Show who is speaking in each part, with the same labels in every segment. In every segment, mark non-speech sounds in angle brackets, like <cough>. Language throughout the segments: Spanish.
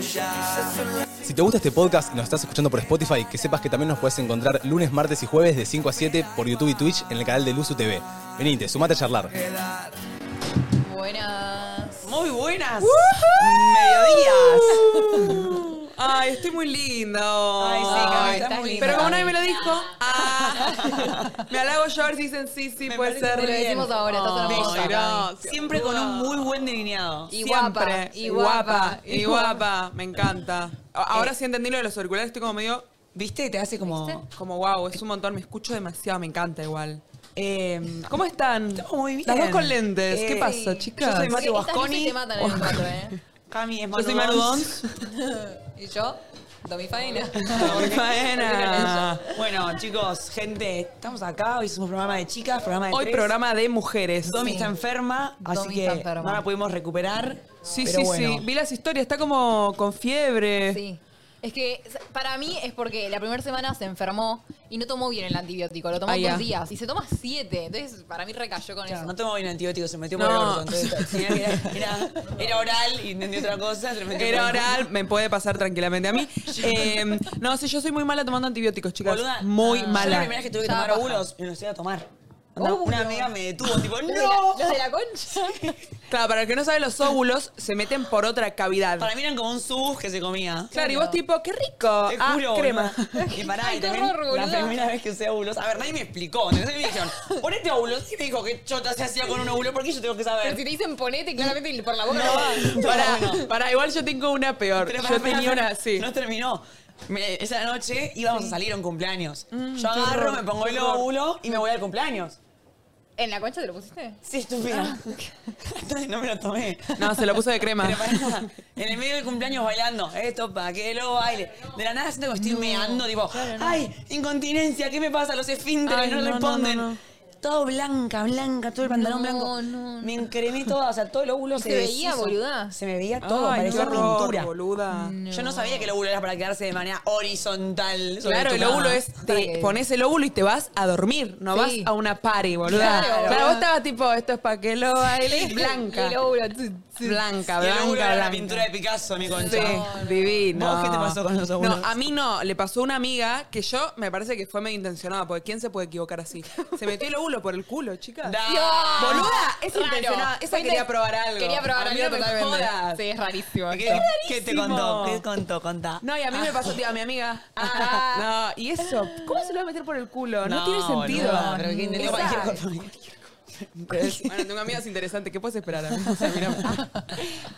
Speaker 1: Si te gusta este podcast y nos estás escuchando por Spotify, que sepas que también nos puedes encontrar lunes, martes y jueves de 5 a 7 por YouTube y Twitch en el canal de Luzu TV. Venite, sumate a charlar.
Speaker 2: Buenas.
Speaker 3: Muy buenas. Mediodías. <laughs> Ay, estoy muy lindo. Ay,
Speaker 2: sí, Cami, estás linda.
Speaker 3: Pero como nadie me lo dijo, ah, <laughs> me halago yo a ver si dicen sí, sí, puede ser.
Speaker 2: Te lo decimos ahora, estás
Speaker 3: Ay,
Speaker 2: hermosa,
Speaker 3: no,
Speaker 2: Cami.
Speaker 4: Siempre con un muy buen delineado.
Speaker 2: Y guapa,
Speaker 3: Siempre. Y guapa, y guapa. Me encanta. A- Ahora sí entendí lo de los auriculares, estoy como medio,
Speaker 4: ¿Viste? Te hace como.
Speaker 2: ¿Viste?
Speaker 3: como wow, es un montón, me escucho demasiado, me encanta igual. Eh, ¿Cómo están?
Speaker 4: Estamos muy bien.
Speaker 3: Las dos con lentes. ¿Qué
Speaker 4: Eh,
Speaker 3: pasa,
Speaker 4: sí.
Speaker 3: chicas?
Speaker 4: Yo soy
Speaker 2: Estas
Speaker 4: Mati
Speaker 2: luces
Speaker 4: Guasconi.
Speaker 2: te matan <laughs> en el rato, ¿eh?
Speaker 4: Cami es
Speaker 3: Yo soy Manu Dons.
Speaker 2: ¿Y yo? <laughs> Domi Faina.
Speaker 3: Faena.
Speaker 4: <laughs> Bueno, chicos, gente, estamos acá. Hoy es un programa de chicas, programa de
Speaker 3: Hoy
Speaker 4: tres.
Speaker 3: programa de mujeres.
Speaker 4: Domi está enferma, así
Speaker 2: Domi
Speaker 4: que
Speaker 2: está enferma.
Speaker 4: no la pudimos recuperar.
Speaker 3: Sí,
Speaker 4: pero
Speaker 3: sí,
Speaker 4: bueno.
Speaker 3: sí. Vi las historias, está como con fiebre.
Speaker 2: Sí. Es que s- para mí es porque la primera semana se enfermó y no tomó bien el antibiótico, lo tomó
Speaker 3: Ah, ya.
Speaker 2: dos días y se toma siete. Entonces, para mí recayó con
Speaker 4: Claro,
Speaker 2: eso.
Speaker 4: no tomó bien antibiótico, se metió por
Speaker 3: No.
Speaker 4: el orto. Entonces, tenía que- era, era oral y entendió otra cosa. Se lo metió
Speaker 3: Era
Speaker 4: por el-
Speaker 3: oral, me puede pasar tranquilamente a mí.
Speaker 4: <laughs>
Speaker 3: Eh, no, sí, yo soy muy mala tomando antibióticos, chicas.
Speaker 4: Boluda, ah,
Speaker 3: muy
Speaker 4: yo la
Speaker 3: mala. Uh.
Speaker 4: primera vez que tuve que
Speaker 2: Estaba
Speaker 4: tomar
Speaker 2: baja.
Speaker 4: óvulos, me los iba a tomar. Onda,
Speaker 2: Óvulos.
Speaker 4: una amiga me detuvo,
Speaker 3: <laughs>
Speaker 4: tipo,
Speaker 2: Los de la-
Speaker 4: ¡no!
Speaker 2: los de la concha.
Speaker 3: Claro, para el que no sabe, los óvulos se meten por otra cavidad.
Speaker 4: Para mí eran como un sub que se comía.
Speaker 3: Claro, y vos tipo, qué rico.
Speaker 4: Te
Speaker 3: ah,
Speaker 4: juro,
Speaker 3: crema.
Speaker 4: boluda. Y pará,
Speaker 2: Ay,
Speaker 4: y
Speaker 2: qué
Speaker 4: también
Speaker 2: horror,
Speaker 4: la
Speaker 2: boluda.
Speaker 4: primera vez que usé óvulos. A ver, nadie me explicó. ¿entendés? Me dijeron, ponete óvulos. Y me dijo que chota se hacía con un óvulo, porque yo tengo que
Speaker 2: Pero si
Speaker 4: saber?
Speaker 2: te dicen ponete, claramente por la boca no, va.
Speaker 3: <laughs>
Speaker 4: No,
Speaker 3: Para,
Speaker 4: no, no.
Speaker 3: para, igual yo tengo una peor.
Speaker 4: Pero
Speaker 3: Yo
Speaker 4: pará,
Speaker 3: tenía
Speaker 4: pará,
Speaker 3: una, sí.
Speaker 4: No terminó. Me- esa noche íbamos a salir a un cumpleaños. yo
Speaker 3: Mm, qué
Speaker 4: agarro,
Speaker 3: horror,
Speaker 4: me pongo
Speaker 3: qué
Speaker 4: el
Speaker 3: horror.
Speaker 4: óvulo y me voy al cumpleaños.
Speaker 2: ¿En la concha te lo pusiste?
Speaker 4: Sí,
Speaker 3: Ah.
Speaker 4: estúpida. <laughs> Entonces no me lo tomé.
Speaker 3: No, se lo puso de crema.
Speaker 4: Pero pará, en el medio del cumpleaños bailando, esto pa' que lo baile. De la nada siento que estoy meando, tipo, ay, incontinencia, ¿qué me pasa? Los esfínteres
Speaker 3: Ay,
Speaker 4: no,
Speaker 3: no, no,
Speaker 4: responden.
Speaker 3: no, no.
Speaker 4: Todo blanca, blanca, todo el pantalón
Speaker 2: No,
Speaker 4: blanco.
Speaker 2: no,
Speaker 4: Me encremé toda, o sea, todo el óvulo
Speaker 2: ¿Y
Speaker 4: se
Speaker 2: se veía,
Speaker 4: deshizo.
Speaker 2: boluda?
Speaker 4: Se me veía
Speaker 3: Ay,
Speaker 4: todo,
Speaker 3: qué
Speaker 4: parecía
Speaker 3: horror,
Speaker 4: pintura.
Speaker 3: boluda.
Speaker 4: Yo no sabía que el óvulo era para quedarse de manera horizontal. sobre
Speaker 3: Claro,
Speaker 4: tu
Speaker 3: el
Speaker 4: cama.
Speaker 3: óvulo es,
Speaker 2: Para
Speaker 3: te
Speaker 2: que-
Speaker 3: pones el óvulo y te vas a dormir, no
Speaker 2: Sí.
Speaker 3: vas a una party, boluda.
Speaker 2: Claro.
Speaker 3: Claro, vos estabas tipo, esto es pa' que lo
Speaker 4: <laughs>
Speaker 3: baile, blanca.
Speaker 2: Y el óvulo,
Speaker 3: Blanca,
Speaker 4: Y el
Speaker 3: blanca,
Speaker 4: óvulo era la
Speaker 3: blanca.
Speaker 4: pintura de Picasso, mi concha.
Speaker 3: Sí, divino.
Speaker 4: ¿Vos qué te pasó con los óvulos?
Speaker 3: No, a mí no, le pasó a una amiga que yo me parece que fue medio intencionada, porque ¿quién se puede equivocar así? Se metió el óvulo por el culo, chicas.
Speaker 4: Da.
Speaker 3: Boluda, es
Speaker 2: Raro.
Speaker 3: intencionada. Esa
Speaker 2: Fue
Speaker 3: quería
Speaker 2: inten-
Speaker 3: probar algo.
Speaker 2: Quería probar
Speaker 3: A mí
Speaker 2: algo
Speaker 3: no me
Speaker 2: totalmente.
Speaker 3: jodas.
Speaker 2: Sí, es rarísimo.
Speaker 4: ¿Qué,
Speaker 2: esto.
Speaker 4: qué te contó? ¿Qué contó? Contá.
Speaker 3: No, y a mí me pasó, tío, a mi amiga.
Speaker 2: Ah.
Speaker 3: <laughs> No, y eso, ¿cómo se lo va a meter por el culo? No,
Speaker 4: No,
Speaker 3: tiene sentido. Mm.
Speaker 4: boluda, pero que intentó
Speaker 3: Esa-
Speaker 4: cualquier cosa.
Speaker 3: Bueno, tengo amigas interesantes, ¿qué puedes esperar? amigo? O sea, mirá.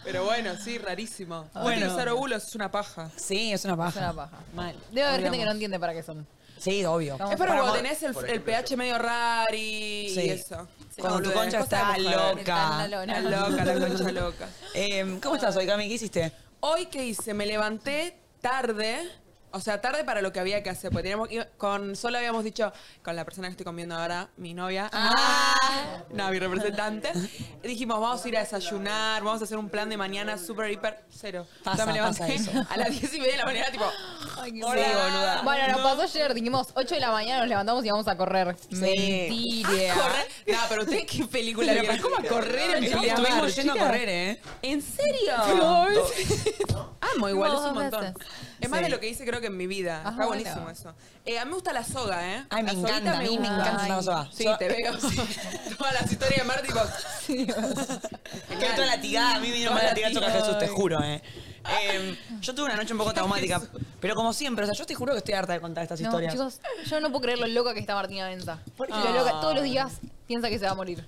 Speaker 3: Pero bueno, sí, rarísimo.
Speaker 4: Bueno.
Speaker 3: Ah. Bueno, utilizar óvulos es una paja.
Speaker 4: Sí, es una paja.
Speaker 2: Es una paja.
Speaker 4: Mal.
Speaker 2: Debe haber gente
Speaker 3: Digamos.
Speaker 2: que no entiende para qué son.
Speaker 4: Sí, obvio.
Speaker 2: Estamos
Speaker 3: Es para cuando
Speaker 4: mo-
Speaker 3: tenés el, el pH medio raro y, y
Speaker 4: Sí.
Speaker 3: eso.
Speaker 4: Sí. Cuando tu
Speaker 2: eh,
Speaker 3: Boludeces,
Speaker 4: concha
Speaker 3: cosas
Speaker 4: está
Speaker 3: de mujer.
Speaker 4: loca.
Speaker 2: Está en la
Speaker 3: Está
Speaker 2: lona.
Speaker 3: loca, la concha loca.
Speaker 4: Eh, ¿Cómo estás hoy, Cami? ¿Qué hiciste?
Speaker 3: Hoy, ¿qué hice? Me levanté tarde. O sea, tarde para lo que había que hacer. Porque teníamos, iba- con solo habíamos dicho, con la persona que estoy comiendo ahora, mi novia.
Speaker 4: Ah.
Speaker 3: No, mi representante. Dijimos, vamos a ir a desayunar, vamos a hacer un plan de mañana súper, hiper, cero.
Speaker 4: Pasa,
Speaker 3: me levanté
Speaker 4: pasa eso.
Speaker 3: a las 10 y media de la mañana, tipo,
Speaker 2: Ay, qué
Speaker 3: Hola,
Speaker 2: feo.
Speaker 3: boluda.
Speaker 2: Bueno, nos pasó ayer, dijimos 8 de la mañana, nos levantamos y vamos a correr. Mentira.
Speaker 3: Ah, correr. No, pero ustedes qué película vieron. ¿Cómo a correr en
Speaker 4: Estamos-
Speaker 3: Julia Mar,
Speaker 4: Estuvimos yendo
Speaker 3: chicas?
Speaker 4: a correr, ¿eh?
Speaker 3: ¿En serio?
Speaker 2: No, es-
Speaker 3: Amo, igual es
Speaker 2: Dos
Speaker 3: un montón.
Speaker 2: veces.
Speaker 3: Es más de lo que hice creo que en mi vida.
Speaker 2: Ajá,
Speaker 3: Está buenísimo
Speaker 2: bueno.
Speaker 3: eso. Eh, a mí me gusta la soga, ¿eh?
Speaker 4: Ay, me
Speaker 3: La soguita
Speaker 4: encanta, a mí me
Speaker 3: gusta.
Speaker 4: encanta la soga.
Speaker 3: Sí,
Speaker 4: Soga-
Speaker 3: te veo. <laughs> Todas las historias de Marty Box.
Speaker 4: Que toda latigada, a mí me dieron más
Speaker 3: Toda
Speaker 4: latigazo que a
Speaker 3: latigada.
Speaker 4: Jesús, te juro, ¿eh? Eh, yo tuve una noche un poco traumática, pero como siempre, o sea, yo te juro que estoy harta de contar estas
Speaker 2: No,
Speaker 4: historias.
Speaker 2: chicos, yo no puedo creer lo loca que está Martina Benza.
Speaker 4: ¿Por qué?
Speaker 2: Lo loca, todos los días piensa que se va a morir.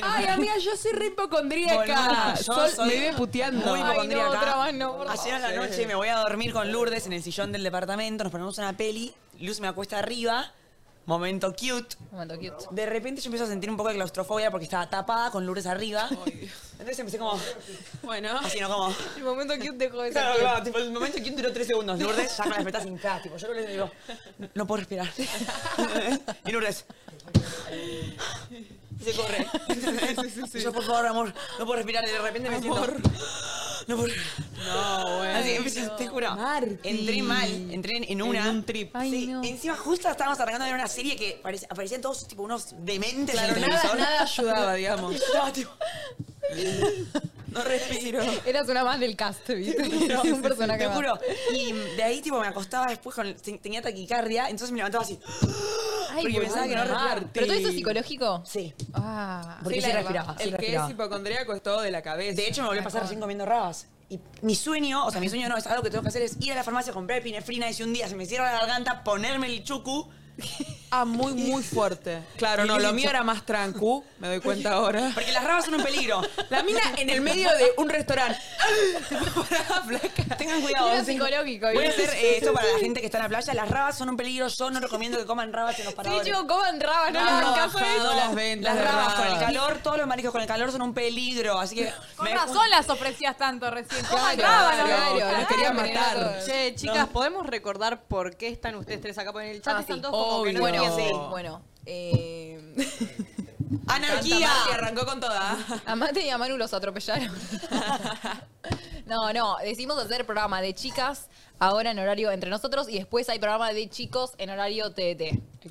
Speaker 3: Ah. Ay, amiga, yo soy re
Speaker 4: Boluda,
Speaker 3: hipocondríaca.
Speaker 4: yo
Speaker 3: Sol
Speaker 4: soy
Speaker 3: me vive puteando.
Speaker 4: muy
Speaker 2: Ay, no,
Speaker 4: hipocondríaca.
Speaker 2: otra más no, por
Speaker 4: Ayer a la noche me voy a dormir con Lourdes en el sillón del departamento, nos ponemos una peli, Luz me acuesta arriba, momento cute,
Speaker 2: Un momento cute.
Speaker 4: De repente yo empiezo a sentir un poco de claustrofobia porque estaba tapada con Lourdes arriba. Entonces empecé como,
Speaker 3: <laughs> Bueno.
Speaker 4: así no como.
Speaker 2: El momento cute dejó de ser
Speaker 4: Claro,
Speaker 2: cute.
Speaker 4: claro, tipo, el momento que duró tres segundos. Lourdes ya con las metas hinchadas, tipo, yo Lourdes le digo, no puedo respirar. <laughs> Y Lourdes. y Se corre. Y Yo, por favor, amor, no puedo respirar. Y de repente me siento. No puedo respirar.
Speaker 3: No, bueno.
Speaker 4: Así, empecé, te juro.
Speaker 3: Marti.
Speaker 4: Entré mal, entré en, en una. un trip.
Speaker 2: Ay,
Speaker 4: sí,
Speaker 2: no.
Speaker 4: encima justo estábamos arrancando de una serie que parece- aparecían todos tipo unos dementes en el
Speaker 3: Nada,
Speaker 4: televisor. <laughs>
Speaker 3: nada ayudaba, digamos.
Speaker 4: Estaba tipo, No respiro.
Speaker 2: Eras una más del cast,
Speaker 3: <laughs>
Speaker 2: ¿viste? Eras un personaje
Speaker 4: Te
Speaker 2: más.
Speaker 4: juro. Y de ahí, tipo, me acostaba después, con, ten- tenía taquicardia, entonces me levantaba así.
Speaker 2: Ay,
Speaker 4: porque
Speaker 2: boludo.
Speaker 4: pensaba que no respiraba.
Speaker 2: ¿Pero todo eso es psicológico?
Speaker 4: Sí.
Speaker 2: Ah.
Speaker 4: Porque
Speaker 3: Sí,
Speaker 4: sí
Speaker 3: la-
Speaker 4: respiraba,
Speaker 3: <laughs>
Speaker 4: sí
Speaker 3: El que
Speaker 4: respiraba.
Speaker 3: es hipocondríaco es todo de la cabeza.
Speaker 4: De hecho, me volvió a pasar recién comiendo rabas. Y mi sueño, o sea, mi sueño no, es algo que tengo que hacer, es ir a la farmacia, comprar pinefrina y si un día se me cierra la garganta, ponerme el chucu.
Speaker 3: Ah, muy, muy fuerte. Claro, no, lo mío era más trancu, me doy cuenta
Speaker 4: <laughs>
Speaker 3: ahora.
Speaker 4: Porque las rabas son un peligro. <laughs>
Speaker 3: La mina en el medio de un <laughs> restaurante. Pará, flaca.
Speaker 4: Tengan cuidado.
Speaker 2: Era
Speaker 4: en fin.
Speaker 2: psicológico,
Speaker 4: Voy a
Speaker 2: ¿viste?
Speaker 4: hacer eh, esto para la gente que está en la playa. Las rabas son un peligro. Yo no recomiendo que coman rabas en los
Speaker 2: Sí,
Speaker 4: paradores.
Speaker 2: chicos, coman rabas, no,
Speaker 3: No,
Speaker 2: le hagan
Speaker 3: no,
Speaker 2: caso a
Speaker 3: bajado
Speaker 2: eso.
Speaker 3: las ventas
Speaker 4: Las
Speaker 3: de
Speaker 4: rabas con el
Speaker 3: rabas.
Speaker 4: calor, todos los mariscos con el calor son un peligro. Así que.
Speaker 5: Con
Speaker 4: me-
Speaker 5: razón las ofrecías tanto recién. Coman
Speaker 2: claro,
Speaker 5: rábano,
Speaker 2: claro,
Speaker 5: carajo.
Speaker 2: las quería matar.
Speaker 6: Che, chicas, ¿podemos recordar por qué están ustedes tres acá? Porque en el chat
Speaker 2: Ah,
Speaker 6: están
Speaker 2: sí.
Speaker 6: todos como que no
Speaker 2: bueno,
Speaker 6: entienden.
Speaker 2: sí, bueno. Eh, <laughs>
Speaker 4: ¡Anarquía!
Speaker 3: Y arrancó con toda.
Speaker 2: a Mate y a Manu los atropellaron. <laughs> no, no, decidimos hacer programa de chicas ahora en horario entre nosotros y después hay programa de chicos en horario E TT.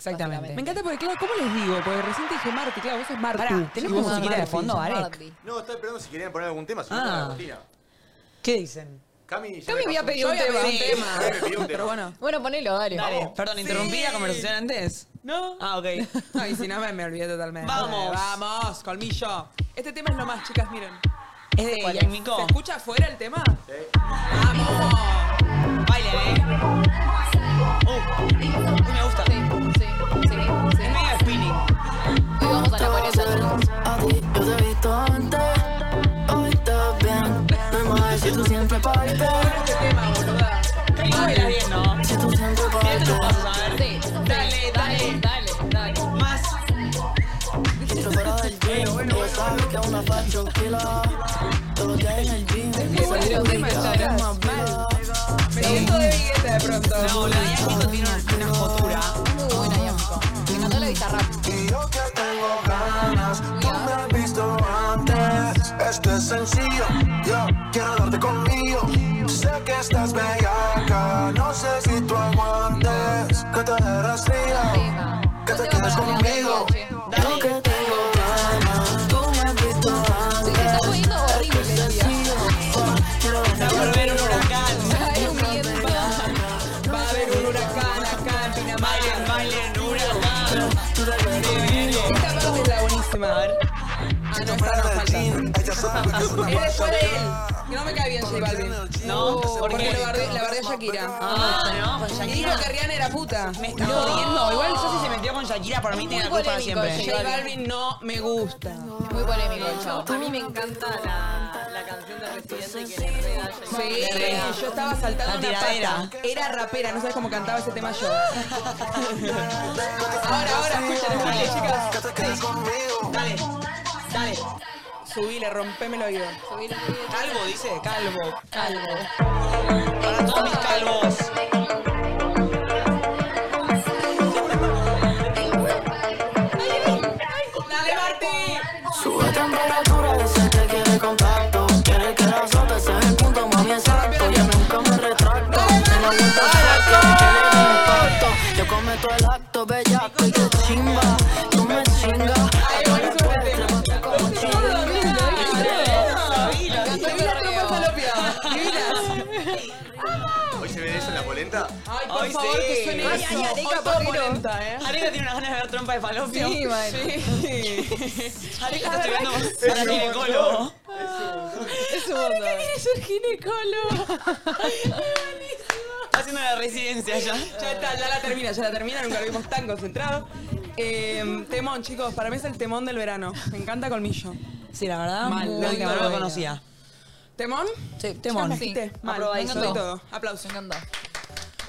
Speaker 3: Me encanta porque, claro, ¿cómo les digo? Porque recién te dije Marti, claro, vos sos Marti.
Speaker 4: Pará,
Speaker 3: Y
Speaker 4: ¿tenemos
Speaker 3: vos sos
Speaker 4: musiquita de
Speaker 3: Marti.
Speaker 4: fondo, Arek?
Speaker 2: Mardi.
Speaker 7: No, estaba esperando si querían poner algún tema, si no,
Speaker 4: Ah.
Speaker 7: la cortina.
Speaker 4: ¿Qué dicen?
Speaker 7: Cami, ya
Speaker 2: Cami
Speaker 7: me
Speaker 2: voy a
Speaker 7: pasó.
Speaker 2: pedir un
Speaker 3: Yo voy a
Speaker 2: tema.
Speaker 3: pedir un tema.
Speaker 7: Cami me pidió un
Speaker 3: <laughs>
Speaker 7: tema.
Speaker 3: Pero bueno.
Speaker 2: Bueno, ponelo, dale.
Speaker 4: Dale, perdón, interrumpí la conversación antes.
Speaker 3: No.
Speaker 4: Ah, ok.
Speaker 3: No, y si no, me, me olvidé totalmente.
Speaker 4: Vamos.
Speaker 3: Vamos, colmillo. Este tema es lo más, chicas, miren.
Speaker 4: Es de
Speaker 3: ¿Cuál es?
Speaker 4: Yannico.
Speaker 3: ¿Se escucha afuera el tema?
Speaker 7: Sí.
Speaker 3: ¡Vamos!
Speaker 4: Bailen, ¿eh? Uh, uy, me gusta.
Speaker 2: Sí, sí, sí, sí.
Speaker 4: Es medio spinning.
Speaker 2: Hoy vamos a la pobreza, chicos.
Speaker 8: A ti yo te he visto antes, hoy estás bien. No me si tú siempre partes,
Speaker 3: Este tema, boluda.
Speaker 4: Qué lindo bailas bien, ¿no?
Speaker 8: si tú siempre
Speaker 4: Fíjate
Speaker 8: partes.
Speaker 4: los pasos, a ver.
Speaker 2: Sí, dale, dale, dale, dale.
Speaker 4: Más.
Speaker 8: Yo fuera del gym, tú sabes que una facho kila. Todo lo que hay en el gym,
Speaker 2: que salió un tema, ya era
Speaker 8: más vida.
Speaker 3: Me siento de billete de pronto.
Speaker 4: No, la de Yannico tiene una- una jotura.
Speaker 2: Muy buena, Yamiko. Me encantó la guitarra.
Speaker 9: Y yo que tengo ganas, no me he visto antes. Esto es sencillo, yo quiero darte conmigo. Sé que estás bellaca, no sé si tú aguantes. Que te eres fría,
Speaker 2: Tema.
Speaker 9: que te
Speaker 2: Tema
Speaker 9: quedes
Speaker 2: para
Speaker 9: conmigo.
Speaker 2: Leandro, che.
Speaker 8: Yo que tengo ganas, tú me has visto
Speaker 2: Se está
Speaker 8: antes.
Speaker 2: poniendo horrible el día.
Speaker 8: Quiero darte
Speaker 4: Va a volver un huracán.
Speaker 2: <laughs> Ay, un viento.
Speaker 3: Va a haber un huracán acá en Pinamar.
Speaker 4: Bailen, bailen,
Speaker 3: Ah,
Speaker 4: huracán.
Speaker 3: Esta parte es la buenísima. A ver. Ah, no, esta no
Speaker 9: Fuera del
Speaker 3: falta.
Speaker 9: jean, ella sabe que es
Speaker 3: <laughs>
Speaker 9: una
Speaker 3: Es después
Speaker 9: facho
Speaker 3: de él.
Speaker 9: kila.
Speaker 3: Que no me cae bien J Balvin.
Speaker 4: No, ¿por
Speaker 3: Porque
Speaker 4: qué?
Speaker 3: lo bardeó- la bardeó Shakira.
Speaker 4: Ah, no, con
Speaker 3: Y dijo
Speaker 4: Shakira.
Speaker 3: que Rihanna era puta.
Speaker 4: Me está jodiendo. Igual yo si se metió con Shakira, para mí tiene la
Speaker 2: Muy
Speaker 4: culpa para
Speaker 2: polémico,
Speaker 4: siempre.
Speaker 2: J
Speaker 3: J Balvin no me gusta.
Speaker 2: Muy polémico el show.
Speaker 6: A mí me encanta la, la canción de Residente que le regala a Shakira.
Speaker 3: Sí, yo estaba saltando
Speaker 4: La
Speaker 3: una
Speaker 4: tiradera.
Speaker 3: pata. Era rapera, no sabes cómo cantaba ese tema
Speaker 4: <laughs>
Speaker 3: yo. ahora, ahora, escuchen, escuchen, chicas.
Speaker 9: Que te quedes conmigo.
Speaker 4: Dale, dale.
Speaker 3: Subile, rompeme el oído.
Speaker 4: Calvo, dice. Calvo.
Speaker 2: Calvo.
Speaker 4: Para todos mis calvos.
Speaker 3: ¡Dale, Marti!
Speaker 8: Sube temperatura, se te quiere contacto. Quiere que la azote, ese es el punto, mami, exacto. Yo nunca me retracto. No me gusta el acto, me quiere que me impacto. Yo cometo el acto, bellaco, y que chimba. Tú me chingas.
Speaker 3: este
Speaker 7: ¿Hoy se ve eso en la polenta?
Speaker 3: Ay, por
Speaker 4: Ay,
Speaker 3: favor,
Speaker 4: sí.
Speaker 3: que suene
Speaker 4: Ay,
Speaker 3: eso.
Speaker 4: ay, Areca,
Speaker 3: Otro
Speaker 4: ¿por qué no?
Speaker 3: polenta, eh.
Speaker 4: Areca tiene unas ganas de ver trompa de falopio.
Speaker 2: Sí, man.
Speaker 4: Areca está estudiando para ginecólogo.
Speaker 2: Es un mundo.
Speaker 4: Está haciendo la residencia ya.
Speaker 3: Ya está, ya la termina, ya la termina, nunca lo vimos tan concentrado. Eh, temón, chicos, para mí es el temón del verano. Me encanta Colmillo.
Speaker 4: Sí, la verdad,
Speaker 3: Mal,
Speaker 4: muy
Speaker 3: lo
Speaker 4: bueno, no lo
Speaker 3: bueno.
Speaker 4: conocía.
Speaker 3: ¿Temón?
Speaker 4: Sí,
Speaker 3: Ya
Speaker 4: temón.
Speaker 3: me dijiste.
Speaker 2: Sí.
Speaker 3: Mal, me
Speaker 2: Aprobadísimo.
Speaker 3: encantó todo. Aplauso.
Speaker 2: Me encantó.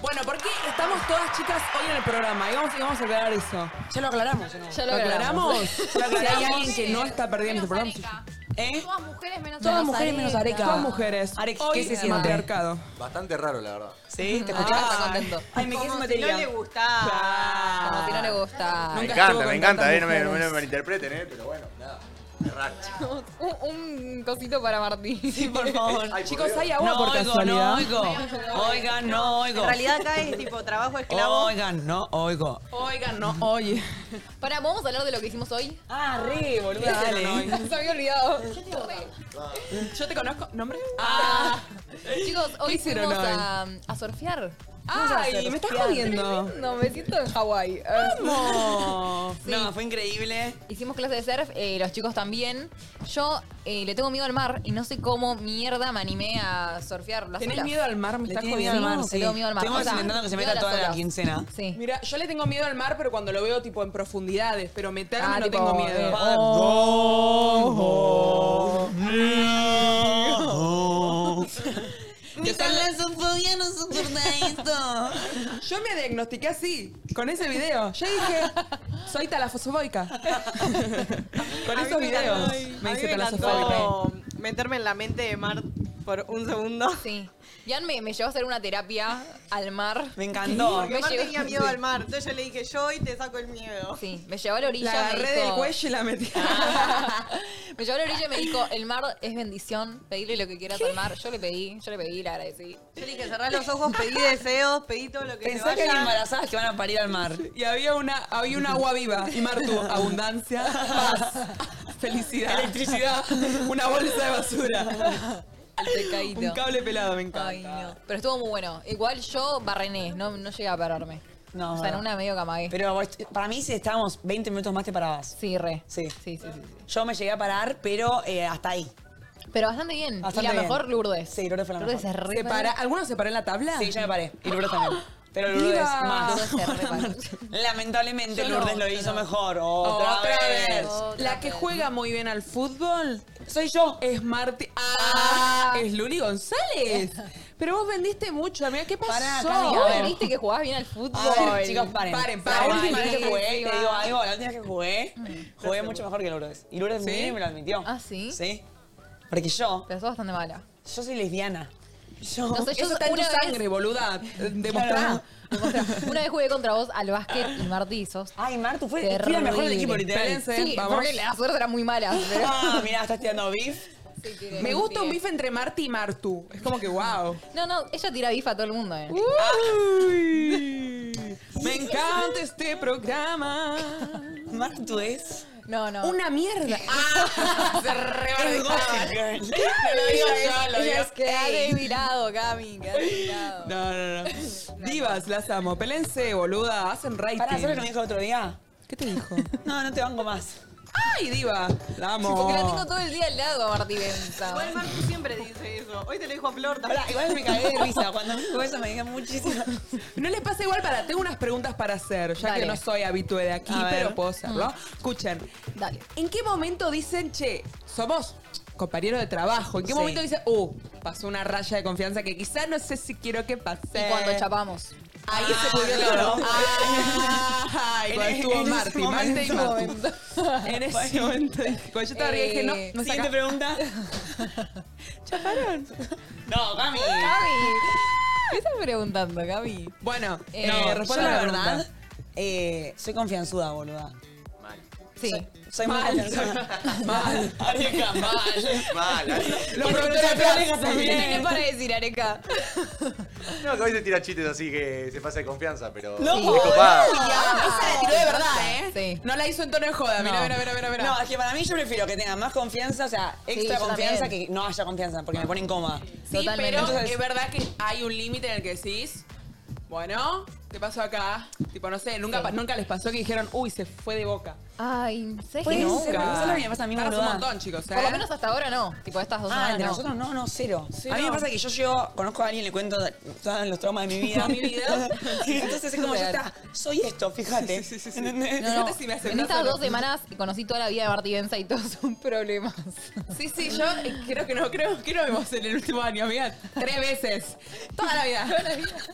Speaker 3: Bueno, ¿por qué estamos todas chicas hoy en el programa? Y vamos, y vamos a aclarar eso.
Speaker 4: Ya lo aclaramos, ¿o ¿no?
Speaker 2: Ya
Speaker 3: ¿Lo
Speaker 2: lo
Speaker 3: aclaramos?
Speaker 2: grabamos.
Speaker 3: Si hay alguien que no está perdiendo este
Speaker 5: Menos
Speaker 3: programa,
Speaker 5: Areca.
Speaker 4: ¿Eh?
Speaker 5: Todas mujeres menos
Speaker 4: Todas
Speaker 5: Areca.
Speaker 4: mujeres menos Areca.
Speaker 3: todas mujeres.
Speaker 4: Areca,
Speaker 3: hoy
Speaker 4: ¿qué se siente?
Speaker 3: matriarcado.
Speaker 7: Bastante raro, la verdad.
Speaker 4: Sí, te
Speaker 2: Acá está
Speaker 4: escuchás.
Speaker 2: contento.
Speaker 4: Ay, me quedé sin
Speaker 6: Como si no le
Speaker 4: batería.
Speaker 6: gustaba.
Speaker 2: Como si no le gusta.
Speaker 7: Me
Speaker 3: Nunca estuvo
Speaker 7: encanta,
Speaker 3: con
Speaker 7: me encanta,
Speaker 3: tantas
Speaker 7: eh, no me, no me
Speaker 3: mujeres.
Speaker 7: malinterpreten, eh, pero bueno, nada.
Speaker 2: Un, un cosito para Martín.
Speaker 4: Sí, por favor.
Speaker 3: Chicos, ¿hay agua
Speaker 4: No
Speaker 3: por
Speaker 4: oigo, no
Speaker 3: casualidad?
Speaker 4: oigo. Oigan, no oigo.
Speaker 6: En realidad acá es tipo trabajo esclavo.
Speaker 4: Oigan, no oigo.
Speaker 3: Oigan, no, oye.
Speaker 2: Pará, ¿vamos a hablar de lo que hicimos hoy?
Speaker 4: Ah, re, boludo.
Speaker 3: Dale.
Speaker 2: Se había olvidado.
Speaker 3: Yo te conozco. ¿Nombre?
Speaker 2: Chicos, hoy
Speaker 3: hicieron
Speaker 2: fuimos
Speaker 3: hoy?
Speaker 2: a, a surfear.
Speaker 3: Ay, me estás jodiendo.
Speaker 2: No, me siento en Hawái.
Speaker 3: ¿Cómo?
Speaker 4: No, fue increíble.
Speaker 2: Hicimos clase de surf, eh, los chicos también. Yo eh, le tengo miedo al mar y no sé cómo mierda me animé a surfear las
Speaker 3: ¿Tenés
Speaker 2: olas.
Speaker 3: miedo al mar? Me
Speaker 4: Le
Speaker 3: estás
Speaker 4: tiene
Speaker 3: jodiendo.
Speaker 4: miedo al mar,
Speaker 2: No,
Speaker 4: sí.
Speaker 2: le tengo miedo al mar.
Speaker 4: Estuvimos
Speaker 2: O sea,
Speaker 4: intentando que se
Speaker 2: miedo
Speaker 4: meta
Speaker 2: a las
Speaker 4: toda la
Speaker 2: olas.
Speaker 4: quincena.
Speaker 2: Sí.
Speaker 3: Mira, yo le tengo miedo al mar, pero cuando lo veo tipo en profundidades, pero meterme
Speaker 2: Ah,
Speaker 3: no
Speaker 2: tipo,
Speaker 3: tengo miedo.
Speaker 2: eh,
Speaker 4: Que son las sofobia no soporta esto.
Speaker 3: Yo me diagnostiqué así, con ese video. Yo dije, soy talafosfoboica. con esos videos me hice
Speaker 6: me
Speaker 3: talafosfoboica.
Speaker 6: encantó meterme en la mente de Mart por un segundo. <laughs>
Speaker 2: Sí. Jan me, me llevó a hacer una terapia al mar.
Speaker 4: Me encantó.
Speaker 6: Porque
Speaker 2: Me
Speaker 6: Mart
Speaker 2: llegó-
Speaker 6: tenía miedo al mar. Entonces yo le dije, yo hoy te saco el miedo.
Speaker 2: Sí, me llevó a la orilla.
Speaker 3: La
Speaker 2: me dijo-
Speaker 3: agarré
Speaker 2: Ah.
Speaker 3: del
Speaker 2: <laughs>
Speaker 3: cuello y la metí.
Speaker 2: me llevó a la orilla y me dijo, el mar es bendición, pedile lo que quieras al mar. Yo le pedí, yo le pedí, le agradecí.
Speaker 6: Yo le dije, cerrá los ojos, pedí deseos, pedí todo lo que te
Speaker 4: Pensá que hay
Speaker 6: vaya.
Speaker 4: embarazadas que van a parir al mar.
Speaker 3: <laughs> Y había una, había un agua viva. Y Mar tuvo abundancia, paz, felicidad, electricidad, una bolsa de basura.
Speaker 2: El pecadito.
Speaker 3: Un cable pelado, me encanta.
Speaker 2: Ay, no. Pero estuvo muy bueno. Igual yo barrené, no, no llegué a pararme.
Speaker 4: No,
Speaker 2: o sea, en
Speaker 4: bueno.
Speaker 2: una medio que amagué.
Speaker 4: Pero vos- para mí, si estábamos 20 minutos más, te parabas.
Speaker 2: Sí, re.
Speaker 4: Sí.
Speaker 2: Sí, sí, sí, sí.
Speaker 4: Yo me llegué a parar, pero eh, hasta ahí.
Speaker 2: Pero bastante bien.
Speaker 4: Bastante
Speaker 2: y la
Speaker 4: bien.
Speaker 2: mejor Lourdes.
Speaker 4: Sí, Lourdes fue la
Speaker 2: es
Speaker 4: mejor.
Speaker 2: re
Speaker 3: Se para,
Speaker 2: parada.
Speaker 3: ¿Alguno se paró en la tabla?
Speaker 4: Sí, yo me paré. Y
Speaker 2: <gasps>
Speaker 4: Lourdes también. Pero Lourdes
Speaker 3: ¡Viva!
Speaker 4: más.
Speaker 2: Lourdes se re paró.
Speaker 4: <laughs> Lamentablemente
Speaker 2: Yo no,
Speaker 4: Lourdes lo
Speaker 2: yo
Speaker 4: hizo
Speaker 2: no.
Speaker 4: mejor.
Speaker 3: Otra,
Speaker 4: Otra,
Speaker 3: vez.
Speaker 4: vez.
Speaker 2: Otra
Speaker 3: La que
Speaker 2: vez.
Speaker 3: juega muy bien al fútbol
Speaker 4: Soy yo.
Speaker 3: es Marti.
Speaker 4: Ah.
Speaker 3: Ah, es Luli González. Pero vos vendiste mucho, amiga. ¿Qué pasó?
Speaker 4: Pará,
Speaker 2: Vos
Speaker 4: Cami, a ver.
Speaker 2: viniste que jugabas bien al fútbol.
Speaker 4: A ver, chicos, paren.
Speaker 3: Paren,
Speaker 4: La
Speaker 3: paren.
Speaker 4: última vez que
Speaker 3: Paren.
Speaker 4: jugué, te digo algo, la última vez que jugué, jugué mucho mejor que Lourdes. Y Lourdes vino y me lo admitió.
Speaker 2: Mm. Ah, ¿sí?
Speaker 4: Sí. Porque yo,
Speaker 2: Pero sos bastante mala.
Speaker 4: yo soy lesbiana. Yo.
Speaker 2: No sé, yo
Speaker 3: Eso está en tu
Speaker 2: una vez-
Speaker 3: sangre, boluda. Eh, Demostrá.
Speaker 4: Claro.
Speaker 2: Otra. Una vez jugué contra vos al básquet y Martí sos.
Speaker 4: Ay, Martu, fue, fui la
Speaker 2: Terrible.
Speaker 4: mejor del equipo, literal.
Speaker 3: Pelense,
Speaker 2: Sí,
Speaker 3: vamos.
Speaker 2: porque las suerte eran muy malas. pero-
Speaker 4: Ah, mirá, estás tirando beef.
Speaker 2: Sí, tiré,
Speaker 3: Me gusta un
Speaker 2: tiré.
Speaker 3: bife entre Marti y Martu. Es como que wow.
Speaker 2: No, no, ella tira bifa a todo el mundo, eh.
Speaker 3: Uy. Me encanta este programa.
Speaker 4: Martu es...
Speaker 2: No, no.
Speaker 3: Una mierda. Ah,
Speaker 2: se
Speaker 3: <laughs>
Speaker 4: es Gossip Girl. <laughs> No lo digo yo, lo digo.
Speaker 2: Ella es quedate mirado, Cami, quedate mirado.
Speaker 3: No, no, no. Divas, las amo. Pelense, boluda. Hacen rating.
Speaker 4: Pará, ¿sabes lo que me dijo el otro día?
Speaker 3: ¿Qué te dijo?
Speaker 4: No, no te banco más.
Speaker 3: ¡Ay, diva! La amo.
Speaker 2: Porque la tengo todo el día al lado a Martí Benza.
Speaker 6: Igual Mart siempre dice eso. Hoy te lo dijo a Flor también.
Speaker 4: Pará, igual me cagué de risa. Cuando me dijo eso me dije
Speaker 3: <laughs>
Speaker 4: muchísimo.
Speaker 3: No les pasa igual para. Tengo unas preguntas para hacer, ya
Speaker 2: Dale.
Speaker 3: que no soy habitué de aquí,
Speaker 4: A ver.
Speaker 3: pero puedo hacerlo. Escuchen,
Speaker 2: Dale.
Speaker 3: ¿en qué momento dicen, che, somos compañeros de trabajo? ¿En qué
Speaker 4: Sí.
Speaker 3: momento dicen, uh, pasó una raya de confianza que quizá no sé si quiero que pase?
Speaker 2: Y cuando
Speaker 4: <laughs>
Speaker 2: chapamos.
Speaker 3: Ahí
Speaker 4: Ah,
Speaker 3: se pudrió
Speaker 4: claro. <laughs>
Speaker 3: todo. Ay,
Speaker 4: En-
Speaker 3: cuando
Speaker 4: en
Speaker 3: estuvo
Speaker 4: ese
Speaker 3: Marti, Marti y
Speaker 4: momento. Eh,
Speaker 3: Martu. En ese momento dije, cuando yo estaba arriba dije, no, no
Speaker 4: Siguiente
Speaker 3: saca. <laughs>
Speaker 4: pregunta.
Speaker 3: ¿Chaparon?
Speaker 4: No, Cami.
Speaker 2: ¿Qué estás preguntando, Cami?
Speaker 3: Bueno,
Speaker 2: Eh,
Speaker 3: eh,
Speaker 4: No, yo
Speaker 3: responda
Speaker 4: la
Speaker 3: pregunta.
Speaker 4: verdad, eh, soy confianzuda, boluda.
Speaker 2: Sí.
Speaker 4: Soy, soy muy
Speaker 3: Mal, <laughs>
Speaker 4: confianzuda.
Speaker 3: mal.
Speaker 4: Areca, mal.
Speaker 7: Mal, ¿eh?
Speaker 3: Los productores
Speaker 4: Productora
Speaker 3: de
Speaker 4: Flores
Speaker 3: Flores
Speaker 4: también.
Speaker 2: ¿Qué para decir, Areca?
Speaker 7: No, que hoy se tira chistes así que se pasa de confianza, pero.
Speaker 4: No,
Speaker 7: Muy
Speaker 4: boludo.
Speaker 7: copado.
Speaker 3: Esa la tiró de verdad, ¿eh?
Speaker 2: Sí.
Speaker 3: No la hizo en tono de joda. Mira, mira, mira, mira.
Speaker 4: Ah. No, es que para mí yo prefiero que tengan más confianza, o sea, extra
Speaker 2: yo
Speaker 4: confianza
Speaker 2: también.
Speaker 4: que no haya confianza, porque me pone incómoda.
Speaker 3: sí,
Speaker 2: Totalmente.
Speaker 3: pero
Speaker 2: Entonces-
Speaker 3: es verdad que hay un límite en el que decís, bueno, ¿qué pasó acá? Tipo, no sé, nunca,
Speaker 2: Sí.
Speaker 3: pa- nunca les pasó que dijeron, uy, se fue de boca.
Speaker 2: Ay, sé
Speaker 4: Puede
Speaker 2: que no.
Speaker 4: ser,
Speaker 3: Nunca.
Speaker 4: ¿sabes lo que me pasa a mí,
Speaker 3: Tardas un
Speaker 4: boluda?
Speaker 3: montón, chicos, ¿eh?
Speaker 2: Por lo menos hasta ahora no. Tipo, estas dos
Speaker 4: Ah,
Speaker 2: semanas
Speaker 4: entre
Speaker 2: no.
Speaker 4: nosotros no, no, cero.
Speaker 3: Cero.
Speaker 4: A mí me pasa que yo llego, conozco a alguien, le cuento todos los traumas de mi vida.
Speaker 3: Toda <laughs> mi vida.
Speaker 4: <laughs> Y entonces es como, ya
Speaker 2: Real.
Speaker 4: está, soy esto, fíjate.
Speaker 3: Sí, sí, sí, sí.
Speaker 4: ¿Entendés?
Speaker 3: No, Fíjate si me aceptás
Speaker 2: en
Speaker 3: o
Speaker 2: estas
Speaker 3: no.
Speaker 2: dos semanas conocí toda la vida de Martí Benza y todos son problemas.
Speaker 3: Sí, sí, yo eh, creo que no, creo que no vemos en el último año, amiga. Tres veces. Toda la vida.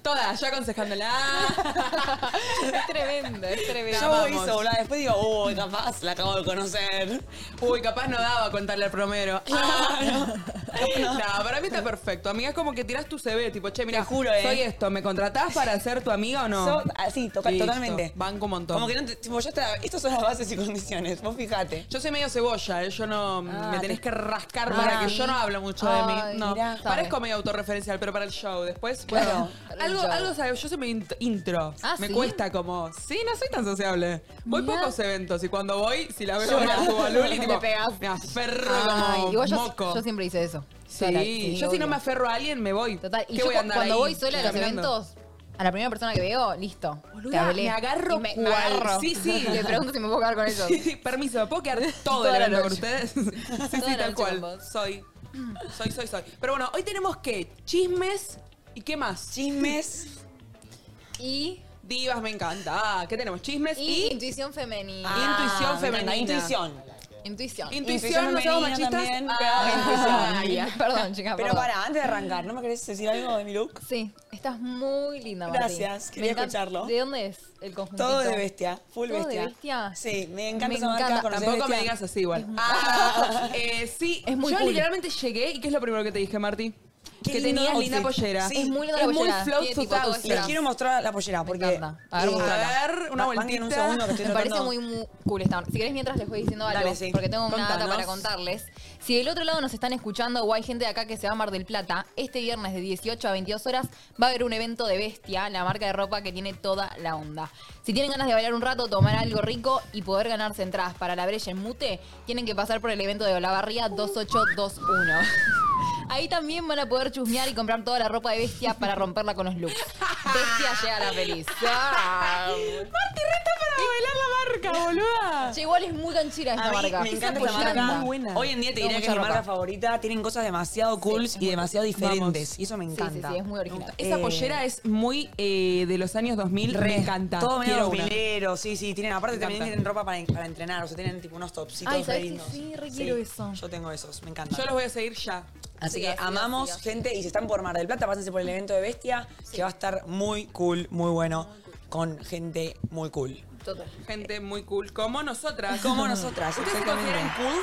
Speaker 3: Toda. Yo aconsejándola,
Speaker 2: <laughs> es tremendo, es tremendo.
Speaker 4: Yo voy sola, después digo, uy, capaz la acabo de conocer.
Speaker 3: Uy, capaz no daba contarle
Speaker 2: <laughs>
Speaker 3: al promero. no. para mí está perfecto. Amiga, es como que tirás tu CV, tipo, che, mira,
Speaker 4: Te juro, eh.
Speaker 3: soy esto, ¿me contratás para ser tu amiga o no?
Speaker 4: So- ah, sí, toca-
Speaker 3: Listo.
Speaker 4: totalmente.
Speaker 3: Banco un montón.
Speaker 4: Como que no te, tipo, ya está, estas son las bases y condiciones, vos fijate.
Speaker 3: Yo soy medio cebolla, ¿eh? yo no. me tenés que rascar para
Speaker 2: Ah.
Speaker 3: que yo no hablo mucho de
Speaker 2: Ay,
Speaker 3: mí. No,
Speaker 2: mirá.
Speaker 3: parezco medio autorreferencial, pero para el show. Después,
Speaker 2: Claro,
Speaker 3: bueno,
Speaker 2: para el
Speaker 3: algo,
Speaker 2: show.
Speaker 3: algo, ¿sabes? Yo soy medio int- intro.
Speaker 2: Ah,
Speaker 3: me
Speaker 2: ¿sí?
Speaker 3: cuesta como. Sí, no soy tan sociable. Voy
Speaker 2: Mirá.
Speaker 3: pocos eventos y cuando voy, si la veo con la
Speaker 2: <laughs> Te
Speaker 3: Luli, tipo,
Speaker 2: pegás.
Speaker 3: me aferro
Speaker 2: <laughs> Ay,
Speaker 3: como
Speaker 2: igual yo,
Speaker 3: moco.
Speaker 2: yo siempre hice eso.
Speaker 3: Sí,
Speaker 2: Sola,
Speaker 3: yo si no
Speaker 2: obvio.
Speaker 3: me aferro a alguien, me voy.
Speaker 2: Total, y
Speaker 3: ¿Qué
Speaker 2: yo
Speaker 3: voy a andar
Speaker 2: cuando
Speaker 3: ahí
Speaker 2: voy sola a los
Speaker 3: caminando? <laughs>
Speaker 2: eventos, a la primera persona que veo, listo.
Speaker 3: Boluda,
Speaker 2: te hablé.
Speaker 3: me agarro
Speaker 2: Y me, me
Speaker 3: cual-
Speaker 2: agarro.
Speaker 3: Sí,
Speaker 2: <laughs>
Speaker 3: sí.
Speaker 2: Le pregunto si me puedo quedar con
Speaker 3: <laughs>
Speaker 2: ellos.
Speaker 3: Sí, sí, permiso, ¿me
Speaker 2: <laughs>
Speaker 3: puedo quedar todo
Speaker 2: Toda
Speaker 3: el
Speaker 2: la
Speaker 3: evento con
Speaker 2: noche.
Speaker 3: ustedes? <laughs> Sí, sí, tal
Speaker 6: la noche
Speaker 3: cual.
Speaker 6: con vos.
Speaker 3: Soy, soy, soy, soy. Pero bueno, hoy tenemos que chismes y qué más.
Speaker 4: Chismes.
Speaker 2: Y,
Speaker 3: <laughs> Divas, me encanta. Ah, ¿Qué tenemos? Chismes
Speaker 2: y
Speaker 3: y,
Speaker 2: intuición femenina.
Speaker 3: intuición
Speaker 4: Ah, me encanta,
Speaker 3: femenina.
Speaker 4: Intuición.
Speaker 2: Intuición.
Speaker 3: Intuición, no somos
Speaker 4: femenina
Speaker 3: machistas.
Speaker 2: <laughs>
Speaker 4: también,
Speaker 3: Ah,
Speaker 2: Ah, ya. Perdón, chicas.
Speaker 4: Pero
Speaker 2: perdón.
Speaker 4: para, antes de arrancar, ¿no me querés decir algo de mi look?
Speaker 2: Sí, estás muy linda, Martín.
Speaker 4: Gracias, quería
Speaker 2: encanta-
Speaker 4: escucharlo.
Speaker 2: ¿De dónde es el conjunto?
Speaker 4: Todo de bestia, full
Speaker 2: ¿Todo de
Speaker 4: bestia.
Speaker 2: bestia?
Speaker 4: Sí, me encanta
Speaker 2: Me
Speaker 4: esa marca,
Speaker 2: encanta.
Speaker 4: conocés
Speaker 3: Tampoco me
Speaker 4: bestia.
Speaker 3: digas así igual. Ah, <laughs> eh, sí,
Speaker 2: Es muy
Speaker 3: yo
Speaker 2: cool.
Speaker 3: literalmente llegué y ¿qué es lo primero que te dije, Marti?
Speaker 4: Qué
Speaker 3: que
Speaker 4: lindo
Speaker 3: tenías linda
Speaker 4: outfit.
Speaker 3: pollera.
Speaker 4: Sí,
Speaker 2: Es muy linda
Speaker 3: es
Speaker 2: la
Speaker 3: muy
Speaker 2: pollera.
Speaker 3: flow
Speaker 2: Tiene tipo todo
Speaker 3: 2000.
Speaker 4: Les
Speaker 2: esto.
Speaker 4: quiero mostrar la pollera porque. eh,
Speaker 2: encanta. A ver, mostrala.
Speaker 3: A ver, una
Speaker 4: Va- banquen un
Speaker 3: vueltita.
Speaker 4: segundo que estoy
Speaker 2: Me parece
Speaker 4: tratando-
Speaker 2: muy, muy cool esta onda. Si querés, mientras les voy diciendo algo,
Speaker 4: Dale, sí.
Speaker 2: porque tengo una data
Speaker 3: Contanos.
Speaker 2: para contarles. Si del otro lado nos están escuchando o hay gente de acá que se va a Mar del Plata, este viernes de 18 a 22 horas va a haber un evento de Bestia, la marca de ropa que tiene toda la onda. Si tienen ganas de bailar un rato, tomar algo rico y poder ganarse entradas para la Brecha en Mute, tienen que pasar por el evento de Olavarría 2821. <laughs> Ahí también van a poder chusmear y comprar toda la ropa de bestia para romperla con los looks. Bestia llega a la
Speaker 4: <laughs>
Speaker 2: feliz.
Speaker 3: Marca, boluda.
Speaker 2: Che, igual es muy canchera esta
Speaker 4: A mí
Speaker 2: marca.
Speaker 4: me encanta esta
Speaker 2: pollera
Speaker 4: marca.
Speaker 2: está
Speaker 4: Hoy en día te
Speaker 2: Tengo
Speaker 4: diría que es
Speaker 2: mucha
Speaker 4: mi marca
Speaker 2: ropa.
Speaker 4: favorita. Tienen cosas demasiado cool y demasiado diferentes. Y eso me
Speaker 2: Sí, sí,
Speaker 4: encanta.
Speaker 2: sí, es muy original.
Speaker 3: Esa
Speaker 4: Eh,
Speaker 3: pollera es muy eh, de los años 2000.
Speaker 4: Re,
Speaker 3: me encanta.
Speaker 4: Todo medio
Speaker 3: Quiero una.
Speaker 4: jubilero, sí, sí. Tienen, aparte
Speaker 3: Me
Speaker 4: también
Speaker 3: encanta.
Speaker 4: tienen ropa para, para entrenar, o sea, tienen tipo unos topsitos
Speaker 2: Ay,
Speaker 4: re
Speaker 2: ¿sabes qué?
Speaker 4: lindos.
Speaker 2: Sí, re quiero eso.
Speaker 4: Yo tengo esos, me encanta.
Speaker 3: Yo los voy a seguir ya.
Speaker 4: Así que
Speaker 2: Siga,
Speaker 4: ah,
Speaker 2: siga,
Speaker 4: amamos
Speaker 2: siga.
Speaker 4: gente y si están por Mar del Plata, pásense por el evento de Bestia, que va a estar muy cool, muy bueno, con gente muy cool.
Speaker 2: Total.
Speaker 3: Gente muy cool, como nosotras.
Speaker 4: <laughs> Como nosotras,
Speaker 3: ¿Ustedes se
Speaker 4: exactamente.
Speaker 3: consideran cool?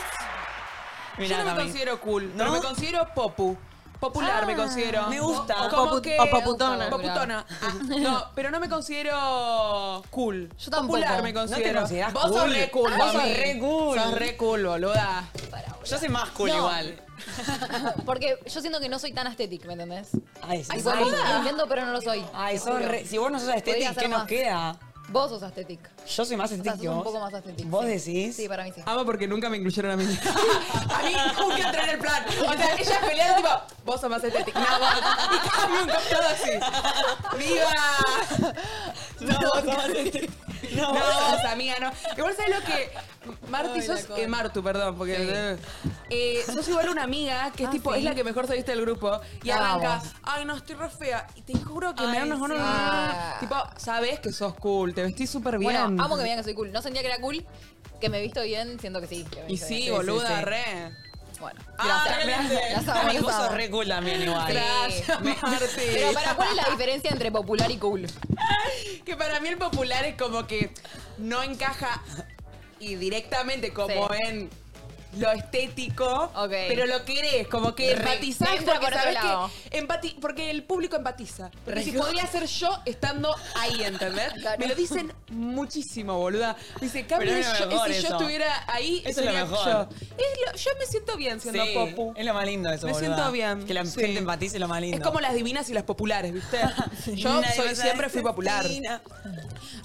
Speaker 4: Mirá,
Speaker 3: Yo no me
Speaker 4: Cami.
Speaker 3: considero cool,
Speaker 4: ¿No? Ah,
Speaker 3: pero me considero popu. Popular me considero.
Speaker 4: me gusta.
Speaker 3: Como
Speaker 4: Popu-
Speaker 3: que-
Speaker 4: o poputona.
Speaker 3: Poputona. Ah, no, pero no me considero cool.
Speaker 2: Yo tampoco.
Speaker 3: Popular me
Speaker 2: ¿No
Speaker 4: te
Speaker 3: considero.
Speaker 4: considerás
Speaker 3: Vos sos
Speaker 4: cool?
Speaker 3: re cool.
Speaker 4: Ah, vos sos
Speaker 3: mami.
Speaker 4: re cool.
Speaker 3: Sos re cool, boluda.
Speaker 4: Yo soy más cool
Speaker 2: No.
Speaker 4: igual.
Speaker 2: Porque yo siento que no soy tan estética, ¿me entendés?
Speaker 4: Ay, sí.
Speaker 2: Ay,
Speaker 4: Ay,
Speaker 2: lo intento, pero no lo soy.
Speaker 4: Ay, sos
Speaker 2: Juro.
Speaker 4: re- si vos no sos
Speaker 2: Podría
Speaker 4: estética,
Speaker 2: ser
Speaker 4: ¿qué nos
Speaker 2: más.
Speaker 4: queda?
Speaker 2: Vos sos estética.
Speaker 4: Yo soy más
Speaker 2: O sea,
Speaker 4: estética
Speaker 2: sos
Speaker 4: que vos.
Speaker 2: un poco más estética.
Speaker 4: ¿Vos
Speaker 2: sí.
Speaker 4: decís?
Speaker 2: Sí, para mí sí.
Speaker 3: Amo porque nunca me incluyeron
Speaker 4: <laughs>
Speaker 3: a mí. a mí nunca entré en el plan. O sea, ellas pelearon tipo, vos sos más estética. No, vos. Y cambio un costado así. ¡Viva!
Speaker 4: No, vos sos más estética. No,
Speaker 3: No,
Speaker 4: vos-
Speaker 3: vos, amiga, no. Igual sabes lo que. Marti, sos. eh, Martu, perdón, porque. Eh, sos igual una amiga
Speaker 4: Ah,
Speaker 3: que es tipo, es la que mejor saliste del grupo. Y
Speaker 2: La
Speaker 3: arranca,
Speaker 2: amo.
Speaker 3: ay, no, estoy re fea. Y te juro que me
Speaker 4: Ay,
Speaker 3: dan unos
Speaker 4: sí.
Speaker 3: unos- Tipo, sabes que sos cool, te vestís súper bien.
Speaker 2: Bueno, amo que me digan que soy cool. No sentía que era cool, que me he visto bien, siento que sí. que me he
Speaker 3: Y
Speaker 2: visto
Speaker 3: sí,
Speaker 2: bien.
Speaker 3: boluda,
Speaker 4: sí.
Speaker 3: re.
Speaker 2: Bueno.
Speaker 3: Ah,
Speaker 2: Las amo,
Speaker 4: Cami,
Speaker 2: las
Speaker 4: vos
Speaker 2: amo.
Speaker 4: sos re cool también igual.
Speaker 3: Gracias, Marti.
Speaker 2: Pero para, ¿cuál es la diferencia entre popular y cool?
Speaker 3: Que para mí el popular es como que no encaja y directamente como
Speaker 2: Sí.
Speaker 3: en lo estético,
Speaker 2: Ok.
Speaker 3: pero lo querés, como que
Speaker 2: Re-
Speaker 3: empatizás
Speaker 2: entra
Speaker 3: porque
Speaker 2: por otro
Speaker 3: sabés
Speaker 2: lado.
Speaker 3: que empati- porque el público empatiza. Porque
Speaker 4: Re-
Speaker 3: si podría ser yo estando ahí, ¿entendés?
Speaker 2: <laughs> Claro.
Speaker 3: Me lo dicen muchísimo, boluda. Me dice, Cami,
Speaker 4: Pero es lo
Speaker 3: yo-
Speaker 4: mejor
Speaker 3: si yo
Speaker 4: eso.
Speaker 3: estuviera ahí,
Speaker 4: Eso es lo
Speaker 3: sería
Speaker 4: mejor.
Speaker 3: yo. Es lo- yo me siento bien siendo
Speaker 4: Sí,
Speaker 3: popu.
Speaker 4: Es lo más lindo eso,
Speaker 3: Me
Speaker 4: boluda.
Speaker 3: siento bien,
Speaker 4: Que la
Speaker 3: sí.
Speaker 4: gente empatice es lo más lindo.
Speaker 3: Es como las divinas y las populares,
Speaker 4: <laughs>
Speaker 3: ¿viste? Yo
Speaker 4: Nadie
Speaker 3: soy-
Speaker 4: más
Speaker 3: siempre
Speaker 4: es
Speaker 3: fui popular.
Speaker 4: divina.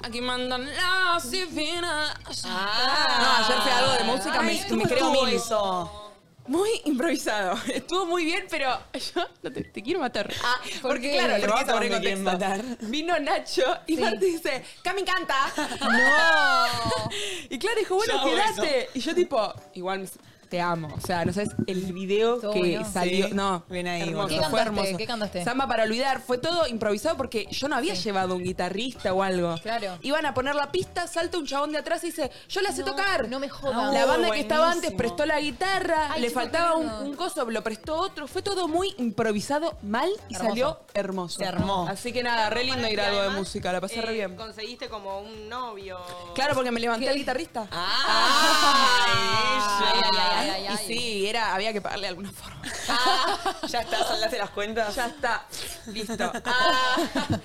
Speaker 3: Aquí mandan las divinas.
Speaker 4: Ah.
Speaker 3: no, ayer fue algo de música,
Speaker 4: Ay,
Speaker 3: me, me
Speaker 4: ¿cómo
Speaker 3: creo
Speaker 4: estuvo
Speaker 3: mil.
Speaker 4: eso.
Speaker 3: Muy improvisado. <laughs> Estuvo muy bien, pero yo no te, te quiero matar. Ah,
Speaker 2: ¿por
Speaker 3: porque
Speaker 2: qué?
Speaker 3: claro, le
Speaker 4: Pero
Speaker 3: vamos a
Speaker 4: vamos a
Speaker 3: poner
Speaker 4: donde
Speaker 3: contexto.
Speaker 4: quieren matar.
Speaker 3: Vino Nacho y
Speaker 2: Sí.
Speaker 3: Marta dice,
Speaker 2: <laughs>
Speaker 3: Cami <laughs> canta.
Speaker 2: No.
Speaker 3: Y claro, dijo, bueno,
Speaker 4: Yo hago
Speaker 3: quédate. Y yo tipo, igual me- te amo. O sea, no sabes el video
Speaker 2: Todo
Speaker 3: que
Speaker 2: bueno.
Speaker 3: salió.
Speaker 4: Sí.
Speaker 3: No,
Speaker 4: Ven ahí,
Speaker 3: hermoso,
Speaker 2: ¿Qué
Speaker 3: fue
Speaker 2: cantaste?
Speaker 3: hermoso.
Speaker 2: ¿Qué cantaste?
Speaker 3: Samba para olvidar. Fue todo improvisado porque yo no había llevado un guitarrista o algo.
Speaker 2: Claro.
Speaker 3: Iban a poner la pista, salta un chabón de atrás y dice, yo la sé
Speaker 2: No,
Speaker 3: tocar.
Speaker 2: no me jodas.
Speaker 3: La
Speaker 4: No,
Speaker 3: banda que estaba
Speaker 4: buenísimo.
Speaker 3: antes prestó la guitarra,
Speaker 2: Ay,
Speaker 3: le
Speaker 2: qué
Speaker 3: faltaba un,
Speaker 2: lindo.
Speaker 3: un coso, lo prestó otro. Fue todo muy improvisado, mal y
Speaker 2: Hermoso.
Speaker 3: salió hermoso.
Speaker 4: Se armó.
Speaker 3: Así que nada, re lindo ir a algo de música, la
Speaker 2: eh,
Speaker 3: pasé re bien.
Speaker 6: Eh, Conseguiste como un novio.
Speaker 3: Claro, porque me levanté al guitarrista.
Speaker 4: ¡Ah!
Speaker 2: Ay, ay, ay, ay, ay.
Speaker 3: Y
Speaker 2: Ah.
Speaker 3: sí, era, había que pagarle de alguna forma. <laughs>
Speaker 4: Ya está, saldaste las cuentas.
Speaker 3: Ya está. Listo.
Speaker 2: Ah.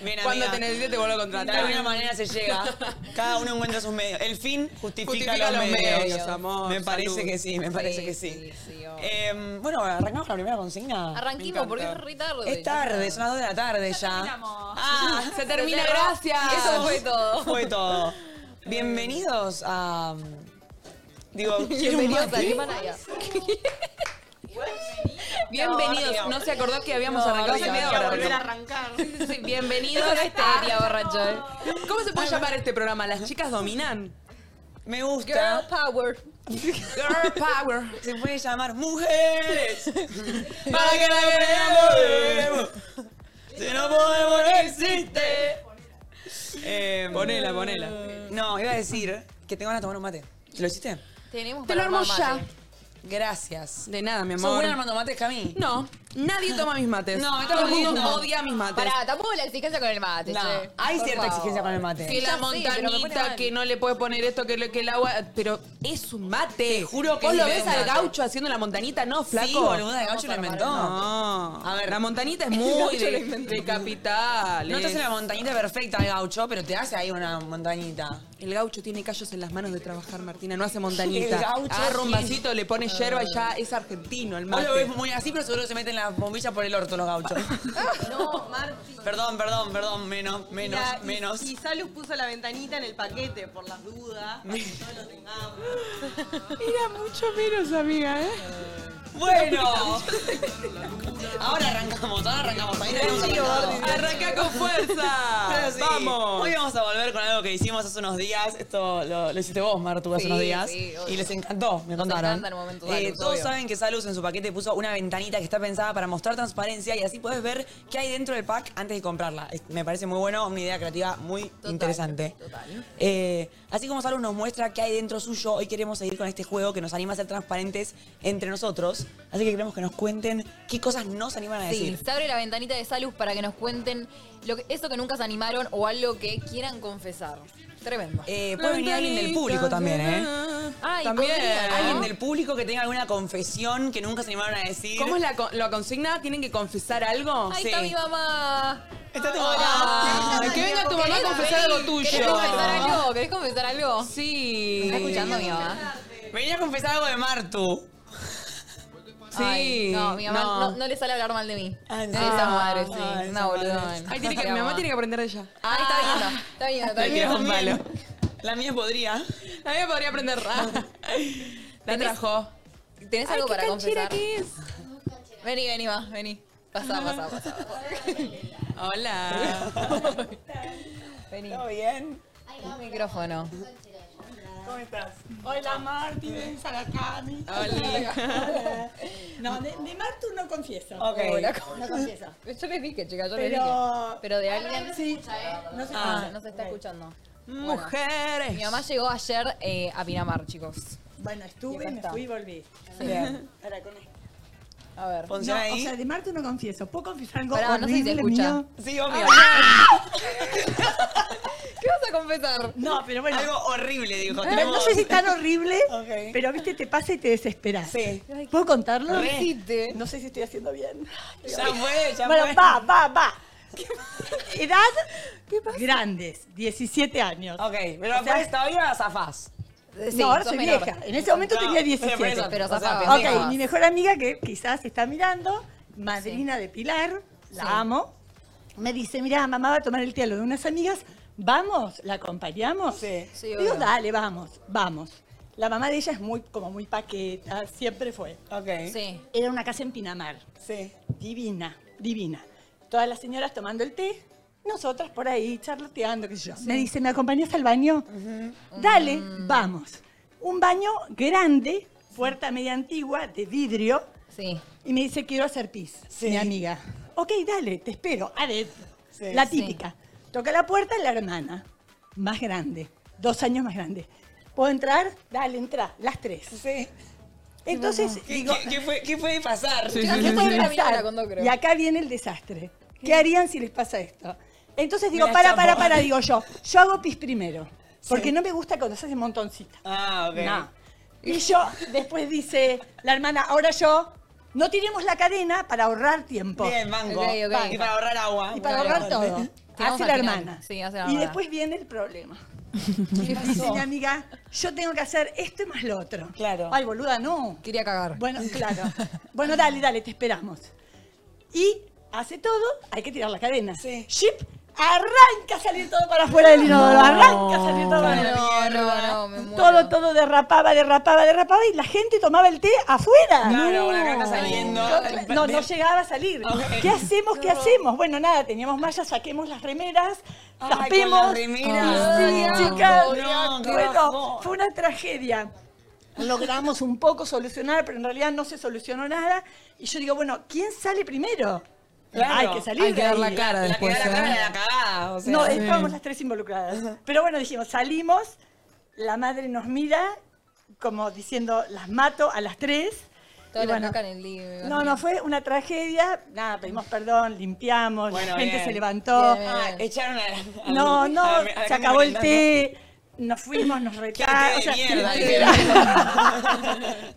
Speaker 4: Bien,
Speaker 3: Cuando
Speaker 4: amiga.
Speaker 3: te necesite te vuelvo a
Speaker 4: De
Speaker 3: contratar.
Speaker 4: alguna manera se llega. <laughs> Cada uno encuentra sus medios. El fin justifica,
Speaker 3: Justifica
Speaker 4: los,
Speaker 3: los
Speaker 4: medios.
Speaker 3: medios, amor,
Speaker 4: Me parece
Speaker 3: salud.
Speaker 4: que sí, me parece
Speaker 2: Sí,
Speaker 4: que sí.
Speaker 2: sí, sí, obvio.
Speaker 4: Eh, bueno, arrancamos con la primera consigna.
Speaker 2: Arranquemos porque es re tarde.
Speaker 4: Es tarde, son las 2 de la tarde ya.
Speaker 5: terminamos.
Speaker 2: <laughs>
Speaker 4: Ah,
Speaker 3: Se termina,
Speaker 2: cerró.
Speaker 3: gracias.
Speaker 2: Eso fue todo.
Speaker 4: Fue todo. Bienvenidos a.
Speaker 2: <laughs>
Speaker 4: Digo, quiero un
Speaker 2: Bienvenidos a
Speaker 4: mate.
Speaker 2: Himalaya.
Speaker 3: Bienvenidos. No
Speaker 4: No,
Speaker 3: se acordó que habíamos
Speaker 2: No,
Speaker 3: arrancado hace
Speaker 2: no,
Speaker 3: media
Speaker 2: no,
Speaker 3: hora.
Speaker 2: no,
Speaker 6: Volver
Speaker 4: <laughs>
Speaker 6: a arrancar.
Speaker 3: Sí, sí, Bienvenidos.
Speaker 2: Todo este día borracho. eh.
Speaker 3: ¿Cómo se puede llamar este programa? ¿Las chicas dominan?
Speaker 4: Me
Speaker 2: Girl
Speaker 4: gusta.
Speaker 2: power.
Speaker 3: Girl power.
Speaker 4: Se puede llamar
Speaker 3: <laughs>
Speaker 4: Mujeres.
Speaker 3: Para que la
Speaker 4: veamos. Si no podemos, no existe. Eh,
Speaker 3: Ponela, ponela.
Speaker 4: No, iba a decir que tengo ganas de tomar un mate. ¿Lo hiciste?
Speaker 2: Tenemos
Speaker 3: Te lo
Speaker 2: para
Speaker 3: armo
Speaker 2: tomar
Speaker 3: ya.
Speaker 2: mate.
Speaker 4: Gracias.
Speaker 3: De nada, mi
Speaker 4: ¿Sos
Speaker 3: amor.
Speaker 4: buena armando mates que a mí?
Speaker 3: No, nadie toma mis mates.
Speaker 4: No, me está
Speaker 3: Todo el mundo
Speaker 4: jodiendo.
Speaker 3: odia mis mates.
Speaker 2: Pará, tampoco la exigencia con el mate.
Speaker 4: No,
Speaker 2: che.
Speaker 4: hay
Speaker 2: Por
Speaker 4: cierta
Speaker 2: favor.
Speaker 4: exigencia con el mate.
Speaker 3: Que
Speaker 2: Ya sé, pero me
Speaker 3: la
Speaker 2: pone
Speaker 3: montañita,
Speaker 2: mal.
Speaker 3: que no le puede poner esto, que, lo- que el agua. Pero es un mate.
Speaker 4: juro que
Speaker 3: ¿Vos
Speaker 4: es
Speaker 3: lo
Speaker 4: un
Speaker 3: ves
Speaker 4: mate.
Speaker 3: al gaucho haciendo la montañita? No, flaco.
Speaker 4: Sí, boluda, el gaucho lo inventó. No,
Speaker 3: No. A ver, la montañita <laughs> es muy de, de capital.
Speaker 4: te
Speaker 3: es-
Speaker 4: hace la montañita perfecta el gaucho, pero te hace ahí una montañita.
Speaker 3: El gaucho tiene callos en las manos de trabajar, Martina. No hace montañita.
Speaker 4: El gaucho
Speaker 3: Agarra un
Speaker 4: tiene-
Speaker 3: vasito, le pone yerba y ya es argentino el
Speaker 4: Vos
Speaker 3: mate.
Speaker 4: lo ves muy así, pero seguro que se meten las bombillas por el orto los gauchos.
Speaker 3: <laughs>
Speaker 6: No, Marti.
Speaker 4: perdón, perdón, perdón, menos, menos,
Speaker 6: Mira, y-
Speaker 4: menos.
Speaker 6: Y Salus puso la ventanita en el paquete por las dudas. Para que no lo tengamos.
Speaker 3: Mira, mucho menos, amiga, ¿eh?
Speaker 4: Bueno. Ahora arrancamos, ahora arrancamos. Ahí tenemos arrancado.
Speaker 3: Arranca con fuerza.
Speaker 4: Ahora sí.
Speaker 3: Vamos.
Speaker 4: Hoy vamos a volver con algo que hicimos hace unos días. Esto lo, lo hiciste vos, Martu, hace
Speaker 2: Sí,
Speaker 4: unos días.
Speaker 2: sí, obvio.
Speaker 4: y les encantó, me contaron.
Speaker 2: encanta el momento
Speaker 4: Eh,
Speaker 2: Salus,
Speaker 4: todos
Speaker 2: obvio.
Speaker 4: saben que Salus en su paquete puso una ventanita que está pensada para mostrar transparencia y así puedes ver qué hay dentro del pack antes de comprarla. Es- Me parece muy bueno, una idea creativa muy
Speaker 2: Total,
Speaker 4: interesante.
Speaker 2: total.
Speaker 4: Eh, así como Salus nos muestra qué hay dentro suyo, hoy queremos seguir con este juego que nos anima a ser transparentes entre nosotros. Así que queremos que nos cuenten qué cosas nos animan a
Speaker 2: Sí,
Speaker 4: decir.
Speaker 2: se abre la ventanita de Salus para que nos cuenten lo que- eso que nunca se animaron o algo que quieran confesar. Tremendo.
Speaker 4: Eh, puede venir alguien del público también, ¿eh?
Speaker 2: Ay,
Speaker 3: también.
Speaker 2: podría, ¿no?
Speaker 3: ¿Ah?
Speaker 4: Alguien del público que tenga alguna confesión que nunca se animaron a decir.
Speaker 3: ¿Cómo es la, co- la consigna? ¿Tienen que confesar algo?
Speaker 2: Ahí
Speaker 4: Sí.
Speaker 2: está mi mamá.
Speaker 4: Está tu
Speaker 3: Ah,
Speaker 4: mamá.
Speaker 3: que venga tu mamá a
Speaker 2: ¿Querés
Speaker 3: confesar
Speaker 2: venir?
Speaker 3: algo tuyo.
Speaker 2: ¿Querés confesar algo? ¿Querés confesar algo?
Speaker 3: Sí.
Speaker 2: ¿Está escuchando mi mamá?
Speaker 4: Venía a confesar algo de Martu.
Speaker 3: Sí.
Speaker 2: Ay, no, mi mamá no. no le sale hablar mal de mí.
Speaker 4: Ah, ¿en
Speaker 2: de
Speaker 4: serio?
Speaker 2: esa madre, sí.
Speaker 4: Ay,
Speaker 2: Una
Speaker 4: esa madre.
Speaker 2: boluda.
Speaker 3: Ay, tiene que, mi mamá tiene que aprender de ella.
Speaker 2: Ahí está viendo. Está viendo, está
Speaker 4: La mía
Speaker 2: viendo.
Speaker 4: también. La mía podría.
Speaker 3: A mí me podría aprender. Ah. La trajo.
Speaker 2: ¿Tenés algo para confesar?
Speaker 3: que es?
Speaker 2: Vení, vení, va, vení. Pasá, pasá, pasá. pasá.
Speaker 3: Hola. <laughs>
Speaker 2: Vení.
Speaker 4: ¿Todo bien?
Speaker 2: Un micrófono.
Speaker 4: ¿Cómo estás? Hola Martu, ven para acá.
Speaker 3: Hola.
Speaker 10: No, de, de Martu no confieso.
Speaker 4: Ok.
Speaker 2: Hola, ¿cómo? Yo les dije, chica, yo les dije.
Speaker 10: Pero-
Speaker 2: Pero de alguien.
Speaker 10: Sí. No sé.
Speaker 2: Ah, no se está escuchando.
Speaker 3: Mujeres.
Speaker 2: Mi mamá llegó ayer eh, a Pinamar, chicos.
Speaker 10: Bueno, estuve, me
Speaker 2: está.
Speaker 10: fui y volví.
Speaker 4: Bien.
Speaker 10: Ahora con esto.
Speaker 2: A ver.
Speaker 10: No,
Speaker 4: Funciona
Speaker 10: o sea,
Speaker 4: ahí.
Speaker 10: de Martu no confieso. ¿Puedo confesar algo
Speaker 2: Pará, no sé si te
Speaker 10: horrible
Speaker 2: escucha. Ah.
Speaker 10: mío?
Speaker 4: Sí, obvio.
Speaker 2: <laughs> ¿Qué vas a confesar?
Speaker 10: No, pero bueno.
Speaker 4: Algo horrible, dijo.
Speaker 10: no- No sé si es tan <laughs> horrible,
Speaker 4: Ok.
Speaker 10: pero viste, te pasa y te desesperas.
Speaker 4: Sí.
Speaker 10: ¿Puedo contarlo?
Speaker 4: Re.
Speaker 2: Hiciste.
Speaker 10: No sé si estoy haciendo bien.
Speaker 4: Ya fue, ya
Speaker 10: <laughs> Bueno,
Speaker 4: fue.
Speaker 10: va, va, va. <laughs> Edad grandes, 17 años.
Speaker 4: Ok, pero después todavía zafás.
Speaker 2: Sí,
Speaker 10: no, ahora
Speaker 2: sos
Speaker 10: soy
Speaker 2: menor.
Speaker 10: vieja. En ese momento
Speaker 4: No,
Speaker 10: tenía
Speaker 4: pero por eso,
Speaker 10: 17.
Speaker 2: Pero
Speaker 4: O sea,
Speaker 2: zafaba.
Speaker 10: Ok, mi mejor amiga que quizás está mirando, madrina de Pilar, la
Speaker 2: Sí.
Speaker 10: amo, me dice, mira, mamá va a tomar el té a lo de unas amigas, vamos, la acompañamos.
Speaker 2: Sí,
Speaker 10: Digo,
Speaker 2: obvio.
Speaker 10: dale, vamos, vamos. La mamá de ella es muy, como muy paqueta, siempre fue.
Speaker 4: Ok.
Speaker 2: Sí.
Speaker 10: Era una casa en Pinamar,
Speaker 4: Sí.
Speaker 10: divina, divina. Todas las señoras tomando el té, nosotras por ahí charloteando, qué sé yo. Me dice, ¿me acompañas al baño? Dale, vamos. Un baño grande, puerta media antigua de vidrio.
Speaker 2: Sí.
Speaker 10: Y me dice, quiero hacer pis, mi amiga. Ok, dale, te espero, adentro.
Speaker 5: Sí.
Speaker 10: La
Speaker 5: Sí.
Speaker 10: típica. Toca la puerta la hermana, más grande, dos años más grande. ¿Puedo entrar? Dale, entra, las tres. Entonces,
Speaker 4: ¿Qué, qué- qué fue- qué puede pasar?
Speaker 10: ¿Qué puede pasar? Y acá viene el desastre. ¿Qué harían si les pasa esto? Entonces digo,
Speaker 4: Me la
Speaker 10: para,
Speaker 4: escapó.
Speaker 10: para, para, digo yo. Yo hago pis primero. Porque no me gusta cuando se hace montoncita.
Speaker 4: Ah, ok.
Speaker 10: No. Y yo, después dice la hermana, ahora yo, no tiremos la cadena para ahorrar tiempo.
Speaker 4: Bien, mango. Y para ahorrar agua.
Speaker 10: Y para
Speaker 4: Dale,
Speaker 10: ahorrar
Speaker 4: dale.
Speaker 10: todo.
Speaker 4: Tiramos
Speaker 10: Hace
Speaker 4: al
Speaker 10: la
Speaker 4: final.
Speaker 10: hermana.
Speaker 4: Sí, hace la
Speaker 10: y
Speaker 4: hermana.
Speaker 2: <laughs>
Speaker 10: después viene el problema. Me dice mi amiga, yo tengo que hacer esto y más lo otro. Claro. Ay, boluda, no.
Speaker 2: Quería cagar.
Speaker 4: <laughs>
Speaker 10: Bueno, claro. bueno, dale, dale, te esperamos. Y hace todo, hay que tirar la cadena. Sí. Chip arranca a salir todo para afuera del inodoro.
Speaker 2: No.
Speaker 10: Arranca a salir todo para
Speaker 2: No, no, no, me muero.
Speaker 10: Todo, todo derrapaba, derrapaba, derrapaba y la gente tomaba el té afuera.
Speaker 4: Claro, la caca saliendo.
Speaker 10: Yo- eh, No, no llegaba a salir.
Speaker 4: Ok.
Speaker 10: ¿Qué hacemos? ¿Qué hacemos? Bueno, nada, teníamos mallas, saquemos las remeras,
Speaker 4: Ay,
Speaker 10: tapemos.
Speaker 4: con las remeras.
Speaker 10: Ay,
Speaker 4: No,
Speaker 10: chicas,
Speaker 4: no, qué
Speaker 10: bueno,
Speaker 4: bajón.
Speaker 10: fue una tragedia. Logramos un poco solucionar, pero en realidad no se solucionó nada. Y yo digo, bueno, ¿quién sale primero?
Speaker 4: Claro.
Speaker 10: Hay que salir.
Speaker 4: Hay que
Speaker 10: de
Speaker 4: dar
Speaker 10: ahí.
Speaker 4: la cara La que después, da la ¿eh? cara de la cagada, o sea,
Speaker 10: no,
Speaker 4: sí.
Speaker 10: estábamos las tres involucradas. Pero bueno, dijimos, salimos, la madre nos mira como diciendo, las mato a las tres.
Speaker 2: Toda
Speaker 10: Y
Speaker 2: la
Speaker 10: bueno,
Speaker 2: caca en el libro.
Speaker 10: no, no, fue una tragedia. Nada, pedimos perdón, limpiamos,
Speaker 4: Bueno,
Speaker 10: la gente
Speaker 4: bien.
Speaker 10: se levantó.
Speaker 4: Ah, echaron a. a-
Speaker 10: No, no,
Speaker 4: a- a-
Speaker 10: se acabó el
Speaker 4: merendando.
Speaker 10: té, nos fuimos, nos
Speaker 4: <laughs>
Speaker 10: retaron.
Speaker 4: Qué té de mierda,
Speaker 10: <laughs>
Speaker 2: <laughs>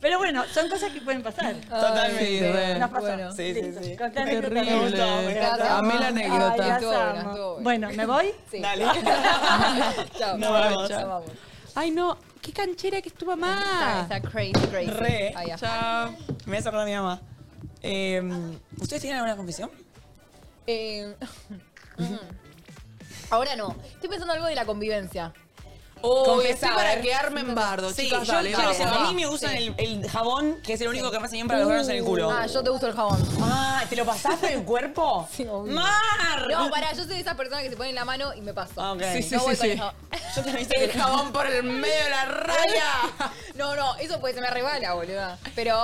Speaker 10: Pero bueno, son cosas que pueden pasar.
Speaker 4: Totalmente.
Speaker 10: Sí,
Speaker 4: re.
Speaker 10: Nos pasó.
Speaker 4: Bueno. Sí, sí, sí.
Speaker 10: Contá
Speaker 4: Qué
Speaker 10: anécdota.
Speaker 4: terrible. Me gustó, me encantó.
Speaker 10: Ay,
Speaker 4: Amé la
Speaker 10: las
Speaker 4: anécdota.
Speaker 2: Estuvo buena,
Speaker 10: amo.
Speaker 2: estuvo buena.
Speaker 10: Bueno, ¿me voy?
Speaker 2: Sí.
Speaker 4: Dale.
Speaker 2: <laughs> Chao.
Speaker 4: Nos vemos.
Speaker 2: Chao, vamos.
Speaker 3: Ay, no, qué canchera que es tu
Speaker 2: Está,
Speaker 3: mamá.
Speaker 2: está crazy, crazy.
Speaker 4: Re.
Speaker 2: Ahí, ajá.
Speaker 4: Chao. Me voy a cerrar a mi mamá. Eh, ¿Ustedes tienen alguna confesión?
Speaker 2: Eh, <laughs> mm. Ahora no. Estoy pensando algo de la convivencia.
Speaker 3: Oh,
Speaker 2: Confesá,
Speaker 3: estoy
Speaker 2: a
Speaker 3: para
Speaker 2: ver.
Speaker 3: quedarme en bardo,
Speaker 4: Sí,
Speaker 3: chicas,
Speaker 4: yo
Speaker 3: dale,
Speaker 4: quiero
Speaker 3: vamos.
Speaker 4: saber, A mí me usan el, el jabón, que es el único que me hace bien para los granos en el culo.
Speaker 2: Ah, yo te gusto el jabón.
Speaker 4: Ah, ¿te lo pasás por el cuerpo?
Speaker 2: Sí, obvio.
Speaker 4: ¡Mar! <laughs>
Speaker 2: No, pará, yo soy de esas personas que se ponen la mano y me paso.
Speaker 4: Ah, ok.
Speaker 2: No
Speaker 4: Sí, sí,
Speaker 2: voy
Speaker 4: sí,
Speaker 2: con el
Speaker 4: sí. <laughs>
Speaker 2: jabón.
Speaker 4: Yo también
Speaker 3: El jabón por el medio de la raya.
Speaker 2: No, no, eso pues se me rebala, boluda. Pero,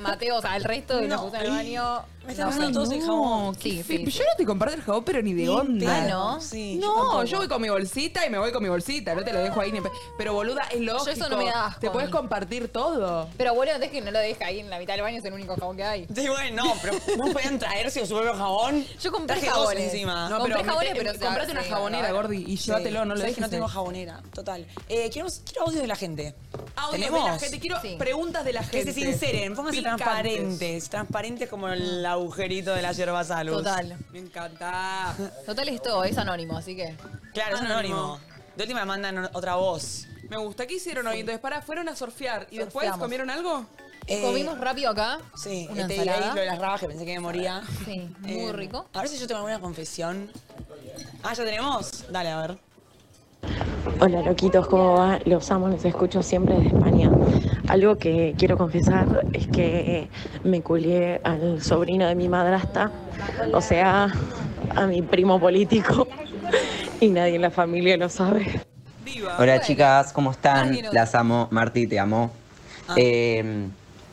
Speaker 2: Mateo, o sea, el resto de los que usan el baño.
Speaker 4: Me están pasando todos el jabón.
Speaker 2: Sí,
Speaker 3: Sí,
Speaker 2: sí.
Speaker 3: pero yo no te comparto el jabón, pero ni de onda.
Speaker 2: Ah, ¿no?
Speaker 4: Sí.
Speaker 3: No, yo voy con mi bolsita y me voy con mi bolsita, no te lo dejo ahí ni en pe- Pero boluda, es lógico.
Speaker 2: eso no me da asco
Speaker 3: Te
Speaker 2: a
Speaker 3: puedes
Speaker 2: mí.
Speaker 3: compartir todo.
Speaker 2: Pero bueno, es que no lo deja ahí en la mitad del baño, es el único jabón que hay.
Speaker 4: Sí, bueno, no, pero no podían traerse su propio jabón.
Speaker 2: Yo compré
Speaker 4: Traje dos
Speaker 2: jabones.
Speaker 4: encima.
Speaker 2: No, Compré
Speaker 3: mete-
Speaker 2: jabones, pero
Speaker 3: eh,
Speaker 2: se-
Speaker 3: comprate una
Speaker 2: sí,
Speaker 3: jabonera,
Speaker 2: ahora.
Speaker 3: gordi, y llévatelo, no lo
Speaker 4: Sabés
Speaker 3: dejes.
Speaker 4: que no tengo
Speaker 3: ahí.
Speaker 4: jabonera. Total. Eh, quiero, quiero audios de la gente.
Speaker 3: Audios de
Speaker 4: ¿Tenemos?
Speaker 3: la gente, quiero
Speaker 2: Sí.
Speaker 3: preguntas de la
Speaker 4: Que
Speaker 3: gente.
Speaker 4: se sinceren, pónganse
Speaker 3: Picantes.
Speaker 4: transparentes. Transparentes como el agujerito de la yerba salud.
Speaker 2: Total.
Speaker 3: Me encanta.
Speaker 2: Total es todo, es anónimo, así que.
Speaker 4: Claro, es anónimo.
Speaker 3: Anónimo.
Speaker 4: De última mandan otra voz.
Speaker 3: Me gusta. ¿Qué hicieron hoy? Entonces, pará, ¿fueron a surfear y después
Speaker 2: Surfeamos.
Speaker 3: comieron algo?
Speaker 4: Eh,
Speaker 2: Comimos rápido acá.
Speaker 4: Sí,
Speaker 2: una
Speaker 4: te dije ahí
Speaker 2: ensalada.
Speaker 4: lo de las rabas que pensé que me moría.
Speaker 2: Sí, muy
Speaker 4: Eh,
Speaker 2: rico.
Speaker 4: A ver si yo tengo alguna confesión. Ah, ¿ya tenemos? Dale, a ver.
Speaker 11: Hola loquitos, ¿cómo va? Los amo, los escucho siempre desde España. Algo que quiero confesar es que me culié al sobrino de mi madrasta, o sea, a mi primo político, y nadie en la familia lo sabe.
Speaker 4: Viva.
Speaker 12: Hola chicas, ¿cómo
Speaker 2: Más
Speaker 12: están?
Speaker 2: bien
Speaker 12: Las amo, Marti, te amo. Eh,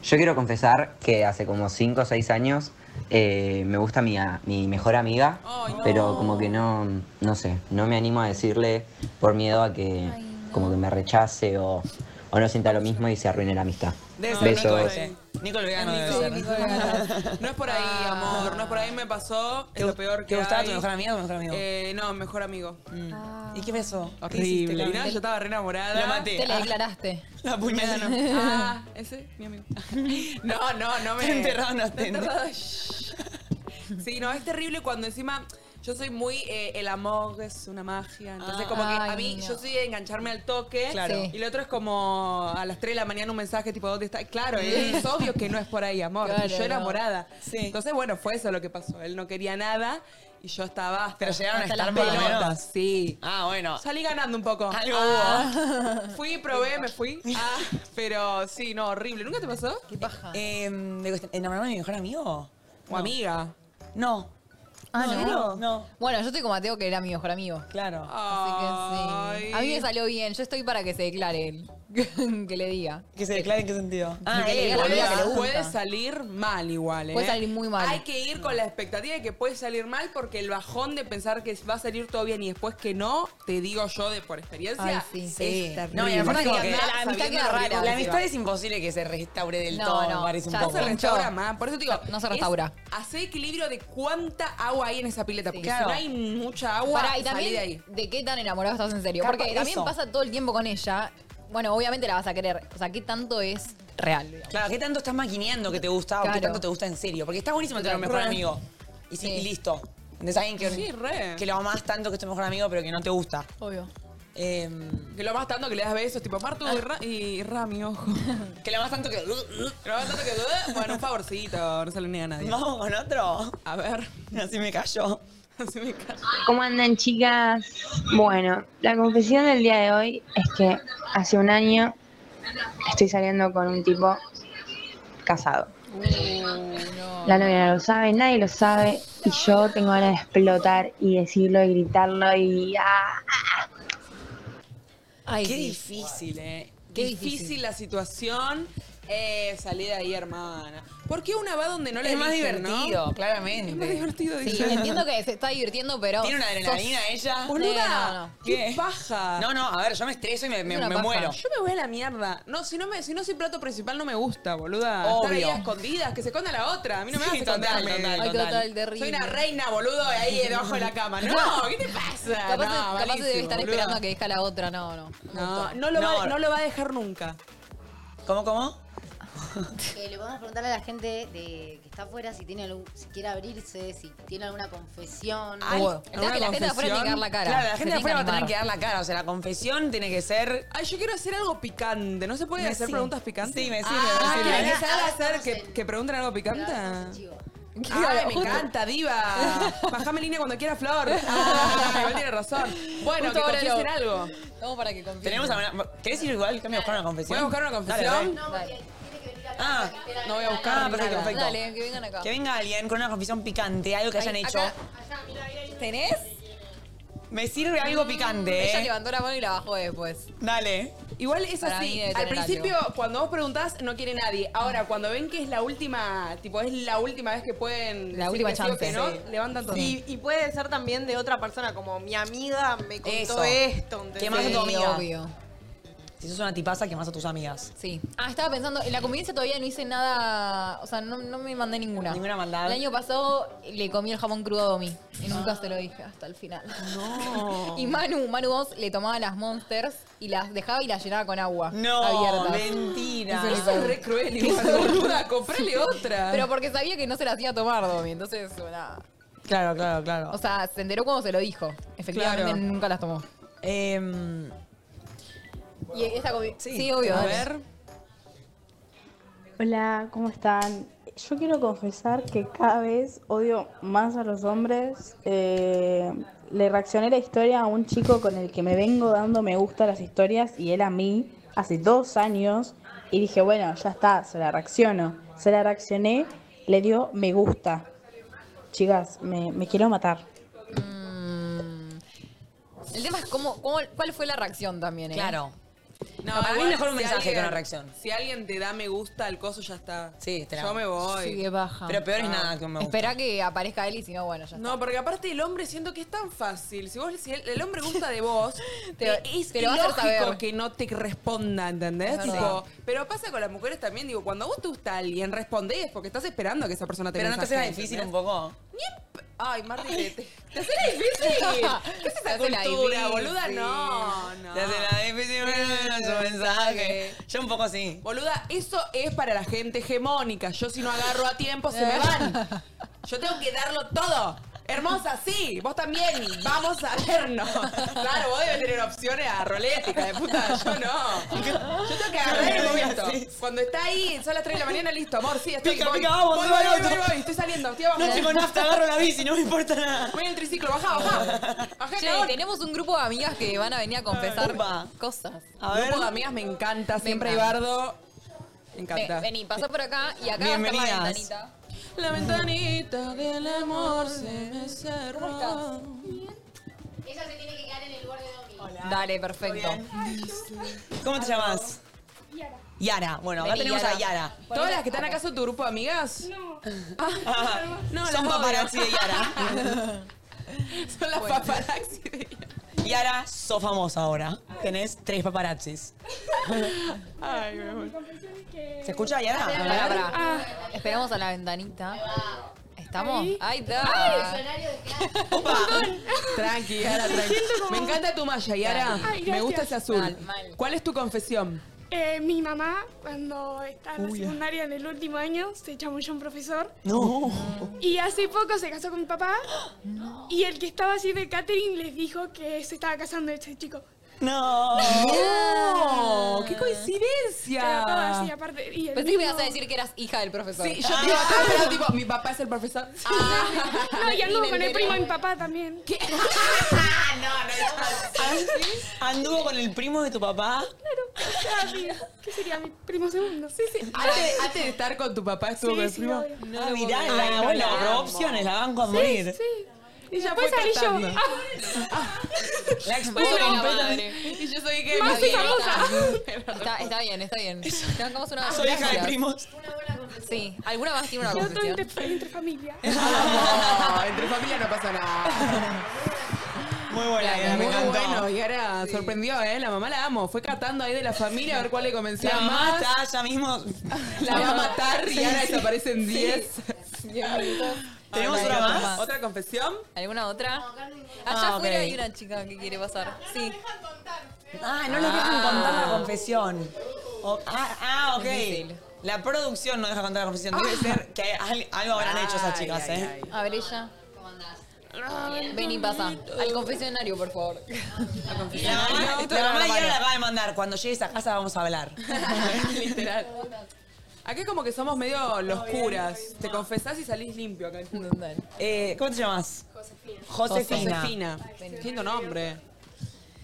Speaker 12: yo quiero confesar que hace como 5 o 6 años eh, me gusta mi, a- mi mejor amiga,
Speaker 3: Ay, no.
Speaker 12: pero como que no, no sé, no me animo a decirle por miedo a que como que me rechace o, o no sienta lo mismo y se arruine la amistad.
Speaker 4: Debe ser Nico
Speaker 12: Besos.
Speaker 4: ese. Nico el vegano debe
Speaker 2: Sí,
Speaker 4: ser.
Speaker 2: Nico, acá.
Speaker 3: No es por ahí, amor. No es por ahí, me pasó. Es
Speaker 4: Ah. ¿Te,
Speaker 3: lo peor que
Speaker 4: ¿Te gustaba
Speaker 3: hay.
Speaker 4: tu mejor amiga o tu mejor amigo? Mm.
Speaker 3: Eh, no, mejor amigo. Ah.
Speaker 4: ¿Y qué pasó? ¿Qué
Speaker 3: Horrible.
Speaker 4: hiciste,
Speaker 3: Y nada,
Speaker 4: Carmen?
Speaker 3: yo estaba re enamorada.
Speaker 4: Lo maté.
Speaker 2: Te le declaraste.
Speaker 4: La puñada <laughs> no.
Speaker 3: Ah, ese, mi
Speaker 4: <laughs>
Speaker 3: amigo. No, no, no me.
Speaker 4: Está enterrado, no está
Speaker 3: enterrado. Shh. Sí, no, es terrible cuando encima. Yo soy muy. eh, el amor es una magia. Entonces,
Speaker 4: Ah.
Speaker 3: como que a
Speaker 2: Ay,
Speaker 3: mí,
Speaker 2: no.
Speaker 3: yo soy de engancharme al toque.
Speaker 4: Claro.
Speaker 2: Sí.
Speaker 3: Y lo otro es como a las 3 de la mañana un mensaje tipo, ¿dónde está? Claro, es obvio que no es por ahí, amor.
Speaker 2: Claro,
Speaker 3: Y yo
Speaker 2: no.
Speaker 3: enamorada.
Speaker 4: Sí.
Speaker 3: Entonces, bueno, fue eso lo que pasó. Él no quería nada y yo estaba. hasta
Speaker 4: Pero llegaron a
Speaker 2: Hasta
Speaker 4: estar
Speaker 2: las
Speaker 4: por lo menos.
Speaker 3: pelotas. Sí.
Speaker 4: Ah, bueno.
Speaker 3: Salí ganando un poco. Ah.
Speaker 4: Algo
Speaker 3: Fui, probé, me fui. Ah, pero sí, no, horrible. ¿Nunca te pasó?
Speaker 2: Qué paja.
Speaker 4: hubo. Eh, me cuesta- ¿Enamorarme de mi mejor amigo?
Speaker 3: O amiga.
Speaker 4: No.
Speaker 2: Ah,
Speaker 4: no.
Speaker 2: ¿no?
Speaker 4: No.
Speaker 2: Bueno, yo estoy con Mateo, que era mi mejor amigo.
Speaker 4: Claro.
Speaker 2: Así que sí.
Speaker 3: Ay.
Speaker 2: A mí me salió bien. Yo estoy para que se declare él. <laughs> que le diga.
Speaker 4: Que se declare en qué sentido.
Speaker 2: Ah,
Speaker 3: Que le
Speaker 2: él,
Speaker 3: diga la
Speaker 2: boluda,
Speaker 3: verdad.
Speaker 2: que le gusta.
Speaker 3: Puede salir mal igual, ¿eh?
Speaker 2: Puede salir muy mal.
Speaker 3: Hay que ir con la expectativa de que puede salir mal porque el bajón de pensar que va a salir todo bien y después que no, te digo yo de por experiencia,
Speaker 4: Ay, sí.
Speaker 3: es
Speaker 4: Sí.
Speaker 3: terrible.
Speaker 4: No, y aparte
Speaker 3: Hay
Speaker 4: como
Speaker 3: andar
Speaker 4: que la amistad
Speaker 3: sabiendo
Speaker 4: queda
Speaker 3: los
Speaker 4: rara.
Speaker 3: riesgos
Speaker 4: La
Speaker 3: que
Speaker 4: amistad
Speaker 3: va.
Speaker 4: es imposible que se restaure del
Speaker 3: No,
Speaker 4: todo,
Speaker 3: no,
Speaker 4: me parece un
Speaker 3: ya
Speaker 4: poco.
Speaker 3: se restaura más. Por eso te digo,
Speaker 2: No se restaura.
Speaker 3: Hace equilibrio de cuánta agua hay en esa pileta, porque si no hay mucha agua,
Speaker 2: Pará, y
Speaker 3: salí
Speaker 2: también,
Speaker 3: de
Speaker 2: de,
Speaker 3: ahí.
Speaker 2: qué tan enamorado estás en serio?
Speaker 3: Capa,
Speaker 2: Porque también
Speaker 3: eso.
Speaker 2: pasa todo el tiempo con ella. Bueno, obviamente la vas a querer. O sea, ¿qué tanto es real? digamos?
Speaker 4: Claro, ¿qué tanto estás maquineando que te gusta o qué
Speaker 2: Claro.
Speaker 4: tanto te gusta en serio? Porque está buenísimo tener un mejor
Speaker 2: Re.
Speaker 4: amigo. Y, sí,
Speaker 2: Sí.
Speaker 4: y listo. ¿Entendés? Alguien que,
Speaker 3: Sí, re.
Speaker 4: que lo amás tanto que es tu mejor amigo, pero que no te gusta. Em,
Speaker 2: Obvio.
Speaker 3: que lo amas tanto que le das besos, tipo Martu y, Ra- y Rami, ojo.
Speaker 4: que lo amas tanto que. que
Speaker 3: lo amas tanto que. Bueno, un favorcito, no se lo niega a nadie.
Speaker 4: <laughs> Vamos con otro.
Speaker 3: A ver.
Speaker 4: Así me cayó.
Speaker 3: Así me cayó.
Speaker 13: ¿Cómo andan chicas? Bueno, la confesión del día de hoy es que hace un año estoy saliendo con un tipo casado. La novia no lo sabe, nadie lo sabe y yo tengo ganas de explotar y decirlo y gritarlo y... ¡ah!
Speaker 3: Qué difícil, ¿eh?
Speaker 2: Qué
Speaker 3: difícil,
Speaker 2: difícil.
Speaker 3: la situación. Eh, salí de ahí, hermana. ¿Por qué una va donde no le
Speaker 4: Es más
Speaker 3: eligen, no?
Speaker 4: divertido, claramente.
Speaker 3: Es más divertido,
Speaker 2: Sí,
Speaker 3: dice.
Speaker 2: entiendo que se está divirtiendo, pero.
Speaker 4: ¿Tiene una adrenalina
Speaker 2: sos-
Speaker 4: ella?
Speaker 2: Sí, no, no.
Speaker 3: ¿Qué paja?
Speaker 4: No, no, a ver, yo me estreso y me, me-
Speaker 3: Es una
Speaker 4: me
Speaker 3: paja.
Speaker 4: muero.
Speaker 3: Yo me voy a la mierda. No, si no, me, si no soy plato principal, no me gusta, boluda.
Speaker 4: Obvio.
Speaker 3: Estar ahí a escondidas, que se esconda la otra. A mí no me
Speaker 4: Sí,
Speaker 3: vas a
Speaker 4: total,
Speaker 3: esconderme.
Speaker 4: total, Ay, total. total, terrible.
Speaker 3: Soy una reina, boludo, ahí debajo de la
Speaker 2: <laughs>
Speaker 3: cama. No, ¿qué te pasa?
Speaker 2: Capaz,
Speaker 3: no,
Speaker 2: capaz
Speaker 3: malísimo,
Speaker 2: debe estar
Speaker 3: boluda.
Speaker 2: esperando a que deja la otra. No, no.
Speaker 3: No, no lo, Va, no lo va a dejar nunca.
Speaker 4: ¿Cómo, cómo?
Speaker 14: Eh, le podemos preguntarle a la gente de, que está afuera si tiene algún- si quiere abrirse, si tiene alguna confesión.
Speaker 4: Ay,
Speaker 2: que la gente de afuera
Speaker 4: confesión.
Speaker 2: tiene que dar la cara.
Speaker 4: Claro, la
Speaker 2: Se
Speaker 4: gente de
Speaker 2: tiene que
Speaker 4: afuera va a tener
Speaker 2: animar.
Speaker 4: que dar la cara. O sea, la confesión tiene que ser.
Speaker 3: Ay, yo quiero hacer algo picante. ¿No se puede
Speaker 4: Me
Speaker 3: hacer
Speaker 4: sirve.
Speaker 3: preguntas picantes?
Speaker 4: Sí, me sirve,
Speaker 3: Ah,
Speaker 4: me sirve.
Speaker 3: ¿querés
Speaker 4: Ahora-
Speaker 3: que salga a
Speaker 4: ahora
Speaker 3: hacer que, que pregunten algo picante? Ay, <laughs>
Speaker 4: Claro,
Speaker 3: me
Speaker 4: justo.
Speaker 3: encanta, diva. <laughs> Bajame línea cuando quiera, <laughs> Flor. Ah, igual tiene razón. Bueno,
Speaker 4: Justo
Speaker 3: que
Speaker 4: ahora
Speaker 3: confiesen
Speaker 4: lo-
Speaker 3: algo.
Speaker 2: Vamos para que confíe.
Speaker 4: Tenemos a ¿Querés ir igual? ¿Querés buscar una confesión?
Speaker 3: ¿Voy a buscar una confesión?
Speaker 4: Ah,
Speaker 3: no voy a buscar.
Speaker 4: Ah, perfecto, perfecto.
Speaker 2: Dale, que vengan acá.
Speaker 4: Que venga alguien con una confesión picante, algo que hayan
Speaker 2: Ahí,
Speaker 4: hecho.
Speaker 2: acá. ¿Tenés?
Speaker 4: Me sirve algo picante.
Speaker 2: Ella
Speaker 4: ¿eh?
Speaker 2: levantó la mano y la bajó después.
Speaker 4: Dale.
Speaker 3: Igual es
Speaker 2: Para
Speaker 3: así.
Speaker 2: mí debe
Speaker 3: Al
Speaker 2: tener
Speaker 3: principio,
Speaker 2: algo.
Speaker 3: cuando vos preguntás, no quiere nadie. Ahora, cuando ven que es la última, tipo, es la última vez que pueden.
Speaker 2: La
Speaker 3: decir
Speaker 2: última
Speaker 3: que sí o
Speaker 2: chance.
Speaker 3: que no,
Speaker 2: Sí.
Speaker 3: levantan todo.
Speaker 6: Y, y puede ser también de otra persona, como mi amiga me contó
Speaker 4: Eso.
Speaker 6: esto. ¿entendés?
Speaker 4: ¿Qué más de tu amiga?
Speaker 2: obvio.
Speaker 4: Si sos una tipaza, que más a tus amigas.
Speaker 2: Sí. Ah, estaba pensando, en la convivencia todavía no hice nada, o sea, no, no me mandé ninguna. Ninguna
Speaker 4: maldad.
Speaker 2: El año pasado le comí el jamón crudo a Domi y nunca se lo dije hasta el final.
Speaker 4: No.
Speaker 2: <laughs> Y Manu, Manu vos le tomaba las Monsters y las dejaba y las llenaba con agua.
Speaker 4: No,
Speaker 2: abiertas.
Speaker 4: mentira.
Speaker 2: Eso le
Speaker 4: Eso es
Speaker 2: hizo.
Speaker 4: re
Speaker 3: cruel, igual,
Speaker 4: <laughs>
Speaker 3: boluda, <laughs> comprale otra.
Speaker 2: Pero porque sabía que no se las iba a tomar Domi, entonces, nada.
Speaker 4: Claro, claro, claro.
Speaker 2: O sea, se enteró cuando se lo dijo. Efectivamente
Speaker 4: Claro.
Speaker 2: nunca las tomó.
Speaker 4: Em,
Speaker 2: Y esta comi- sí. obvio.
Speaker 4: A
Speaker 2: dale.
Speaker 4: ver.
Speaker 15: Hola, ¿cómo están? Yo quiero confesar que cada vez odio más a los hombres. Eh, le reaccioné la historia a un chico con el que me vengo dando me gusta a las historias y él a mí hace dos años y dije, bueno, ya está, se la reacciono. Se la reaccioné, le dio me gusta. Chicas, me, me quiero matar.
Speaker 2: El tema es cómo, cómo- cuál fue la reacción también, ¿eh?
Speaker 4: Claro.
Speaker 3: No,
Speaker 4: Capaz
Speaker 3: igual,
Speaker 4: es mejor un
Speaker 3: si
Speaker 4: mensaje que
Speaker 3: alguien-
Speaker 4: una reacción.
Speaker 3: Si alguien te da me gusta al coso, ya está.
Speaker 4: Sí, te la-
Speaker 3: Yo me voy.
Speaker 2: Sí, qué
Speaker 3: Ah.
Speaker 2: baja.
Speaker 4: Pero peor es nada que un me gusta.
Speaker 2: Espera que aparezca él y si no, bueno, ya está.
Speaker 3: No, porque aparte el hombre siento que es tan fácil. Si vos, si el, el hombre gusta de
Speaker 4: <laughs>
Speaker 3: vos,
Speaker 2: Te-
Speaker 3: eh, es
Speaker 2: te lo va a hacer
Speaker 3: ilógico
Speaker 2: saber.
Speaker 3: que no te responda, ¿entendés?
Speaker 2: Es
Speaker 3: Tipo,
Speaker 2: verdad.
Speaker 3: pero pasa con las mujeres también, digo, cuando vos te gusta a alguien, respondés porque estás esperando que esa persona te
Speaker 4: Pero no te
Speaker 3: mensaje,
Speaker 4: haces difícil un
Speaker 3: ¿entendés?
Speaker 4: poco.
Speaker 3: Ay, Marta, te, te, te haces la difícil.
Speaker 4: <laughs>
Speaker 3: ¿Qué es esa
Speaker 4: Te haces
Speaker 3: cultura,
Speaker 4: la difícil.
Speaker 3: boluda? No, no.
Speaker 4: Te hace la difícil
Speaker 3: Sí.
Speaker 4: su mensaje. Yo un poco sí.
Speaker 3: Boluda, eso es para la gente hegemónica. Yo si no agarro a tiempo, se
Speaker 4: Eh.
Speaker 3: me van.
Speaker 4: <laughs>
Speaker 3: Yo tengo que darlo todo. Hermosa, sí, vos también. Vamos a vernos. Claro, vos debes tener opciones a roleta, hija de puta. Yo no. Yo tengo que agarrar el momento. Cuando está ahí, son las 3 de la mañana, listo, amor, sí, estoy.
Speaker 4: Pica,
Speaker 3: voy,
Speaker 4: pica, vamos,
Speaker 3: voy,
Speaker 4: se va
Speaker 3: voy,
Speaker 4: el
Speaker 3: voy,
Speaker 4: auto.
Speaker 3: voy, voy, estoy saliendo, estoy abajo.
Speaker 4: No tengo nafta, agarro la bici, no me importa nada.
Speaker 3: Voy en el triciclo, bajá, bajá. Bajá,
Speaker 2: Che,
Speaker 3: cagón.
Speaker 2: tenemos un grupo de amigas que van a venir a confesar cosas.
Speaker 3: A ver. Grupo de amigas me encanta, siempre
Speaker 2: encanta.
Speaker 3: Ibardo. Me encanta.
Speaker 2: Ven- vení, pasá por acá y acá va a
Speaker 3: Bienvenidas.
Speaker 2: estar la ventanita.
Speaker 3: La ventanita del amor se me cerró.
Speaker 14: Ella se tiene que quedar en el borde de Domi. Hola.
Speaker 2: Dale, perfecto.
Speaker 4: ¿Cómo te llamas? Yara. Bueno, acá
Speaker 3: Vení,
Speaker 4: tenemos a
Speaker 3: Yara.
Speaker 4: Yara.
Speaker 3: ¿Todas las que están acá son tu grupo de amigas? No.
Speaker 10: <laughs>
Speaker 3: no,
Speaker 4: Son
Speaker 3: las odio.
Speaker 4: paparazzi de Yara.
Speaker 3: <laughs>
Speaker 4: <laughs>
Speaker 3: son las paparazzi de
Speaker 4: Yara, sos famosa ahora. Tenés tres paparazzis.
Speaker 3: Ay, mi amor.
Speaker 4: ¿Se escucha, Yara?
Speaker 2: Pará, pará, pará. Esperamos a la ventanita. ¿Estamos?
Speaker 3: Ah. Ahí.
Speaker 2: Ahí está.
Speaker 3: Tranqui, Yara, tranqui. Me encanta tu malla, Yara.
Speaker 10: Ay, gracias.
Speaker 3: Me gusta ese azul.
Speaker 10: Mal, mal.
Speaker 3: ¿Cuál es tu confesión?
Speaker 10: Eh, mi mamá, cuando estaba en la
Speaker 3: Uy.
Speaker 10: secundaria en el último año, se chamulló un profesor.
Speaker 3: No.
Speaker 10: Y hace poco se casó con mi papá. Y el que estaba haciendo el catering les dijo que se estaba casando ese chico.
Speaker 3: <laughs>
Speaker 4: No.
Speaker 3: No. Oh, ¡Qué coincidencia!
Speaker 10: Ah. Pero todo así, aparte. Y el
Speaker 2: Pensé que me
Speaker 10: mismo-
Speaker 2: ibas a decir que eras hija del profesor.
Speaker 3: Sí, yo te iba a pero tipo, mi papá es el profesor.
Speaker 10: <laughs> No, y anduvo
Speaker 3: Ni me
Speaker 10: con el
Speaker 3: enteré.
Speaker 10: primo de mi papá también. <laughs>
Speaker 4: ¿Anduvo con el primo de tu papá?
Speaker 10: Ah, ¿Qué sería mi primo segundo? Sí, sí.
Speaker 3: <laughs> Antes, antes de estar con tu papá estuvo
Speaker 10: Sí,
Speaker 3: con el
Speaker 10: sí,
Speaker 3: primo.
Speaker 10: obvio.
Speaker 4: Ah, mirá, la,
Speaker 3: Ay, no,
Speaker 4: bueno,
Speaker 3: la
Speaker 4: pero
Speaker 3: amo.
Speaker 4: opciones, la banco a
Speaker 10: Sí,
Speaker 4: morir.
Speaker 10: sí.
Speaker 3: Y ya
Speaker 10: Después
Speaker 3: fue
Speaker 10: salí
Speaker 3: cantando.
Speaker 10: yo.
Speaker 4: La expuso
Speaker 2: Bueno,
Speaker 4: completamente.
Speaker 3: Y yo soy que.
Speaker 2: Más
Speaker 3: me-
Speaker 2: famosa.
Speaker 3: <laughs>
Speaker 2: Está, está bien, está bien. Te bancamos una
Speaker 4: Soy hija de
Speaker 2: gracias.
Speaker 4: primos.
Speaker 2: Sí, alguna más tiene una
Speaker 10: Yo estoy
Speaker 2: confesión.
Speaker 10: entre, entre familia.
Speaker 3: No, <laughs> entre familia no pasa nada.
Speaker 4: Muy buena, Yara, me
Speaker 3: Muy
Speaker 4: encantó.
Speaker 3: bueno, y ahora sorprendió, ¿eh? La mamá la amo. Fue catando ahí de la familia a ver cuál le convencía
Speaker 4: La mamá
Speaker 3: más.
Speaker 4: está ah, ya mismo.
Speaker 3: La va a matar y ahora desaparecen 10.
Speaker 4: ¿Tenemos
Speaker 3: Ay, <laughs>
Speaker 4: otra
Speaker 3: otra
Speaker 4: más?
Speaker 3: más. ¿Otra confesión? <laughs>
Speaker 2: ¿Alguna otra? Allá
Speaker 4: Ah,
Speaker 2: afuera
Speaker 4: ok.
Speaker 2: hay una chica que quiere pasar. Sí.
Speaker 4: Ah, no nos dejan contar la confesión. O- ah, ah, ok. La producción no deja contar la confesión. Debe ser que al- algo habrán hecho esas chicas, ¿eh?
Speaker 2: A ver ella. Ven y pasa. Al confesionario, por favor.
Speaker 4: La mamá,
Speaker 3: Esto
Speaker 4: la
Speaker 3: era
Speaker 4: mamá
Speaker 3: barbarie.
Speaker 4: de Yara la acaba de mandar. Cuando llegues a casa vamos a hablar.
Speaker 3: Literal. Acá como que somos medio los curas. Te confesás y salís limpio acá.
Speaker 4: Eh, ¿Cómo te llamas? Josefina.
Speaker 3: Josefina. Josefina. Lindo nombre.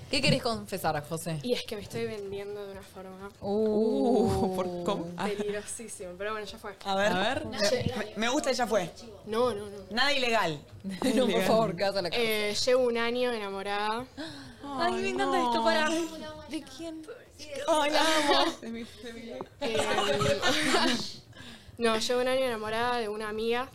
Speaker 2: ¿Qué querés confesar,
Speaker 10: <laughs>
Speaker 2: José?
Speaker 10: Y es que me estoy vendiendo de una forma
Speaker 3: Uh, ¿por- cómo? Ah.
Speaker 10: peligrosísima. Pero bueno, ya fue.
Speaker 4: A ver.
Speaker 3: A ver.
Speaker 4: Me- Me gusta, ya fue.
Speaker 10: No, no, no.
Speaker 4: Nada ilegal.
Speaker 2: No, por favor, que vas a la casa.
Speaker 10: Eh, llevo un año enamorada.
Speaker 2: Ay, me encanta esto para. ¿De quién?
Speaker 4: Ay, la amo.
Speaker 10: Eh, <laughs> No, llevo un año enamorada de una amiga.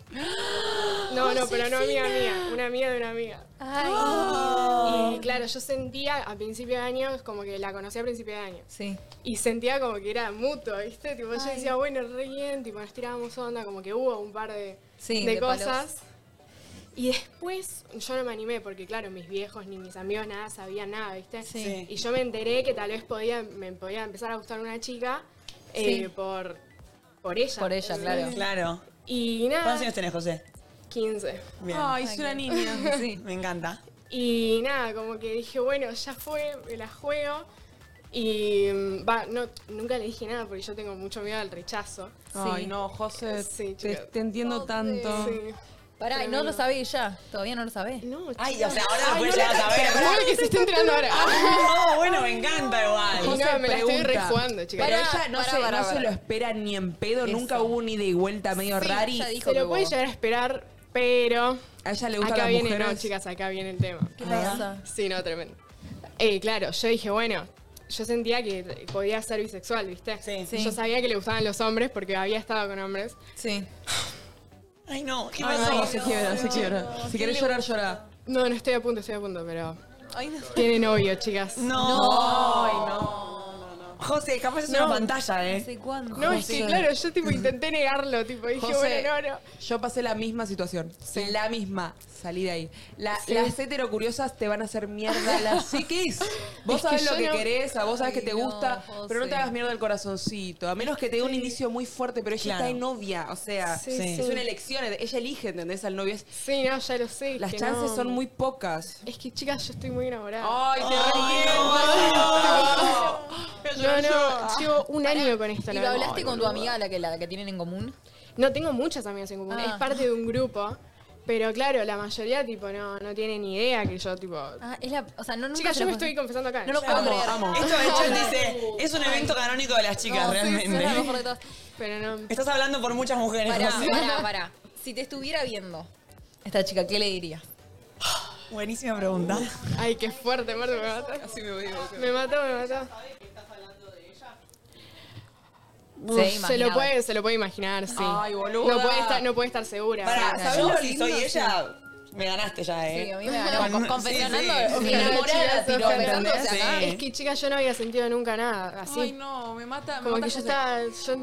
Speaker 10: No, no, pero no amiga mía. Una amiga de una amiga.
Speaker 2: Ay. Ah.
Speaker 10: Y claro, yo sentía a principio de año, como que la conocí a principio de año.
Speaker 2: Sí.
Speaker 10: Y sentía como que era mutuo, ¿viste? Tipo, yo decía, bueno, re bien, tipo, nos tirábamos onda, como que hubo un par de,
Speaker 2: Sí,
Speaker 10: de
Speaker 2: de palos.
Speaker 10: cosas. Y después yo no me animé, porque claro, mis viejos ni mis amigos nada sabían nada, ¿viste?
Speaker 2: Sí.
Speaker 10: Y yo me enteré que tal vez podía, me podía empezar a gustar una chica eh,
Speaker 2: Sí.
Speaker 10: por, por ella.
Speaker 2: Por ella, claro.
Speaker 4: Claro.
Speaker 10: Y
Speaker 4: ¿Cuántos años
Speaker 10: nada,
Speaker 4: tenés, José?
Speaker 10: 15.
Speaker 4: Bien.
Speaker 3: Ay, es una niña.
Speaker 4: Sí, me encanta.
Speaker 10: Y nada, como que dije, bueno, ya fue, me la juego. Y mm, va, no, nunca le dije nada porque yo tengo mucho miedo al rechazo.
Speaker 3: Ay, no, José,
Speaker 10: Sí,
Speaker 3: te,
Speaker 10: chicas.
Speaker 3: te entiendo
Speaker 2: Ah.
Speaker 3: tanto.
Speaker 10: Sí.
Speaker 2: Pará, ¿y no lo sabe ella? ¿Todavía no lo sabe?
Speaker 10: No,
Speaker 4: Ay, o sea, ahora
Speaker 10: Ay,
Speaker 4: después
Speaker 10: no
Speaker 4: ya vas
Speaker 10: la-
Speaker 4: a ver.
Speaker 10: te juro que se está enterando ahora. Ah,
Speaker 4: No, bueno, me encanta igual.
Speaker 10: No, me la estoy
Speaker 3: pregunta.
Speaker 10: rejugando, chicas.
Speaker 3: Pero
Speaker 2: Pará,
Speaker 3: ella no,
Speaker 2: pará,
Speaker 3: se,
Speaker 2: pará,
Speaker 3: no se
Speaker 2: pará.
Speaker 3: lo espera ni en pedo.
Speaker 2: Eso.
Speaker 3: Nunca hubo un ida y vuelta medio
Speaker 2: Sí,
Speaker 3: rari.
Speaker 2: ella dijo
Speaker 10: Se lo
Speaker 2: que
Speaker 10: puede
Speaker 2: hubo.
Speaker 10: llegar a esperar, pero
Speaker 3: A ella le gustan
Speaker 10: acá
Speaker 3: las
Speaker 10: viene,
Speaker 3: mujeres.
Speaker 10: no, chicas, acá viene el tema.
Speaker 2: ¿Qué pasa?
Speaker 10: Sí, no, tremendo. Eh, claro, yo dije, bueno, yo sentía que podía ser bisexual, ¿viste?
Speaker 4: Sí.
Speaker 2: Sí.
Speaker 10: Yo sabía que le gustaban los hombres porque había estado con hombres.
Speaker 2: Sí.
Speaker 4: Ay, no, ¿qué
Speaker 3: Ay,
Speaker 4: pasó?
Speaker 3: no, se quiebra, se quiebra. Si querés llorar, llora.
Speaker 10: No, no estoy a punto, estoy a punto, pero
Speaker 2: Ay, no.
Speaker 10: tiene novio, chicas.
Speaker 4: No. Ay, no. José, capaz es una
Speaker 10: No.
Speaker 4: pantalla, ¿eh?
Speaker 2: ¿Hace cuándo?
Speaker 10: No, es que claro, yo tipo intenté negarlo, tipo, dije,
Speaker 3: José,
Speaker 10: bueno, no, no.
Speaker 3: Yo pasé la misma situación. La misma. Salí de ahí. La-
Speaker 10: Sí.
Speaker 3: Las heterocuriosas te van a hacer mierda.
Speaker 10: <laughs>
Speaker 3: Las psiquis. Vos
Speaker 10: Es que
Speaker 3: sabés
Speaker 10: yo
Speaker 3: lo que
Speaker 10: no-
Speaker 3: querés, a vos sabés que
Speaker 2: Ay,
Speaker 3: te
Speaker 2: no,
Speaker 3: gusta, pero no
Speaker 2: José.
Speaker 3: te hagas mierda el corazoncito. A menos que te dé un indicio muy fuerte, pero ella
Speaker 4: Claro.
Speaker 3: está de novia. O sea,
Speaker 10: Sí,
Speaker 3: es
Speaker 10: sí.
Speaker 3: una elección. Ella elige, ¿entendés? Al novio. Es-
Speaker 10: Sí, no, ya lo sé. es
Speaker 3: Las
Speaker 10: que
Speaker 3: chances
Speaker 10: no.
Speaker 3: son muy pocas.
Speaker 10: Es que, chicas, yo estoy muy enamorada.
Speaker 3: ¡Ay, te
Speaker 10: <laughs> no,
Speaker 3: requiero!
Speaker 10: no, llevo un año con esto.
Speaker 2: ¿Y
Speaker 10: la
Speaker 2: lo
Speaker 10: verdad.
Speaker 2: hablaste con tu amiga, la que, la que tienen en común?
Speaker 10: No, tengo muchas amigas en común.
Speaker 2: Ah.
Speaker 10: Es parte de un grupo. Pero claro, la mayoría, tipo, no, no tiene ni idea que yo, tipo...
Speaker 2: Ah, es la. O sea, no, nunca
Speaker 10: Chicas,
Speaker 2: se
Speaker 10: yo
Speaker 2: lo
Speaker 10: me
Speaker 2: conté.
Speaker 10: estoy confesando acá.
Speaker 2: No lo puedo
Speaker 4: Amo,
Speaker 16: ¿eh?
Speaker 2: creer.
Speaker 4: amo. Esto <laughs> de chat dice, es un evento canónico de las chicas,
Speaker 2: No, sí,
Speaker 4: realmente.
Speaker 2: suena lo mejor de todas.
Speaker 10: Pero no...
Speaker 4: Estás hablando por muchas mujeres,
Speaker 2: Pará,
Speaker 4: José.
Speaker 2: pará, pará. Si te estuviera viendo esta chica, ¿qué le dirías?
Speaker 4: Buenísima pregunta.
Speaker 16: Ay, qué fuerte, Marta, me mató. Así me voy Me mató, me mató. Uf,
Speaker 6: Se
Speaker 16: Se,
Speaker 6: imaginaba.
Speaker 16: lo puede, se lo puede imaginar, sí.
Speaker 4: Ay, boluda.
Speaker 16: No puede estar, no puede estar segura.
Speaker 4: Para,
Speaker 16: Sí.
Speaker 4: ¿sabes lo si soy ella? Me ganaste ya, ¿eh?
Speaker 16: Sí, a mí
Speaker 2: <laughs>
Speaker 16: me ganó.
Speaker 4: Con-
Speaker 16: Confesionando,
Speaker 4: sí, sí.
Speaker 16: me enamoré de la tiró, ¿me entendés?
Speaker 4: Sí.
Speaker 16: Es que, chicas, yo no había sentido nunca nada así.
Speaker 3: Ay, no, me mata. me
Speaker 16: Como
Speaker 3: mata
Speaker 16: que yo
Speaker 3: José.
Speaker 16: estaba.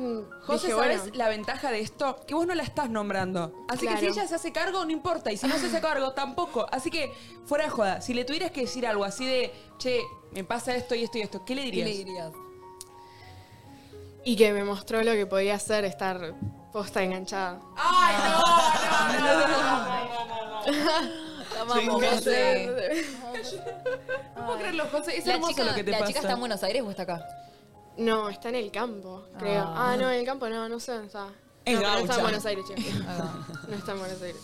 Speaker 3: José,
Speaker 16: dije,
Speaker 3: ¿sabes
Speaker 16: bueno.
Speaker 3: la ventaja de esto? Que vos no la estás nombrando. Así
Speaker 16: Claro.
Speaker 3: que si ella se hace cargo, no importa. Y si no se hace cargo, tampoco. Así que, fuera de joda, si le tuvieras que decir algo así de, che, me pasa esto y esto y esto, ¿qué le dirías?
Speaker 16: le
Speaker 2: <laughs>
Speaker 16: Y que me mostró lo que podía hacer estar posta enganchada. ¡Ay,
Speaker 2: Ah,
Speaker 3: no,
Speaker 2: amamos, José.
Speaker 3: No puedo creerlo, José. Es
Speaker 2: la
Speaker 3: hermoso
Speaker 2: chica,
Speaker 3: lo que te
Speaker 2: ¿La
Speaker 3: pasa.
Speaker 2: chica está en Buenos Aires o está acá?
Speaker 16: No, está en el campo, creo.
Speaker 2: Ah.
Speaker 16: Ah, no, en el campo no, no sé dónde está.
Speaker 2: En
Speaker 16: no, pero no está
Speaker 2: Gaucha.
Speaker 16: en Buenos Aires, chicos.
Speaker 4: <laughs> Ah.
Speaker 16: No está en Buenos Aires.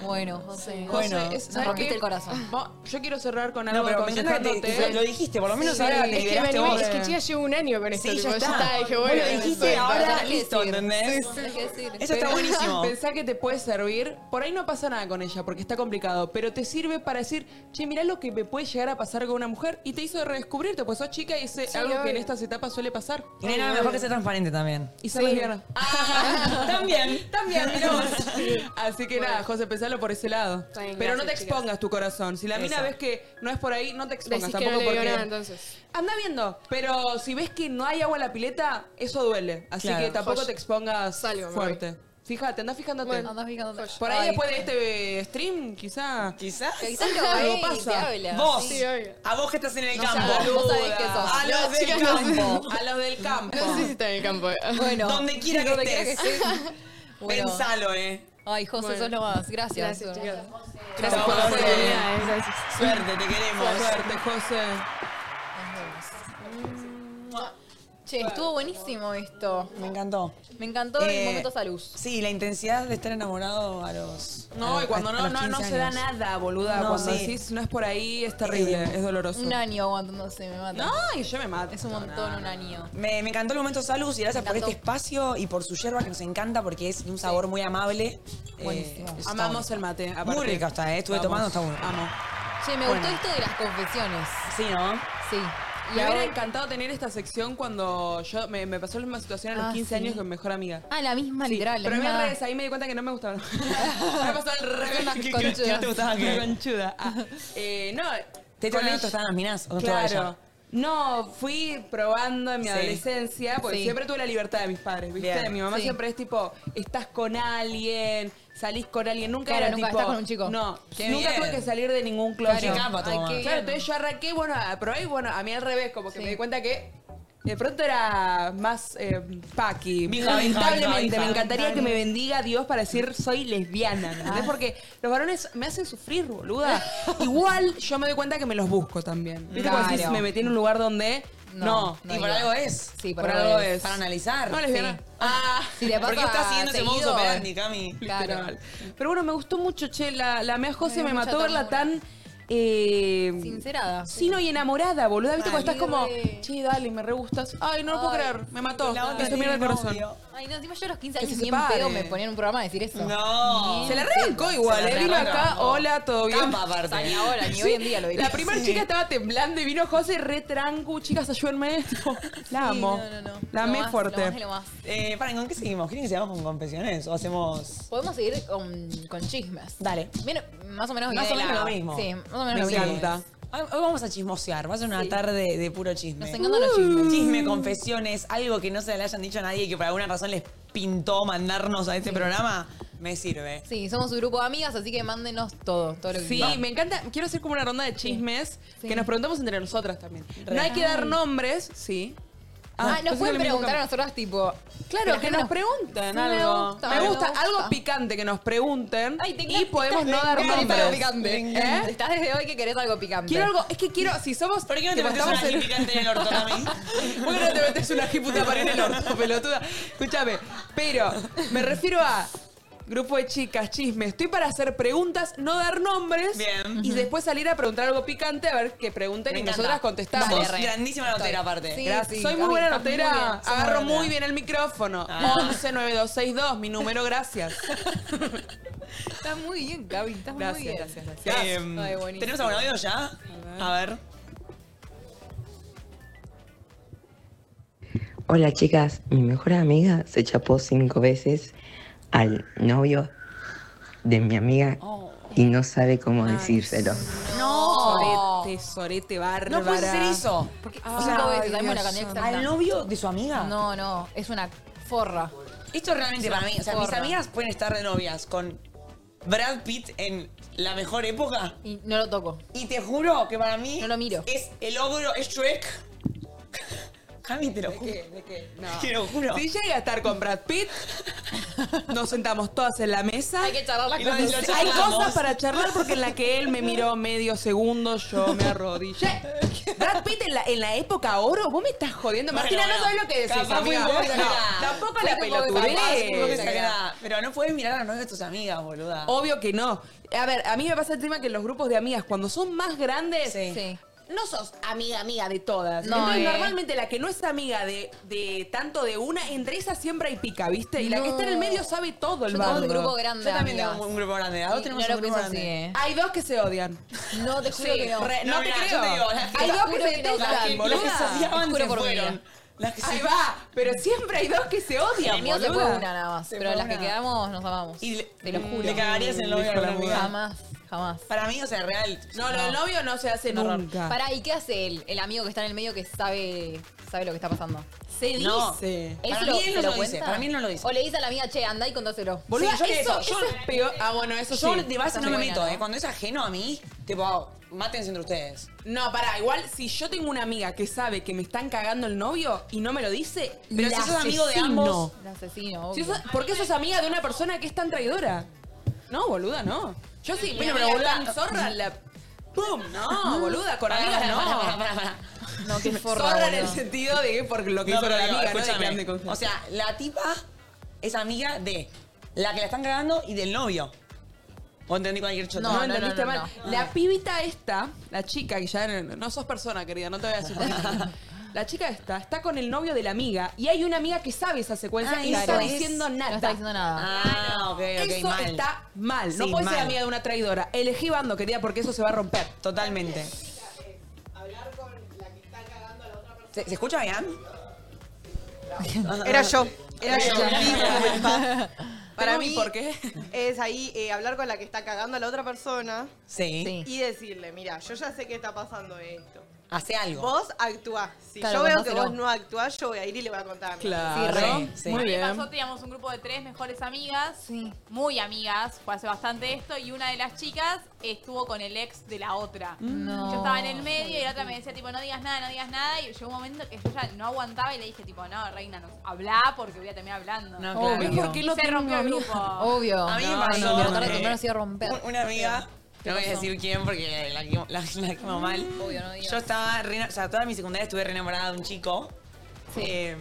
Speaker 2: Bueno, José.
Speaker 16: Bueno,
Speaker 3: es-
Speaker 16: nos
Speaker 3: ¿sabes
Speaker 16: rompiste
Speaker 3: qué?
Speaker 16: el
Speaker 3: <laughs>
Speaker 16: corazón.
Speaker 3: Va- Yo quiero cerrar con ¿eh?
Speaker 4: No,
Speaker 3: algo
Speaker 4: pero me encanta que te-
Speaker 3: aconsejándote.
Speaker 4: que lo dijiste, por lo menos ahora te
Speaker 16: es que me
Speaker 4: liberaste
Speaker 16: animé,
Speaker 4: vos.
Speaker 16: es que chicas llevo un año con esto,
Speaker 4: Sí,
Speaker 16: tipo,
Speaker 4: ya está.
Speaker 16: dije,
Speaker 4: Vos
Speaker 16: bueno.
Speaker 4: lo dijiste,
Speaker 16: esto-
Speaker 4: ahora
Speaker 16: tenés que
Speaker 4: listo,
Speaker 16: decir.
Speaker 4: ¿entendés?
Speaker 16: Tenés que decir.
Speaker 3: Pero <laughs> Pensá que te puede servir. Por ahí no pasa nada con ella porque está complicado, pero te sirve para decir, che, mirá lo que me puede llegar a pasar con una mujer y te hizo redescubrirte, pues sos chica y es eh,
Speaker 4: Sí,
Speaker 3: algo que
Speaker 4: obvio.
Speaker 3: en estas etapas suele pasar.
Speaker 4: Y no hay nada mejor que ser transparente también.
Speaker 3: Y ser lesbiana.
Speaker 4: También.
Speaker 3: También, mirá vos. <laughs> Así que nada, José, pensalo por ese lado.
Speaker 4: bien,
Speaker 3: Pero no te
Speaker 4: gracias,
Speaker 3: expongas
Speaker 4: chicas.
Speaker 3: tu corazón. Si la mina
Speaker 4: Eso.
Speaker 3: ves que no es por ahí, no te expongas
Speaker 16: Decís que
Speaker 3: tampoco
Speaker 16: no le digo
Speaker 3: porque.
Speaker 16: nada, entonces.
Speaker 3: Anda viendo, pero si ves que no hay agua en la pileta, eso duele. Así
Speaker 4: Claro.
Speaker 3: que tampoco
Speaker 4: Joya.
Speaker 3: te expongas
Speaker 4: me
Speaker 3: fuerte. Fíjate, anda fijándote.
Speaker 2: Bueno, andá fijándote.
Speaker 3: Por ahí
Speaker 2: Ay.
Speaker 3: después de este eh, stream, quizá.
Speaker 4: Quizás.
Speaker 2: Quizás lo ve y te habla.
Speaker 4: Vos,
Speaker 2: Sí, obvio.
Speaker 4: a vos que estás en el
Speaker 2: No
Speaker 4: campo.
Speaker 2: sabés, no sabés
Speaker 4: Boluda.
Speaker 2: qué sos.
Speaker 4: A los
Speaker 2: No,
Speaker 4: del
Speaker 2: chicas, no sé.
Speaker 4: campo.
Speaker 3: A los del campo.
Speaker 16: No sé si está en el campo. eh. <laughs>
Speaker 2: Bueno.
Speaker 4: Donde quiera que
Speaker 2: Donde quiera que
Speaker 4: estés.
Speaker 2: estés. Bueno.
Speaker 4: Pensalo, eh.
Speaker 2: Ay, José,
Speaker 4: Bueno.
Speaker 2: sos lo más. Gracias.
Speaker 4: Gracias,
Speaker 2: Gracias,
Speaker 4: Chao,
Speaker 2: por la
Speaker 4: José.
Speaker 2: oportunidad, eh. Gracias.
Speaker 4: Suerte, te queremos.
Speaker 3: Suerte, José.
Speaker 2: Che, estuvo buenísimo esto.
Speaker 4: Me encantó.
Speaker 2: Me encantó
Speaker 4: Eh,
Speaker 2: el momento salud.
Speaker 4: Sí, la intensidad de estar enamorado a los.
Speaker 3: No,
Speaker 4: a-
Speaker 3: y cuando
Speaker 4: a- a
Speaker 3: no,
Speaker 4: los
Speaker 3: no, no
Speaker 4: 15
Speaker 3: se da
Speaker 4: años.
Speaker 3: nada, boluda.
Speaker 4: No,
Speaker 3: cuando
Speaker 4: sí.
Speaker 3: decís no es por ahí, es terrible,
Speaker 4: Sí.
Speaker 3: es doloroso.
Speaker 2: Un año aguantándose, me mata.
Speaker 3: No, y yo me mato.
Speaker 2: Es un montón, un año.
Speaker 4: Me, me encantó el momento Salus y gracias por este espacio y por su yerba que nos encanta porque es de un sabor muy amable. Eh,
Speaker 2: Buenísimo.
Speaker 4: eso está
Speaker 3: Amamos el
Speaker 4: bueno.
Speaker 3: mate.
Speaker 4: Muy
Speaker 3: aparte.
Speaker 4: rica está, eh. estuve
Speaker 3: Vamos.
Speaker 4: tomando, está bueno.
Speaker 3: Amo.
Speaker 2: Che, me
Speaker 4: Bueno.
Speaker 2: gustó esto de las confesiones.
Speaker 4: Sí, ¿no?
Speaker 2: Sí.
Speaker 3: Me
Speaker 2: ahora-
Speaker 3: hubiera encantado tener esta sección cuando yo me, me pasó la misma situación a los
Speaker 2: Ah,
Speaker 3: 15
Speaker 2: sí.
Speaker 3: años con mi mejor amiga.
Speaker 2: Ah, la misma, literal. la
Speaker 3: Pero me
Speaker 2: misma-
Speaker 3: al revés, ahí me di cuenta que no me <laughs> gustaban. me pasó al revés.
Speaker 4: <laughs>
Speaker 2: Unas
Speaker 3: ¿Qué-
Speaker 2: conchudas.
Speaker 3: qué- qué te gustaba?
Speaker 4: ¿Qué?
Speaker 3: Una conchuda. Ah, eh, no.
Speaker 4: ¿Te
Speaker 3: con
Speaker 4: tomaron
Speaker 3: ella-
Speaker 4: tostadas minas o no te va a
Speaker 3: Claro.
Speaker 4: ella?
Speaker 3: No, fui probando en mi
Speaker 4: Sí.
Speaker 3: adolescencia, porque
Speaker 4: Sí.
Speaker 3: siempre tuve la libertad de mis padres, ¿viste?
Speaker 4: Bien.
Speaker 3: Mi mamá
Speaker 4: Sí.
Speaker 3: siempre es tipo, estás con alguien, salís con alguien, nunca
Speaker 2: Claro,
Speaker 3: era
Speaker 2: nunca
Speaker 3: tipo,
Speaker 2: estás con un chico.
Speaker 3: No,
Speaker 2: Qué
Speaker 3: nunca
Speaker 2: bien.
Speaker 3: tuve que salir de ningún closet.
Speaker 4: Qué capa tu mamá.
Speaker 3: Claro, entonces yo arranqué, bueno, a- probé y bueno, a mí al revés, como que me di cuenta que de pronto era más eh, paqui.
Speaker 4: Bija, bija,
Speaker 3: Lamentablemente, Ah.
Speaker 4: bija,
Speaker 3: me
Speaker 4: bija.
Speaker 3: encantaría que me bendiga Dios para decir soy lesbiana, ¿me entendés? Porque los varones me hacen sufrir, <laughs> boluda. Igual yo me doy cuenta que me los busco también. ¿Viste? Como
Speaker 4: Claro.
Speaker 3: decís, me metí en un lugar donde no.
Speaker 4: y por algo es.
Speaker 2: Sí, por
Speaker 4: por
Speaker 2: algo
Speaker 4: algo
Speaker 2: es.
Speaker 4: es. Para analizar.
Speaker 3: No, lesbiana.
Speaker 4: Sí.
Speaker 3: Ah,
Speaker 2: Si te pasa
Speaker 4: Porque estás siguiendo ese modus
Speaker 2: seguido, ¿eh?
Speaker 4: operandi, Cami.
Speaker 3: <laughs> Literal. Pero bueno, me gustó mucho, che, la, la mea José,
Speaker 2: dio
Speaker 3: me
Speaker 2: mucha
Speaker 3: mató verla tan... eh,
Speaker 2: Sincerada.
Speaker 3: Sino y enamorada, boluda. Viste, cuando estás
Speaker 2: Ay,
Speaker 3: como,
Speaker 2: re.
Speaker 3: che, dale, me re gustas. Ay, no lo puedo
Speaker 2: Ay,
Speaker 3: creer, me mató.
Speaker 2: la otra
Speaker 3: Me hizo mierda el
Speaker 2: tiene
Speaker 3: corazón.
Speaker 2: novio. Ay, no, encima yo a los 15
Speaker 3: Que
Speaker 2: años
Speaker 3: se
Speaker 2: bien
Speaker 3: separe.
Speaker 2: pedo me ponía en un programa a decir eso.
Speaker 4: No.
Speaker 2: Bien
Speaker 3: Se la
Speaker 2: pedo.
Speaker 3: arrancó igual,
Speaker 2: Se la
Speaker 3: eh. Vino
Speaker 2: arrancó.
Speaker 3: acá, hola, todo bien.
Speaker 4: Capa aparte.
Speaker 2: Ni ahora, ni hoy en día lo diría.
Speaker 3: La primera chica estaba temblando y vino José re trancu, chicas, ayúdenme. <laughs> Tipo, La amo.
Speaker 2: no, no, no. Lo
Speaker 3: La amé
Speaker 2: más,
Speaker 3: fuerte.
Speaker 2: lo más de lo más.
Speaker 4: Eh, paren, ¿con qué seguimos? ¿Quieren que sigamos con confesiones o hacemos...?
Speaker 2: Podemos seguir con, con chismes.
Speaker 4: Dale.
Speaker 2: Bien, más o menos
Speaker 4: Más
Speaker 2: viene
Speaker 4: o menos
Speaker 2: la-
Speaker 4: lo mismo.
Speaker 2: Sí, más o menos lo
Speaker 4: Me
Speaker 2: mismo.
Speaker 4: encanta. Hoy hoy vamos a chismosear, va a ser una tarde de puro chisme.
Speaker 2: Nos encantan los chismes.
Speaker 4: Uh. Chisme, confesiones, algo que no se le hayan dicho a nadie y que por alguna razón les pintó mandarnos a este programa, me sirve.
Speaker 2: Sí, somos un grupo de amigas, así que mándenos todo, todo lo que
Speaker 3: Sí,
Speaker 2: quieran.
Speaker 3: me encanta. Quiero hacer como una ronda de chismes
Speaker 2: Sí.
Speaker 3: que nos preguntamos entre nosotras también. No hay que
Speaker 2: Ay.
Speaker 3: dar nombres, sí.
Speaker 2: Ah, nos
Speaker 3: pensé
Speaker 2: pueden
Speaker 3: que lo mismo
Speaker 2: preguntar a
Speaker 3: que-
Speaker 2: nosotras, tipo.
Speaker 3: Claro, que nos pregunten
Speaker 2: Sí, me
Speaker 3: algo.
Speaker 2: gusta,
Speaker 3: me,
Speaker 2: me
Speaker 3: gusta,
Speaker 2: gusta.
Speaker 3: algo picante que nos pregunten y
Speaker 2: Estás-
Speaker 3: podemos no
Speaker 2: estás-
Speaker 3: dar
Speaker 2: estás
Speaker 3: nombres.
Speaker 2: algo picante.
Speaker 3: ¿Eh?
Speaker 2: ¿Eh? Estás desde hoy que querés algo picante.
Speaker 3: Quiero algo, es que quiero, si somos. ¿Por qué
Speaker 4: no te metes una ají picante en el orto, Cami? <laughs>
Speaker 3: ¿Por qué no te metes una ají puta para en el orto, pelotuda? Escúchame, pero me refiero a grupo de chicas, chisme. Estoy para hacer preguntas, no dar nombres.
Speaker 4: Bien.
Speaker 3: Y después salir a preguntar algo picante, a ver qué pregunten
Speaker 4: Me
Speaker 3: y
Speaker 4: encanta.
Speaker 3: nosotras contestamos.
Speaker 4: Vamos, Dale, re. grandísima notera
Speaker 3: Estoy.
Speaker 4: aparte.
Speaker 3: Sí,
Speaker 4: Gracias.
Speaker 3: sí, Soy muy
Speaker 4: Cami,
Speaker 3: buena
Speaker 4: estás muy
Speaker 3: notera.
Speaker 4: bien, sos muy
Speaker 3: Agarro
Speaker 4: buena.
Speaker 3: muy bien el micrófono.
Speaker 4: Ah.
Speaker 3: 119262, mi número, gracias.
Speaker 2: Estás muy bien, Gaby. Estás muy
Speaker 4: Gracias,
Speaker 2: bien.
Speaker 4: gracias, gracias.
Speaker 2: Em,
Speaker 4: Ay, Ah, buenísimo. ¿tenemos algún audio ya? A ver.
Speaker 11: Hola chicas, mi mejor amiga se chapó cinco veces al novio de mi amiga y no sabe cómo decírselo.
Speaker 3: Oh. No. Sorete, sorete, bárbara.
Speaker 4: No puede ser eso.
Speaker 2: Porque
Speaker 4: Ah,
Speaker 2: cinco veces,
Speaker 4: Dios.
Speaker 2: sabemos la cantidad exacta.
Speaker 4: ¿Al novio de su amiga?
Speaker 2: No, no, es una forra.
Speaker 4: Esto realmente
Speaker 2: Es una
Speaker 4: para mí, o sea, mis
Speaker 2: forra.
Speaker 4: amigas pueden estar de novias con Brad Pitt en la mejor época.
Speaker 2: Y no lo toco.
Speaker 4: Y te juro que para mí
Speaker 2: No lo miro.
Speaker 4: es el ogro, es Shrek. <laughs> Cami, te lo juro.
Speaker 3: ¿De qué? No.
Speaker 4: Te lo juro.
Speaker 3: Si llega a estar con Brad Pitt, nos sentamos todas en la mesa. Hay
Speaker 2: que charlar las
Speaker 4: cosas.
Speaker 3: Hay
Speaker 4: charlamos.
Speaker 3: cosas para charlar porque en la que él me miró medio segundo, yo me arrodillé. Brad Pitt en la, en la época oro, vos me estás jodiendo.
Speaker 4: Bueno,
Speaker 3: Martina,
Speaker 4: bueno.
Speaker 3: no sabes lo que decís,
Speaker 4: Capaz
Speaker 3: amiga.
Speaker 4: fui yo
Speaker 3: No,
Speaker 4: exagerada.
Speaker 3: tampoco
Speaker 4: Fui
Speaker 3: la
Speaker 4: un poco exagerada, fui un poco exagerada.
Speaker 3: pelotudez.
Speaker 4: Pero no puedes mirar a los novios de tus amigas, boluda.
Speaker 3: Obvio que no. A ver, a mí me pasa el tema que los grupos de amigas, cuando son más grandes,
Speaker 4: Sí. Sí.
Speaker 3: no sos amiga, amiga de todas.
Speaker 2: No,
Speaker 3: Entonces,
Speaker 2: eh.
Speaker 3: normalmente la que no es amiga de, de tanto de una, entre esas siempre hay pica, ¿viste? Y la
Speaker 2: No.
Speaker 3: que está en el medio sabe todo el
Speaker 2: Yo tengo
Speaker 3: bardo.
Speaker 2: un grupo grande de
Speaker 4: Yo también tengo
Speaker 2: amigas.
Speaker 4: un grupo grande. A vos
Speaker 2: Y no
Speaker 4: tenemos un
Speaker 2: lo
Speaker 4: grupo
Speaker 2: pienso así,
Speaker 4: grande.
Speaker 2: eh.
Speaker 3: Hay dos que se odian.
Speaker 2: No, te juro que no.
Speaker 4: re-
Speaker 3: no te
Speaker 4: mirá,
Speaker 3: creo.
Speaker 4: yo te digo, las que-
Speaker 3: Hay
Speaker 4: te
Speaker 3: dos
Speaker 4: juro
Speaker 3: que se
Speaker 4: que no, las que-
Speaker 3: detestan,
Speaker 4: las que se
Speaker 3: boluda.
Speaker 4: odiaban
Speaker 3: Te juro
Speaker 4: se
Speaker 3: por mi vida.
Speaker 4: fueron. Las que se-
Speaker 3: Ahí <laughs> va, pero siempre hay dos que se odian,
Speaker 2: El mío se fue
Speaker 3: boluda.
Speaker 2: una nada más.
Speaker 3: Se
Speaker 2: pero
Speaker 3: fue
Speaker 2: las que
Speaker 3: una.
Speaker 2: quedamos nos amamos.
Speaker 4: Y le-
Speaker 2: te lo juro.
Speaker 4: le cagarías en el novio
Speaker 3: Dijo
Speaker 4: a una
Speaker 3: la
Speaker 4: amiga.
Speaker 2: Jamás, jamás.
Speaker 4: Para mí, o sea, real.
Speaker 3: No, lo del novio no se hace
Speaker 2: Un horror.
Speaker 3: nunca.
Speaker 2: Pará, ¿y qué hace él? El amigo que está en el medio que sabe, sabe lo que está pasando. Se
Speaker 4: No.
Speaker 3: dice.
Speaker 4: Para mí él no lo dice, para mí él no lo dice.
Speaker 2: O le dice a la amiga, che, andá y contáselo.
Speaker 3: Boluda,
Speaker 4: Sí, yo le-
Speaker 3: eso,
Speaker 4: yo-
Speaker 3: eso es peor. Ah, bueno, eso
Speaker 4: Yo
Speaker 3: sí.
Speaker 4: de base
Speaker 3: Está
Speaker 4: no me
Speaker 3: muy
Speaker 4: meto,
Speaker 3: buena,
Speaker 4: ¿eh?
Speaker 3: ¿no?
Speaker 4: Cuando es ajeno a mí, tipo, mátense entre ustedes.
Speaker 3: No, pará, igual si yo tengo una amiga que sabe que me están cagando el novio y no me lo dice,
Speaker 4: Pero
Speaker 3: la
Speaker 4: si sos amigo de
Speaker 3: asesino.
Speaker 4: ambos-
Speaker 2: El asesino,
Speaker 3: Si
Speaker 2: obvio.
Speaker 3: sos- ¿Por qué sos amiga de una persona que es tan traidora? No, boluda, no. Yo sí,
Speaker 4: Bueno,
Speaker 3: mira,
Speaker 4: pero
Speaker 3: pero
Speaker 4: boluda-
Speaker 3: boluda. zorra, la. ¡Pum! <laughs> No, boluda, con
Speaker 4: Pará,
Speaker 3: amigas
Speaker 4: pará,
Speaker 3: no.
Speaker 4: pará, pará, pará, pará.
Speaker 2: No, qué forra,
Speaker 3: zorra en el
Speaker 2: boludo.
Speaker 3: sentido de que por lo que
Speaker 4: No,
Speaker 3: hizo
Speaker 4: pero
Speaker 3: la
Speaker 4: digo,
Speaker 3: amiga, no de que
Speaker 4: escúchame.
Speaker 3: ande con-
Speaker 4: O sea, la tipa es amiga de la que la están cagando y del novio. ¿O entendí cualquier chota?
Speaker 3: No, entendiste mal. La pibita esta, la chica que ya no, no sos persona, querida, no te voy a decir
Speaker 5: <laughs>
Speaker 3: por qué. La chica esta está con el novio de la amiga y hay una amiga que sabe esa secuencia
Speaker 4: Ah,
Speaker 3: y no
Speaker 4: claro.
Speaker 3: está diciendo nada.
Speaker 2: No está diciendo nada.
Speaker 4: Ah, ok, ok,
Speaker 3: Eso
Speaker 4: mal.
Speaker 3: está mal. no
Speaker 4: Sí,
Speaker 3: puedes ser
Speaker 4: mal.
Speaker 3: amiga de una traidora. Elegí bando, querida, porque eso se va a romper.
Speaker 4: Totalmente. ¿Se, se escucha bien?
Speaker 6: Era yo. Era yo.
Speaker 4: Era yo.
Speaker 6: Disculpa. Para
Speaker 3: Tengo mi
Speaker 6: mí,
Speaker 3: por qué.
Speaker 6: es ahí eh, hablar con la que está cagando a la otra persona
Speaker 4: Sí.
Speaker 6: y decirle, mira, yo ya sé que está pasando esto.
Speaker 4: Hace algo.
Speaker 6: Vos actuás. Si
Speaker 4: Claro,
Speaker 6: yo veo que vos
Speaker 4: contáselo.
Speaker 6: no actuás, yo voy a ir y le voy a contar a mi
Speaker 4: Claro. Sí, sí.
Speaker 5: a
Speaker 4: Muy
Speaker 5: mí
Speaker 16: ¿eh?
Speaker 5: me
Speaker 4: bien.
Speaker 5: pasó, teníamos un grupo de tres mejores amigas, muy amigas, fue hace bastante esto, y una de las chicas estuvo con el ex de la otra.
Speaker 2: No.
Speaker 5: Yo estaba en el medio y la otra me decía, tipo, no digas nada, no digas nada, y llegó un momento que yo ya no aguantaba y le dije, tipo, no, reina, no, habla porque voy a terminar hablando.
Speaker 4: No, claro. Obvio. ¿Por qué lo
Speaker 5: Se rompió el grupo.
Speaker 2: Obvio.
Speaker 4: A mí me
Speaker 2: No,
Speaker 4: pasó.
Speaker 2: no, pero tarde o
Speaker 4: eh,
Speaker 2: temprano se iba a romper.
Speaker 4: un- Una amiga,
Speaker 2: ¿Qué
Speaker 4: no voy a
Speaker 2: pasó?
Speaker 4: decir quién porque la quemo, la, la quemo mal.
Speaker 2: Obvio, no digas.
Speaker 4: Yo estaba, re, o sea, toda mi secundaria estuve re enamorada de un chico. Eh,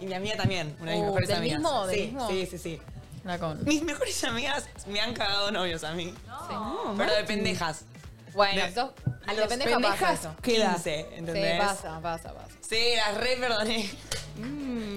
Speaker 4: y mi amiga también, una de mis
Speaker 2: Uh,
Speaker 4: mejores
Speaker 2: ¿del
Speaker 4: amigas.
Speaker 2: mismo? ¿Del
Speaker 4: sí,
Speaker 2: mismo?
Speaker 4: sí, sí, sí.
Speaker 2: La con.
Speaker 4: Mis mejores amigas me han cagado novios a mí. Pero de pendejas.
Speaker 2: Bueno,
Speaker 4: De-
Speaker 2: sos-
Speaker 4: a
Speaker 2: al de
Speaker 4: los
Speaker 2: pendeja pasa
Speaker 4: pendejas
Speaker 2: eso.
Speaker 4: 15, ¿entendés?
Speaker 2: Sí, pasa, pasa, pasa.
Speaker 4: Sí, las re perdoné.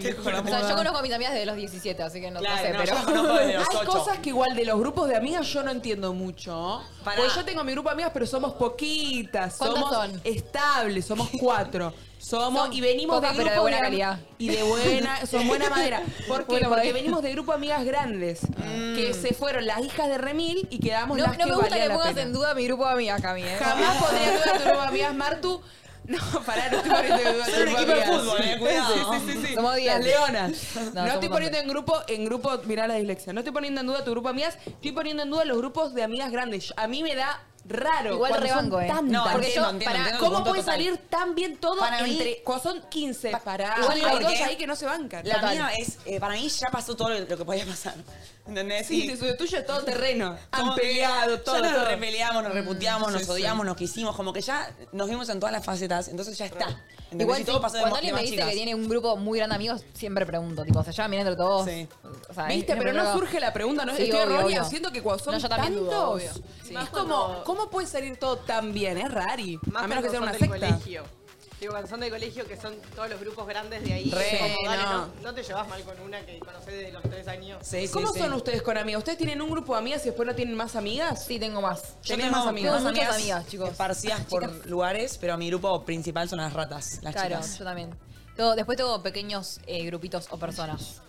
Speaker 4: Te juro.
Speaker 2: O sea, yo conozco a mis amigas desde los 17, así que <laughs> no, no
Speaker 4: Claro,
Speaker 2: sé,
Speaker 4: no,
Speaker 2: pero.
Speaker 3: <laughs>
Speaker 4: yo conozco desde los
Speaker 3: Hay
Speaker 4: 8.
Speaker 3: cosas que igual de los grupos de amigas yo no entiendo mucho.
Speaker 4: Pará.
Speaker 3: Porque yo tengo mi grupo de amigas, pero somos poquitas.
Speaker 2: ¿Cuántas
Speaker 3: Somos
Speaker 2: son?
Speaker 3: estables, somos cuatro. Somos
Speaker 2: Son
Speaker 3: y venimos
Speaker 2: pocas,
Speaker 3: de
Speaker 2: pero de
Speaker 3: grupos
Speaker 2: buena
Speaker 3: am-
Speaker 2: calidad.
Speaker 3: Y
Speaker 2: <laughs>
Speaker 3: de buena, son buena madera. ¿Por qué?
Speaker 2: Bueno, por ahí.
Speaker 3: Porque venimos de grupo de amigas grandes
Speaker 4: Mm.
Speaker 3: que se fueron las hijas de Remil y quedamos
Speaker 2: No,
Speaker 3: las
Speaker 2: no
Speaker 3: que
Speaker 2: me gusta
Speaker 3: valían
Speaker 2: que
Speaker 3: la
Speaker 2: pongas
Speaker 3: pena.
Speaker 2: en duda mi grupo de amigas, Cami. ¿eh? <laughs>
Speaker 3: Jamás podría dudar de tu grupo de amigas, Martu. No, pará, no estoy poniendo en duda tu
Speaker 4: Son un
Speaker 3: grupo
Speaker 4: equipo de
Speaker 3: amigas.
Speaker 4: fútbol, eh, cuidado.
Speaker 3: Sí, sí, sí, sí.
Speaker 2: Somos diez.
Speaker 3: Las leonas.
Speaker 2: No,
Speaker 3: No,
Speaker 2: somos
Speaker 3: estoy poniendo en grupo, en grupo, mirá la dislexia. No estoy poniendo en duda tu grupo de amigas, estoy poniendo en duda los grupos de amigas grandes. A mí me da raro.
Speaker 2: Igual
Speaker 3: cuando
Speaker 2: rebanco,
Speaker 3: son
Speaker 2: eh.
Speaker 3: tantas.
Speaker 4: No,
Speaker 2: Porque
Speaker 4: entiendo,
Speaker 2: yo,
Speaker 4: entiendo,
Speaker 2: pará,
Speaker 4: entiendo tu
Speaker 3: ¿Cómo
Speaker 4: punto
Speaker 3: puede
Speaker 4: total.
Speaker 3: salir tan bien todo
Speaker 4: Para mí-
Speaker 3: entre. cuando son 15. Pará.
Speaker 4: Igual
Speaker 3: Hay
Speaker 4: porque-
Speaker 3: dos ahí que no se bancan.
Speaker 4: La
Speaker 3: Total.
Speaker 4: mía es, eh, para mí ya pasó todo lo, lo que podía pasar. ¿Entendés?
Speaker 3: Sí,
Speaker 4: Y-
Speaker 3: sí, lo tuyo es todo
Speaker 4: <laughs>
Speaker 3: terreno. Han
Speaker 4: como que
Speaker 3: peleado, todo.
Speaker 4: Ya nos
Speaker 3: todo.
Speaker 4: repeleamos, nos reputeamos,
Speaker 3: Mm,
Speaker 4: nos
Speaker 3: sí,
Speaker 4: odiamos,
Speaker 3: sí.
Speaker 4: nos quisimos, como que ya nos vimos en todas las facetas, entonces ya está. ¿Entendés?
Speaker 2: Igual
Speaker 4: Y
Speaker 2: sí,
Speaker 4: todo pasó de
Speaker 2: cuando
Speaker 4: mo- de
Speaker 2: alguien me
Speaker 4: más
Speaker 2: dice
Speaker 4: chicas.
Speaker 2: que tiene un grupo muy grande de amigos, siempre pregunto, tipo, ¿se llaman bien entre todos?
Speaker 4: Sí.
Speaker 2: O sea,
Speaker 3: Viste,
Speaker 2: es-
Speaker 3: pero
Speaker 2: es
Speaker 3: no
Speaker 2: raro.
Speaker 3: surge la pregunta, no
Speaker 2: Sí,
Speaker 3: estoy
Speaker 2: obvio,
Speaker 3: errónea,
Speaker 2: obvio.
Speaker 3: siento que cuando son
Speaker 2: No, yo también
Speaker 3: tantos,
Speaker 2: dudo, obvio. Sí.
Speaker 3: es como, ¿cómo puede salir todo tan bien? Es rari,
Speaker 6: Más
Speaker 3: a menos que sea
Speaker 6: cuando
Speaker 3: una
Speaker 6: sos del
Speaker 3: secta.
Speaker 6: colegio. Digo, cuando son de colegio, que son todos los grupos grandes de ahí.
Speaker 3: Re,
Speaker 6: es como, dale,
Speaker 3: no.
Speaker 6: no. no te llevas mal con una que conocés desde los tres años.
Speaker 3: ¿Cómo son ustedes con amigas? ¿Ustedes tienen un grupo de amigas y después no tienen más amigas?
Speaker 2: Sí, tengo más.
Speaker 4: Yo
Speaker 3: ¿Tenés
Speaker 4: tengo
Speaker 3: más amigas?
Speaker 4: más Esparcidas por lugares, pero mi grupo principal son las ratas, las
Speaker 2: claro,
Speaker 4: chicas.
Speaker 2: yo también. Tengo- después tengo pequeños eh, grupitos o personas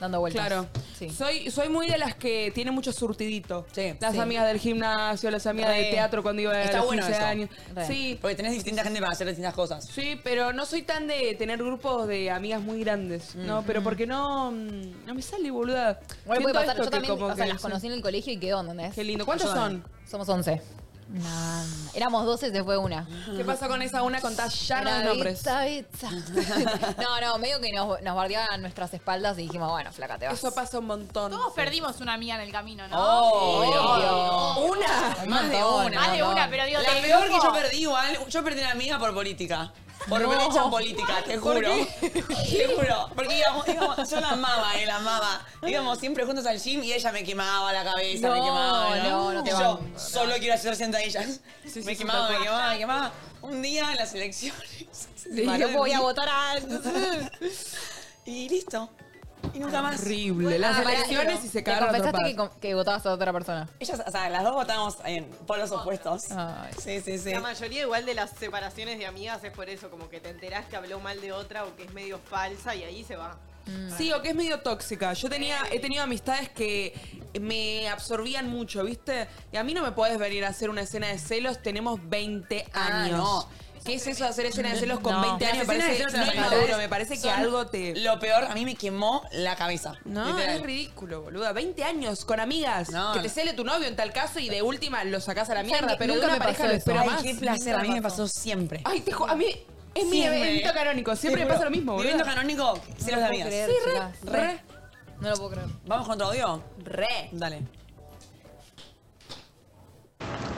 Speaker 2: dando vueltas.
Speaker 3: Claro.
Speaker 2: Sí.
Speaker 3: Soy, soy muy de las que tiene mucho surtidito. Las
Speaker 2: Sí.
Speaker 3: amigas del gimnasio, las amigas
Speaker 4: Re.
Speaker 3: de teatro cuando iba a
Speaker 4: Está
Speaker 3: los
Speaker 4: bueno
Speaker 3: 15
Speaker 4: eso.
Speaker 3: años.
Speaker 4: Re.
Speaker 3: Sí.
Speaker 4: Porque tenés distinta gente para hacer distintas cosas.
Speaker 3: Sí, pero no soy tan de tener grupos de amigas muy grandes. No, pero porque no, mm, no me sale, boluda.
Speaker 2: Bueno,
Speaker 3: Siento
Speaker 2: puede pasar.
Speaker 3: esto
Speaker 2: Yo
Speaker 3: que
Speaker 2: también,
Speaker 3: como
Speaker 2: o sea,
Speaker 3: que-
Speaker 2: las conocí en el colegio y quedó, ¿entendés? Qué
Speaker 3: lindo. ¿Cuántos son?
Speaker 2: Somos 11. Éramos 12, se fue una.
Speaker 3: ¿Qué pasó con esa una? Contá ya los nombres.
Speaker 2: <laughs> no, no, medio que nos, nos bardeaban a nuestras espaldas y dijimos, bueno, flaca, te vas.
Speaker 3: Eso pasa un montón.
Speaker 5: Todos perdimos una amiga en el camino, ¿no?
Speaker 2: Oh,
Speaker 5: Sí,
Speaker 2: obvio.
Speaker 5: obvio.
Speaker 4: Una,
Speaker 5: Un
Speaker 4: más de
Speaker 5: montón,
Speaker 4: una.
Speaker 5: Más de una, pero digo,
Speaker 4: La
Speaker 5: del
Speaker 4: peor que
Speaker 5: grupo.
Speaker 4: yo perdí igual, yo perdí una amiga por política. Por
Speaker 5: No.
Speaker 4: brecha en política, te
Speaker 5: ¿Por
Speaker 4: juro. Te juro. Porque íbamos, íbamos- yo la amaba, eh, la amaba. Íbamos siempre juntos al gym y ella me quemaba la cabeza, me
Speaker 2: No,
Speaker 4: quemaba.
Speaker 2: no, no te
Speaker 4: Y yo
Speaker 2: banco, no.
Speaker 4: solo quiero hacer sentadillas. me
Speaker 2: sí,
Speaker 4: quemaba,
Speaker 2: total.
Speaker 4: me quemaba, me quemaba. Un día en las elecciones.
Speaker 2: Dije, voy a votar
Speaker 4: a. y listo. Y nunca más.
Speaker 3: Horrible. Las
Speaker 2: pará,
Speaker 3: elecciones
Speaker 2: ah, pero
Speaker 3: y se
Speaker 2: te
Speaker 3: cagaron a
Speaker 2: confesaste que,
Speaker 3: trompadas.
Speaker 2: con- que votabas a otra persona.
Speaker 4: Ellas, o sea, las dos votábamos en polos opuestos.
Speaker 2: Ah.
Speaker 4: Sí, sí, sí.
Speaker 6: La mayoría igual de las separaciones de amigas es por eso, como que te enterás que habló mal de otra o que es medio falsa y ahí se va.
Speaker 3: Sí, o que es medio tóxica. Yo tenía, he tenido amistades que me absorbían mucho, ¿viste? Y a mí no me podés venir a hacer una escena de celos, tenemos 20
Speaker 4: Ah,
Speaker 3: años.
Speaker 4: no.
Speaker 3: ¿Qué es eso de hacer escena de celos con
Speaker 4: No.
Speaker 3: 20 años? Me
Speaker 4: Las
Speaker 3: parece
Speaker 4: escenas de celos en las
Speaker 3: inmaduro,
Speaker 4: facultades
Speaker 3: me parece que
Speaker 4: son
Speaker 3: algo te...
Speaker 4: Lo peor, a mí me quemó la cabeza.
Speaker 3: No,
Speaker 4: literal.
Speaker 3: es ridículo, boluda. 20 años con amigas.
Speaker 4: No.
Speaker 3: Que te cele tu novio en tal caso y de última lo sacás a la
Speaker 4: ¿Saben
Speaker 3: mierda.
Speaker 4: qué?
Speaker 3: Pero
Speaker 4: Nunca
Speaker 3: de
Speaker 4: me
Speaker 3: una
Speaker 4: pasó
Speaker 3: pareja lo
Speaker 4: eso.
Speaker 3: espero
Speaker 4: Ay,
Speaker 3: más.
Speaker 4: qué placer, a mí me pasó siempre.
Speaker 3: Ay, te ju- a mí es mi
Speaker 4: Siempre.
Speaker 3: evento canónico. Siempre
Speaker 4: Te
Speaker 3: me pasa
Speaker 4: juro.
Speaker 3: lo mismo,
Speaker 4: Mi
Speaker 3: boluda.
Speaker 4: evento canónico, celos de
Speaker 3: puedo
Speaker 4: amigas.
Speaker 3: creer,
Speaker 4: Sí, re, re.
Speaker 2: No lo puedo creer.
Speaker 4: ¿Vamos con tu audio?
Speaker 2: Re.
Speaker 4: Dale.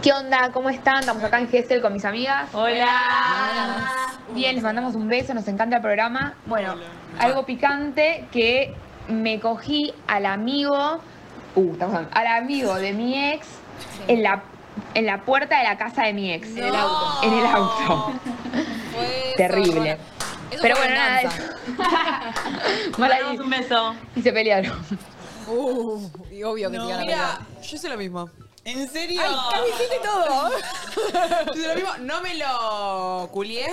Speaker 13: ¿Qué onda? ¿Cómo están? Estamos acá en Gesell con mis amigas.
Speaker 3: Ah,
Speaker 5: Hola.
Speaker 13: Bien, les mandamos un beso, nos encanta el programa. Bueno, algo picante que me cogí al amigo, uh, estamos hablando- al amigo de mi ex en la, en la puerta de la casa de mi ex, en el
Speaker 2: No.
Speaker 13: auto. En el auto. Terrible.
Speaker 2: Eso
Speaker 13: Pero
Speaker 2: fue
Speaker 13: bueno, nada,
Speaker 2: venganza.
Speaker 13: eso. Mala- Y se pelearon.
Speaker 2: Uh, y obvio que
Speaker 3: No.
Speaker 2: te iban a
Speaker 3: Mira,
Speaker 2: pelear.
Speaker 3: yo hice lo mismo.
Speaker 4: ¿En serio?
Speaker 3: Ay, casi hiciste todo. <laughs> Yo hice lo mismo. No me lo culié.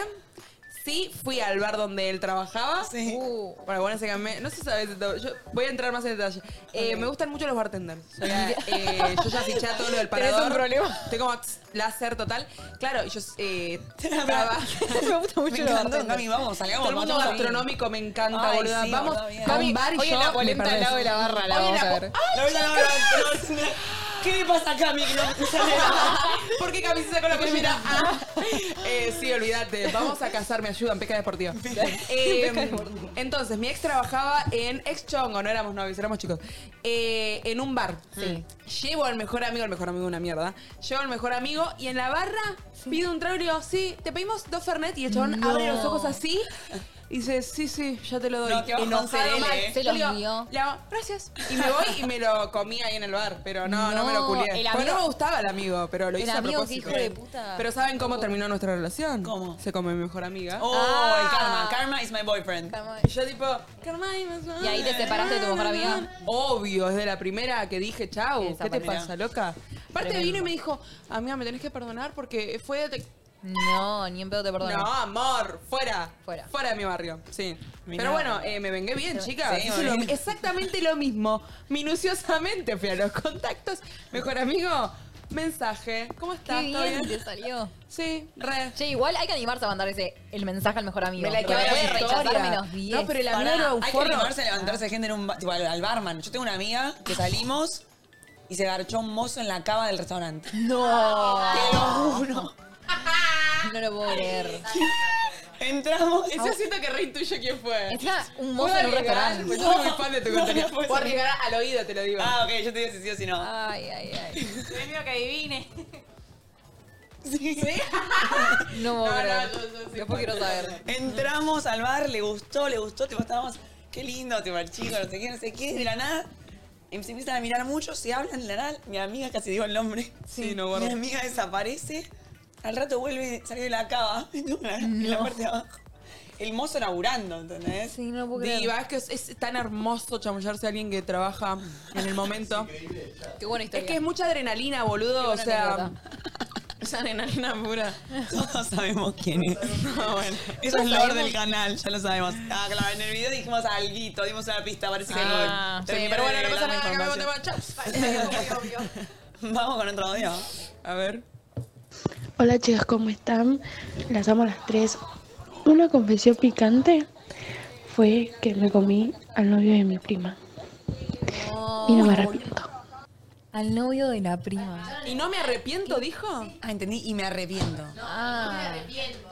Speaker 3: Sí, fui al bar donde él trabajaba. Uh. Sí. bueno, bueno, se cambié. No se sabe ese todo. Yo voy a entrar más en detalle. Eh, Me gustan mucho los bartenders. O sea, eh, yo ya fiché todo lo del
Speaker 4: <laughs> Tenés
Speaker 3: parador.
Speaker 4: un
Speaker 3: problema? Estoy como tss, láser total. Claro, y yo
Speaker 4: <laughs>
Speaker 3: eh, traba-
Speaker 4: Me gusta mucho
Speaker 3: los
Speaker 4: encantó,
Speaker 3: bartenders.
Speaker 4: Cami, vamos, salgamos.
Speaker 3: Todo el mundo
Speaker 4: matamos a-
Speaker 3: gastronómico me encanta,
Speaker 4: Ay,
Speaker 3: boluda.
Speaker 4: sí,
Speaker 3: vamos,
Speaker 4: boluda, bien.
Speaker 3: con
Speaker 4: Cami,
Speaker 3: bar y
Speaker 4: hoy en
Speaker 3: yo
Speaker 4: la
Speaker 3: me
Speaker 4: polenta al
Speaker 3: perdés.
Speaker 4: lado de la barra la
Speaker 3: Hoy en
Speaker 4: vamos
Speaker 3: la
Speaker 4: a
Speaker 3: po-
Speaker 4: ver.
Speaker 3: ¡Ay,
Speaker 4: La verdad, la verdad, la verdad. ¿Qué le pasa a Cami? que No,
Speaker 3: <laughs>
Speaker 4: no sale nada? <laughs>
Speaker 3: ¿Por qué Cami se sacó la pollera? Ah. Eh, sí, olvídate. Vamos a casarme, ayudan, peca deportiva. Eh,
Speaker 4: Peca deportiva.
Speaker 3: entonces, mi ex trabajaba en Ex Chongo, no éramos novios, éramos chicos. Eh, en un bar. Sí. Llevo al mejor amigo, el mejor amigo es una mierda. Llevo al mejor amigo y en la barra pido un trago y le digo, sí, te pedimos dos Fernet y el chabón
Speaker 4: No.
Speaker 3: abre los ojos así. Y dice, sí, sí, ya te lo doy.
Speaker 4: No, qué bajón
Speaker 3: Enojado
Speaker 4: ser él,
Speaker 3: mal.
Speaker 4: eh.
Speaker 3: Yo
Speaker 4: Se los
Speaker 3: le digo,
Speaker 4: dio.
Speaker 3: le hago, gracias. Y me voy y me lo comí ahí en el bar, pero no, no, me lo
Speaker 2: No,
Speaker 3: culié.
Speaker 2: el
Speaker 3: Porque
Speaker 2: amigo-
Speaker 3: no me gustaba el amigo, pero lo
Speaker 2: El
Speaker 3: hice a
Speaker 2: amigo que
Speaker 3: propósito.
Speaker 2: hijo de puta. Oh.
Speaker 3: Pero ¿saben cómo terminó nuestra relación? ¿Cómo? Se come mi mejor amiga.
Speaker 4: Oh,
Speaker 3: Ah.
Speaker 4: el karma. Karma is my boyfriend.
Speaker 3: Y yo tipo, Carmine,
Speaker 2: Y ahí te separaste de tu mejor amiga.
Speaker 3: Obvio, es de la primera que dije, chau, ¿qué te
Speaker 2: manera.
Speaker 3: pasa, loca? Aparte
Speaker 2: Tremendo.
Speaker 3: vino y me dijo, amiga, me tenés que perdonar porque fue... de-
Speaker 2: No, ni en pedo te perdono.
Speaker 3: No, amor, fuera.
Speaker 2: Fuera.
Speaker 3: Fuera de mi barrio, sí.
Speaker 2: Mirá.
Speaker 3: Pero bueno, eh, me vengué bien,
Speaker 2: Sí,
Speaker 3: chicas.
Speaker 2: sí,
Speaker 3: Hice lo-
Speaker 2: bien.
Speaker 3: exactamente lo mismo. Minuciosamente fui a los contactos. Mejor amigo, mensaje. ¿Cómo estás?
Speaker 2: Qué
Speaker 3: ¿Todo
Speaker 2: bien te salió.
Speaker 3: Sí, re.
Speaker 2: Che, igual hay que animarse a mandar ese, el mensaje al mejor amigo.
Speaker 3: Me la
Speaker 2: Porque
Speaker 3: clavé
Speaker 2: puede
Speaker 3: la
Speaker 2: rechazar
Speaker 3: historia.
Speaker 2: menos 10.
Speaker 4: No, pero el amigo
Speaker 2: Pará,
Speaker 4: era un
Speaker 2: hay que
Speaker 4: forro.
Speaker 2: animarse
Speaker 4: a levantarse de gente en un ba- tipo, al, al barman. Yo tengo una amiga que salimos y se garchó un mozo en la cava del restaurante. <laughs>
Speaker 2: No.
Speaker 4: Te lo juro.
Speaker 2: No lo puedo creer.
Speaker 4: Entramos.
Speaker 3: <laughs> Yo siento que reintuyo quién fue.
Speaker 2: Está un mozo
Speaker 3: ¿Puedo
Speaker 2: en un
Speaker 3: arriesgar?
Speaker 2: restaurante.
Speaker 3: Pues yo soy muy fan de tu
Speaker 2: <laughs>
Speaker 4: No,
Speaker 3: contenido.
Speaker 4: no puede
Speaker 3: Puedo
Speaker 4: ser.
Speaker 3: arriesgar al oído, te lo digo.
Speaker 4: Ah, ok, yo te digo si sí o si no.
Speaker 3: Ah.
Speaker 2: Ay, ay, ay.
Speaker 5: Premio que adivine.
Speaker 4: <laughs> Sí.
Speaker 2: No,
Speaker 4: No, no,
Speaker 2: pero-
Speaker 4: yo- yo sí
Speaker 2: Después quiero saber.
Speaker 4: Entramos al bar, le gustó, le gustó, tipo, estábamos, qué lindo, tipo, el chico, no sé qué, no sé qué, de la nada. em- Se empiezan a mirar mucho, se hablan de la nada. Mi amiga, casi digo el nombre.
Speaker 3: Sí, no, guarda.
Speaker 4: Mi amiga desaparece, Al rato vuelve y salió de la cava. <laughs> Y tuvo la, y la parte de abajo. El mozo laburando, ¿entendés?
Speaker 2: Sí, no puedo creer.
Speaker 3: Diva, es que es, es tan hermoso chamullarse a alguien que trabaja en el
Speaker 2: <laughs>
Speaker 3: momento.
Speaker 2: Qué buena
Speaker 3: Es
Speaker 2: historia.
Speaker 3: que es mucha adrenalina, boludo.
Speaker 2: Qué
Speaker 3: O
Speaker 2: buena
Speaker 3: sea, <laughs> es adrenalina pura.
Speaker 4: Todos sabemos quién es.
Speaker 3: <laughs> No, bueno.
Speaker 4: Eso es
Speaker 3: Todos
Speaker 4: lore
Speaker 3: sabemos.
Speaker 4: del canal, ya lo sabemos. Ah, claro, en el video dijimos alguito, dimos una pista, parece que
Speaker 3: Ah,
Speaker 4: no.
Speaker 3: sí,
Speaker 4: Terminó
Speaker 3: pero bueno, no pasa
Speaker 4: revelando
Speaker 3: nada, cambiamos de tema.
Speaker 4: información.
Speaker 3: Chao. <laughs>
Speaker 4: <laughs> Vamos con otro audio.
Speaker 3: A ver.
Speaker 17: Hola chicas, ¿cómo están? Las amo a las tres. Una confesión picante fue que me comí al novio de mi prima. Y no me arrepiento.
Speaker 2: Al novio de la prima.
Speaker 3: ¿Y no me arrepiento, dijo?
Speaker 4: Ah, entendí, y me arrepiento.
Speaker 2: Ah.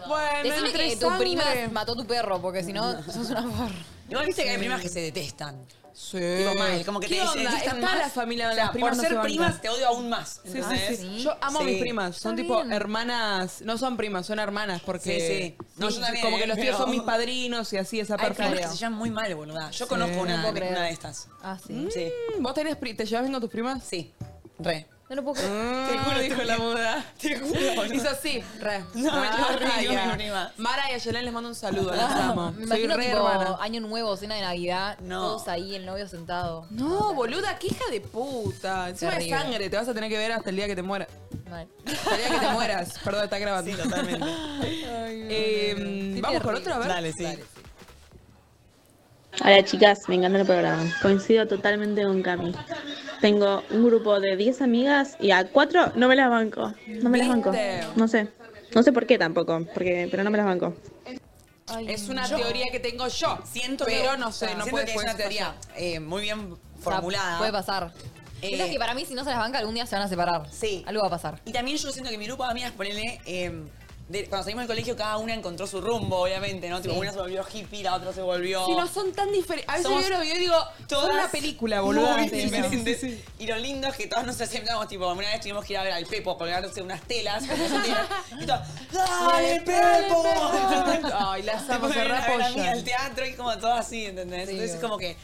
Speaker 3: Bueno,
Speaker 2: Decime que
Speaker 3: entre
Speaker 2: tu prima
Speaker 3: sangre. Mm.
Speaker 2: mató a tu perro, porque si no, sos una forra.
Speaker 4: Igual viste que hay primas que se detestan.
Speaker 3: Sí.
Speaker 4: Digo mal, como que
Speaker 3: ¿Qué
Speaker 4: te se
Speaker 3: onda?
Speaker 4: detestan
Speaker 3: Está
Speaker 4: más.
Speaker 3: la familia de
Speaker 4: O sea,
Speaker 3: las primas, no
Speaker 4: Por
Speaker 3: se
Speaker 4: ser
Speaker 3: bancan.
Speaker 4: primas te odio aún más.
Speaker 3: Sí, sí,
Speaker 4: ¿entendés?
Speaker 3: sí. Yo amo a
Speaker 4: Sí.
Speaker 3: mis primas. Son tipo hermanas. No son primas, son hermanas porque.
Speaker 4: Sí, sí. No, yo también,
Speaker 3: Como que los tíos
Speaker 4: pero-
Speaker 3: son mis padrinos y así, esa
Speaker 4: Hay primas que
Speaker 3: perfecta.
Speaker 4: se llaman muy mal, boluda. Yo conozco una,
Speaker 3: No puedo creer.
Speaker 4: una de estas.
Speaker 2: Ah, sí.
Speaker 4: Sí.
Speaker 3: Mm, ¿Vos tenés pri- te llevas bien con tus primas?
Speaker 4: Sí. Re.
Speaker 2: No lo puedo creer.
Speaker 3: te juro, dijo la muda. <laughs> Te
Speaker 4: juro.
Speaker 3: <laughs> Hizo así, re.
Speaker 4: No, me llevo re bien con mi
Speaker 3: Mara,
Speaker 4: prima.
Speaker 3: Mara y Ayelén les mando un saludo,
Speaker 4: Ah,
Speaker 3: las amo.
Speaker 2: Me
Speaker 3: Soy
Speaker 2: imagino
Speaker 3: re
Speaker 2: tipo,
Speaker 3: hermana.
Speaker 2: año nuevo, cena de Navidad,
Speaker 3: No.
Speaker 2: todos ahí, el novio sentado.
Speaker 3: No, boluda, qué hija de puta. Encima de
Speaker 2: Terrible.
Speaker 3: sangre, te vas a tener que ver hasta el día que te mueras.
Speaker 2: Mal.
Speaker 3: Hasta el día que
Speaker 4: <laughs>
Speaker 3: te mueras. Perdón, está grabando. Sí, <laughs> totalmente. Vamos con otro, a ver.
Speaker 4: Dale, sí.
Speaker 18: Hola chicas, me encanta el programa. Coincido totalmente con Cami. Tengo un grupo de 10 amigas y a 4 no me las banco. No me las banco. No sé. No sé por qué tampoco, porque, pero no me las banco.
Speaker 3: es una
Speaker 4: Yo-
Speaker 3: teoría que tengo yo.
Speaker 4: Siento
Speaker 3: pero
Speaker 4: que-
Speaker 3: no sé, no
Speaker 4: siento
Speaker 3: puede
Speaker 4: que es una
Speaker 3: puede
Speaker 4: teoría eh, muy bien
Speaker 2: O sea,
Speaker 4: formulada. Eh.
Speaker 2: puede pasar. Siento que para mí, si no se las banca, algún día se van a separar.
Speaker 4: Sí.
Speaker 2: Algo va a pasar.
Speaker 4: Y también yo siento que mi grupo de amigas, ponele, eh, de- cuando salimos del colegio cada una encontró su rumbo, obviamente, ¿no? Tipo,
Speaker 3: Sí.
Speaker 4: una se volvió hippie, la otra se volvió...
Speaker 3: Si no son tan diferentes. A veces
Speaker 4: Somos
Speaker 3: yo lo veo y digo, son
Speaker 4: todas
Speaker 3: una película, boludo.
Speaker 4: Muy diferentes. Y lo lindo es que todas nos aceptamos, tipo, una vez tuvimos que ir a ver al Pepo, colgarse unas telas. porque se tira- y todas, ¡Dale,
Speaker 3: ¡Dale,
Speaker 4: Pepo!
Speaker 3: Pepo! Ay, las amo,
Speaker 4: Después
Speaker 3: se
Speaker 4: vienen a ver a mí
Speaker 3: reapoyan.
Speaker 4: al teatro y como todo así, ¿entendés?
Speaker 3: Sí,
Speaker 4: Entonces es
Speaker 3: obvio.
Speaker 4: como que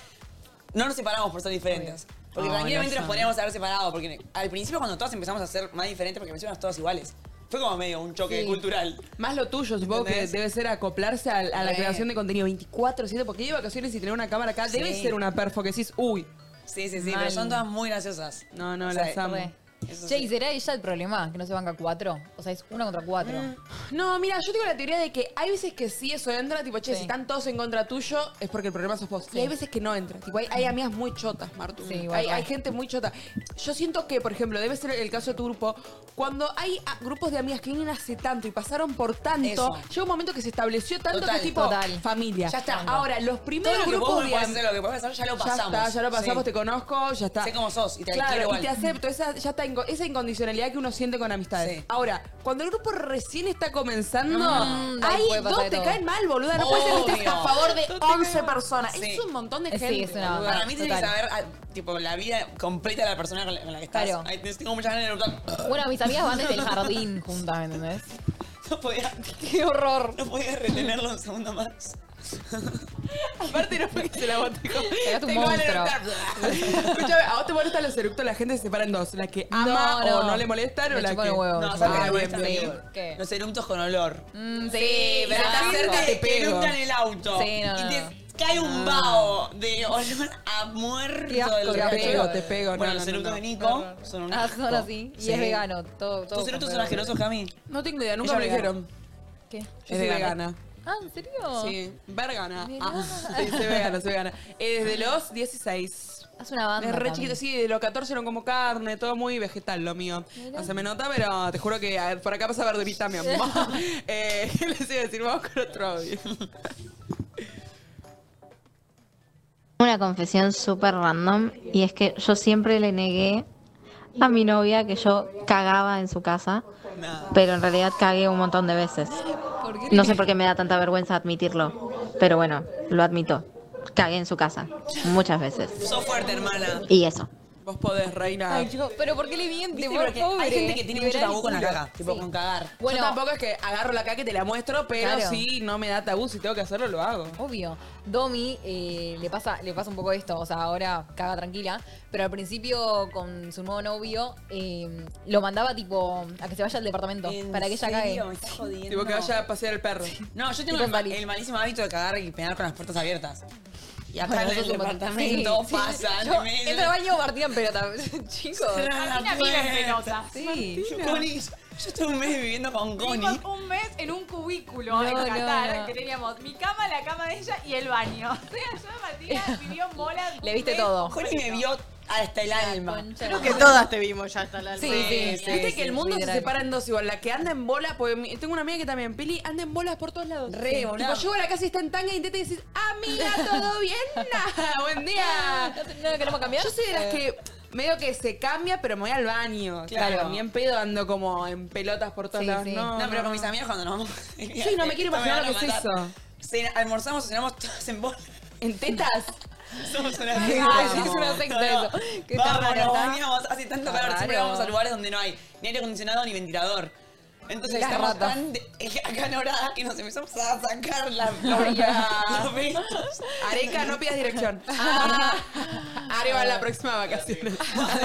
Speaker 4: no nos separamos por ser diferentes. Porque
Speaker 3: Ay,
Speaker 4: tranquilamente
Speaker 3: las
Speaker 4: nos
Speaker 3: amo.
Speaker 4: podríamos haber separado, porque al principio cuando todas empezamos a ser más diferentes, porque empezamos todas iguales. Fue como medio un choque
Speaker 3: Sí.
Speaker 4: cultural.
Speaker 3: Más lo tuyo, supongo
Speaker 4: ¿Entendés?
Speaker 3: que debe ser acoplarse a, a la
Speaker 4: Re.
Speaker 3: creación de contenido 24-7, porque ir de vacaciones y tener una cámara acá
Speaker 4: Sí.
Speaker 3: debe ser una perfo que decís, uy.
Speaker 4: Sí, sí, sí, pero son todas muy graciosas.
Speaker 3: No, no,
Speaker 4: O sea,
Speaker 3: las amo.
Speaker 4: re.
Speaker 2: Che, ¿y será ella el problema? Que no se banca cuatro. O sea, es una contra cuatro.
Speaker 4: Mm.
Speaker 3: No, mira, yo tengo la teoría de que hay veces que sí eso entra, tipo, che,
Speaker 2: Sí.
Speaker 3: si están todos en contra tuyo, es porque el problema sos vos. Y hay veces que no entra. Tipo, hay, hay amigas muy chotas, Martu.
Speaker 2: Sí, igual,
Speaker 3: hay, hay
Speaker 2: re.
Speaker 3: gente muy chota. Yo siento que, por ejemplo, debe ser el caso de tu grupo, cuando hay ah, grupos de amigas que vienen hace tanto y pasaron por tanto,
Speaker 4: Eso.
Speaker 3: llega un momento que se estableció tanto
Speaker 4: Total,
Speaker 3: que es tipo
Speaker 4: total.
Speaker 3: familia.
Speaker 4: Ya está.
Speaker 3: Ahora, los primeros
Speaker 4: Todo lo que
Speaker 3: grupos
Speaker 4: vos me
Speaker 3: de
Speaker 4: podés
Speaker 3: am-
Speaker 4: hacer, lo que podés hacer, ya lo pasamos.
Speaker 3: Ya está, ya lo pasamos,
Speaker 4: Sí.
Speaker 3: te conozco, ya está.
Speaker 4: Sé cómo sos y te
Speaker 3: Claro,
Speaker 4: quiero igual.
Speaker 3: y te acepto. Esa, ya está inco- esa incondicionalidad que uno siente con amistades. Ahora, cuando el grupo recién está comenzando,
Speaker 2: Mm, ahí
Speaker 3: ahí
Speaker 2: puede pasar
Speaker 3: dos
Speaker 2: de
Speaker 3: te
Speaker 2: todo.
Speaker 3: caen mal, boluda. No puede ser que estés
Speaker 4: Obvio.
Speaker 3: a favor de
Speaker 4: Dos te
Speaker 3: 11
Speaker 4: caen mal.
Speaker 3: personas.
Speaker 4: Sí.
Speaker 3: Es un montón de
Speaker 4: Sí,
Speaker 3: gente.
Speaker 4: es una
Speaker 3: <laughs>
Speaker 4: banda.
Speaker 3: boluda.
Speaker 4: Para mí tenés que
Speaker 3: Total.
Speaker 4: saber, ah, tipo, la vida completa de la persona con la, con la que estás.
Speaker 2: Claro.
Speaker 4: Ay, tengo muchas ganas de eructar.
Speaker 2: Bueno, mis amigas van desde el jardín juntas, ¿me entendés?
Speaker 4: <laughs> No podía.
Speaker 2: ¡Qué horror!
Speaker 4: No podía retenerlo un segundo más.
Speaker 3: Aparte no fue que se la boté con...
Speaker 2: Pegaste un
Speaker 3: Tengo ganas de
Speaker 2: monstruo.
Speaker 3: eructar. Escuchame, ¿a vos te molestan los eructos? La gente se separa en dos. Las que ama
Speaker 2: No,
Speaker 3: o
Speaker 2: no.
Speaker 3: no le molestan
Speaker 2: Me
Speaker 3: o las
Speaker 2: chupa
Speaker 3: que...
Speaker 2: los huevos.
Speaker 3: No,
Speaker 2: Ah,
Speaker 3: saca la
Speaker 2: bien,
Speaker 3: hueva,
Speaker 2: bien.
Speaker 3: amigo.
Speaker 2: ¿Qué?
Speaker 4: Los eructos con olor.
Speaker 2: Mm, sí,
Speaker 4: pero
Speaker 2: sí,
Speaker 4: estás cerca, te
Speaker 2: sí,
Speaker 4: pego.
Speaker 2: eructan
Speaker 4: el auto.
Speaker 2: Sí, no,
Speaker 4: y
Speaker 2: no,
Speaker 4: te
Speaker 2: no.
Speaker 4: cae un vaho de olor a muerto.
Speaker 2: Qué asco,
Speaker 4: del
Speaker 2: te
Speaker 4: gacho.
Speaker 2: pego,
Speaker 3: te pego, no,
Speaker 4: Bueno,
Speaker 3: no,
Speaker 4: los
Speaker 3: no,
Speaker 4: eructos
Speaker 3: no.
Speaker 4: de Nico son un
Speaker 2: Ah,
Speaker 4: asco.
Speaker 2: son así. Y
Speaker 4: Sí.
Speaker 2: es vegano. Todo, todo
Speaker 4: ¿Tus eructos
Speaker 2: con
Speaker 4: son
Speaker 2: vegano.
Speaker 4: asquerosos, Cami?
Speaker 3: No tengo idea, nunca
Speaker 4: Ella
Speaker 3: me
Speaker 4: vegana.
Speaker 3: dijeron.
Speaker 2: ¿Qué?
Speaker 3: Yo soy vegana.
Speaker 2: Ah, ¿en serio?
Speaker 3: Sí, vergana.
Speaker 2: Vegana.
Speaker 3: Ah, <laughs> sí, soy vegana, soy vegana. Eh, desde los 16.
Speaker 2: Es una banda.
Speaker 3: Es re
Speaker 2: también.
Speaker 3: chiquito, sí, de los 14 no como carne, todo muy vegetal lo mío.
Speaker 2: Mirá.
Speaker 3: No se me nota, pero te juro que a ver, por acá pasa verdurita, mi amor.
Speaker 2: <laughs>
Speaker 3: <laughs> eh, ¿Qué les iba a decir? Vamos con otro audio. <laughs>
Speaker 19: Una confesión súper random y es que yo siempre le negué a mi novia que yo cagaba en su casa, pero en realidad cagué un montón de veces. No sé por qué me da tanta vergüenza admitirlo, pero bueno, lo admito. Cagué en su casa muchas veces.
Speaker 4: Sos fuerte, hermana.
Speaker 19: Y eso.
Speaker 3: Vos podés, reina.
Speaker 2: Ay, chico, pero ¿por qué le miente?
Speaker 4: ¿Viste?
Speaker 2: Por
Speaker 4: Porque hay
Speaker 2: pobre.
Speaker 4: gente que tiene mucho
Speaker 2: Liberal.
Speaker 4: tabú con la caca, tipo, con cagar.
Speaker 2: Bueno.
Speaker 3: Yo tampoco es que agarro la caca y te la muestro, pero
Speaker 2: Claro.
Speaker 3: sí, no me da tabú. Si tengo que hacerlo, lo hago.
Speaker 2: Obvio. Domi eh, le, pasa, le pasa un poco esto, o sea, ahora caga tranquila, pero al principio con su nuevo novio eh, lo mandaba tipo a que se vaya al departamento para que ella
Speaker 4: serio?
Speaker 2: cague.
Speaker 4: Me estás jodiendo.
Speaker 3: Tipo que vaya a pasear el perro.
Speaker 4: No, yo tengo
Speaker 3: Tipo
Speaker 4: el, ma-
Speaker 3: Dalí.
Speaker 4: el malísimo hábito de cagar y pegar con las puertas abiertas. Y acá
Speaker 2: Bueno,
Speaker 4: en
Speaker 2: eso
Speaker 4: el
Speaker 2: es un poco-
Speaker 4: departamento
Speaker 2: Sí, sí.
Speaker 4: pasan.
Speaker 2: Yo
Speaker 4: me-
Speaker 2: entro al baño Martina en pelota. <laughs> Chicos.
Speaker 5: Martina vive en pelota.
Speaker 2: Sí.
Speaker 4: Yo, Connie, yo estuve un mes viviendo con Connie.
Speaker 5: Vivimos un mes en un cubículo
Speaker 4: No,
Speaker 5: en
Speaker 4: no,
Speaker 5: Qatar
Speaker 4: no.
Speaker 5: que teníamos mi cama, la cama de ella y el baño. <laughs> O sea, yo Martina vivió en bola.
Speaker 2: Le viste todo.
Speaker 4: Connie me vio hasta el alma.
Speaker 6: Creo que todas te vimos ya hasta la
Speaker 3: Sí,
Speaker 6: alma.
Speaker 3: sí, Viste que el mundo
Speaker 6: literal.
Speaker 3: se separa en dos igual. La que anda en bola, porque mi- tengo una amiga que también, Pili, anda en bolas por todos lados.
Speaker 4: Re,
Speaker 3: Sí.
Speaker 4: boluda.
Speaker 3: Tipo, llego a la casa y está en tanga y intenta decir, <laughs> amiga, ¿todo bien? Nah, <laughs> buen día.
Speaker 2: ¿No queremos cambiar?
Speaker 3: Yo soy de las
Speaker 2: Eh.
Speaker 3: que medio que se cambia, pero me voy al baño.
Speaker 4: Claro.
Speaker 3: Claro. Ni en pedo ando como en pelotas por todos
Speaker 4: Sí,
Speaker 3: lados.
Speaker 4: sí.
Speaker 3: No,
Speaker 4: No, pero con mis amigos cuando nos vamos.
Speaker 3: Sí,
Speaker 4: <laughs>
Speaker 3: no me quiero imaginar lo que es eso.
Speaker 4: eso. Almorzamos y cenamos todas en bolas.
Speaker 3: ¿En tetas? <laughs>
Speaker 4: Somos una
Speaker 3: Ay,
Speaker 4: secta.
Speaker 3: es una secta
Speaker 4: No,
Speaker 3: eso. Que está
Speaker 4: Vamos,
Speaker 3: raro,
Speaker 4: nos
Speaker 3: está-
Speaker 4: bañamos, hace tanto
Speaker 3: está
Speaker 4: calor, siempre
Speaker 3: raro.
Speaker 4: vamos a lugares donde no hay ni aire acondicionado ni ventilador. Entonces
Speaker 3: Las
Speaker 4: estamos
Speaker 3: ratas.
Speaker 4: tan de- eh, acaloradas que nos empezamos a
Speaker 3: <laughs>
Speaker 4: sacar la gloria. <laughs> los pechos.
Speaker 3: Areca, no pidas dirección. Arriba la próxima vacación.
Speaker 4: De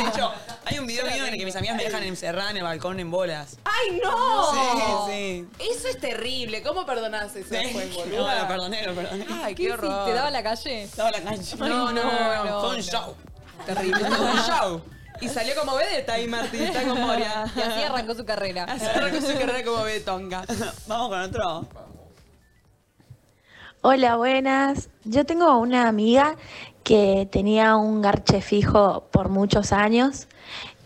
Speaker 4: hecho, hay un video mío en el que mis amigas me dejan encerrada en el balcón en bolas. Oh.
Speaker 3: ¡Ay, no!
Speaker 4: Sí,
Speaker 3: Eso es terrible. ¿Cómo perdonás eso después, boluda?
Speaker 4: No, lo perdoné, lo perdoné.
Speaker 3: Ay, qué, horror.
Speaker 2: ¿Te daba la calle?
Speaker 4: Daba la calle.
Speaker 3: No, no, no,
Speaker 4: Fue un
Speaker 3: no.
Speaker 4: show.
Speaker 3: Terrible. Fue <laughs> un show. Y salió como vedeta ahí, Martín. Está con Moria. <laughs>
Speaker 2: Y así arrancó su carrera.
Speaker 3: Así arrancó su carrera como vedetonga.
Speaker 4: Vamos con otro.
Speaker 20: Hola, buenas. Yo tengo una amiga que tenía un garche fijo por muchos años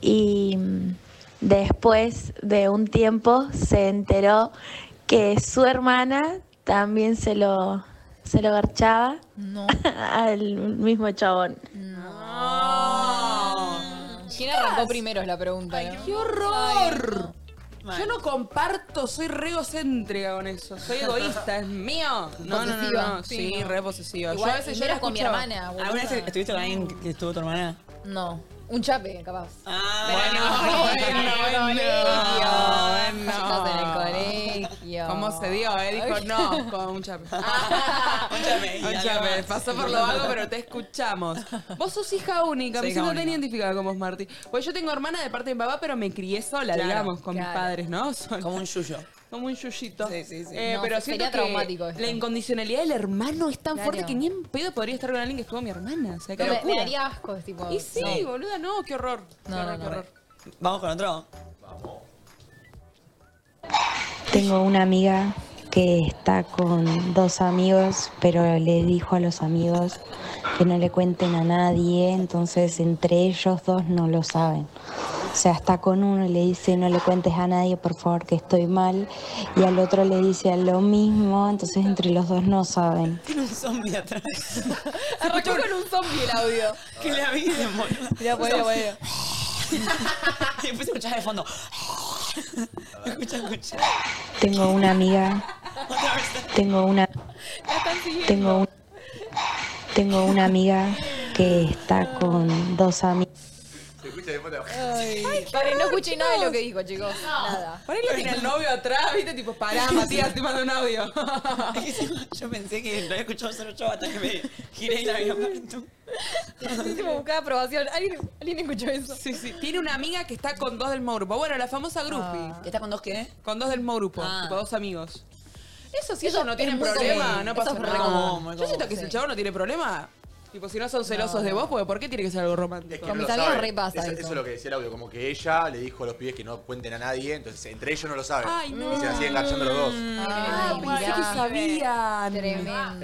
Speaker 20: y mm, después de un tiempo se enteró que su hermana también se lo, se lo garchaba
Speaker 3: <laughs>
Speaker 20: al mismo chabón.
Speaker 2: ¿Quién arrancó primero es la pregunta? ¿no?
Speaker 3: ¡Qué horror! Yo no comparto, soy regocéntrica con eso. Soy egoísta, es mío. No, no, no,
Speaker 4: Posesiva.
Speaker 3: no. Sí,
Speaker 4: Sí, no.
Speaker 3: re posesiva.
Speaker 2: Igual,
Speaker 3: yo a veces
Speaker 2: y
Speaker 3: yo
Speaker 2: menos con mi
Speaker 3: <laughs>
Speaker 2: hermana, boluda.
Speaker 4: ¿Alguna vez estuviste con alguien que estuvo tu hermana? Ah.
Speaker 2: No. Un chape, capaz.
Speaker 4: <laughs>
Speaker 3: Bueno,
Speaker 2: Chicos en el colegio.
Speaker 3: ¿Cómo se dio? Eh? Dijo, no, con un chape. un chape. Pasó por lo vago, pero te escuchamos. Vos sos hija única,
Speaker 4: Soy
Speaker 3: me
Speaker 4: hija
Speaker 3: siento tan
Speaker 4: única.
Speaker 3: identificada como vos, Marti. Pues yo tengo hermana de parte de mi papá, pero me crié sola,
Speaker 4: Claro,
Speaker 3: digamos, con mis
Speaker 4: claro.
Speaker 3: padres, ¿no? <laughs>
Speaker 4: Como un yuyo.
Speaker 3: Como un yuyito. Sí, sí,
Speaker 4: sí.
Speaker 3: Eh,
Speaker 4: No,
Speaker 3: pero
Speaker 4: sería
Speaker 3: siento que
Speaker 4: traumático esto.
Speaker 3: la incondicionalidad del hermano es tan
Speaker 2: Claro.
Speaker 3: fuerte que ni en pedo podría estar con alguien que estuvo mi hermana. O sea, qué
Speaker 2: Pero me, me
Speaker 3: locura.
Speaker 2: daría asco, es tipo.
Speaker 3: Y sí,
Speaker 2: no.
Speaker 3: boluda, no, qué horror. Qué horror, qué horror.
Speaker 4: Vamos con otro.
Speaker 21: Tengo una amiga que está con dos amigos, pero le dijo a los amigos que no le cuenten a nadie, entonces entre ellos dos no lo saben. O sea, está con uno y le dice no le cuentes a nadie, por favor, que estoy mal, y al otro le dice lo mismo, entonces entre los dos no saben.
Speaker 4: Tiene un zombie <laughs> atrás.
Speaker 2: Arrancó con un zombie el audio.
Speaker 4: que la vi <laughs> de mono.
Speaker 2: Mirá, bueno, bueno.
Speaker 4: Y después escuchás de fondo. <laughs> escucha, escucha.
Speaker 21: Tengo una amiga, tengo una, tengo un- tengo una amiga que está con dos amigos.
Speaker 7: Se escucha de fondo.
Speaker 3: Eh,
Speaker 2: Ay, paren, no escuché nada de lo que dijo, chicos. Nada.
Speaker 3: Por ahí lo tiene el novio atrás, viste, tipo, pará,
Speaker 4: <laughs>
Speaker 3: Matías, te mando un audio. <laughs>
Speaker 4: Yo pensé que lo había escuchado solo yo hasta que me giré y la vi aparte.
Speaker 2: Hicimos buscar aprobación. ¿Alguien, alguien escuchó eso?
Speaker 3: Sí, sí. Tiene una amiga que está con dos del mismo grupo. Bueno, la famosa groupie.
Speaker 4: Ah. ¿Está con dos qué?
Speaker 3: Con dos del mismo grupo,
Speaker 4: Ah.
Speaker 3: tipo dos amigos. Eso sí,
Speaker 4: Eso
Speaker 3: ellos no
Speaker 4: es
Speaker 3: tienen
Speaker 4: muy
Speaker 3: problema,
Speaker 4: común.
Speaker 3: no
Speaker 4: Eso
Speaker 3: pasa
Speaker 4: es re
Speaker 3: nada.
Speaker 4: común, muy
Speaker 3: Yo siento
Speaker 4: común,
Speaker 3: que si
Speaker 4: sí.
Speaker 3: el chavo no tiene problema, tipo, si no son celosos de vos, porque ¿por qué tiene que ser algo romántico?
Speaker 7: Que no lo saben. eso, eso es lo que decía el audio, como que ella le dijo a los pibes que no cuenten a nadie, entonces entre ellos no lo saben.
Speaker 3: Ay, no.
Speaker 7: Y se la siguen garchando los dos.
Speaker 3: Ah, pensé que sabían. Tremendo.
Speaker 4: Ah,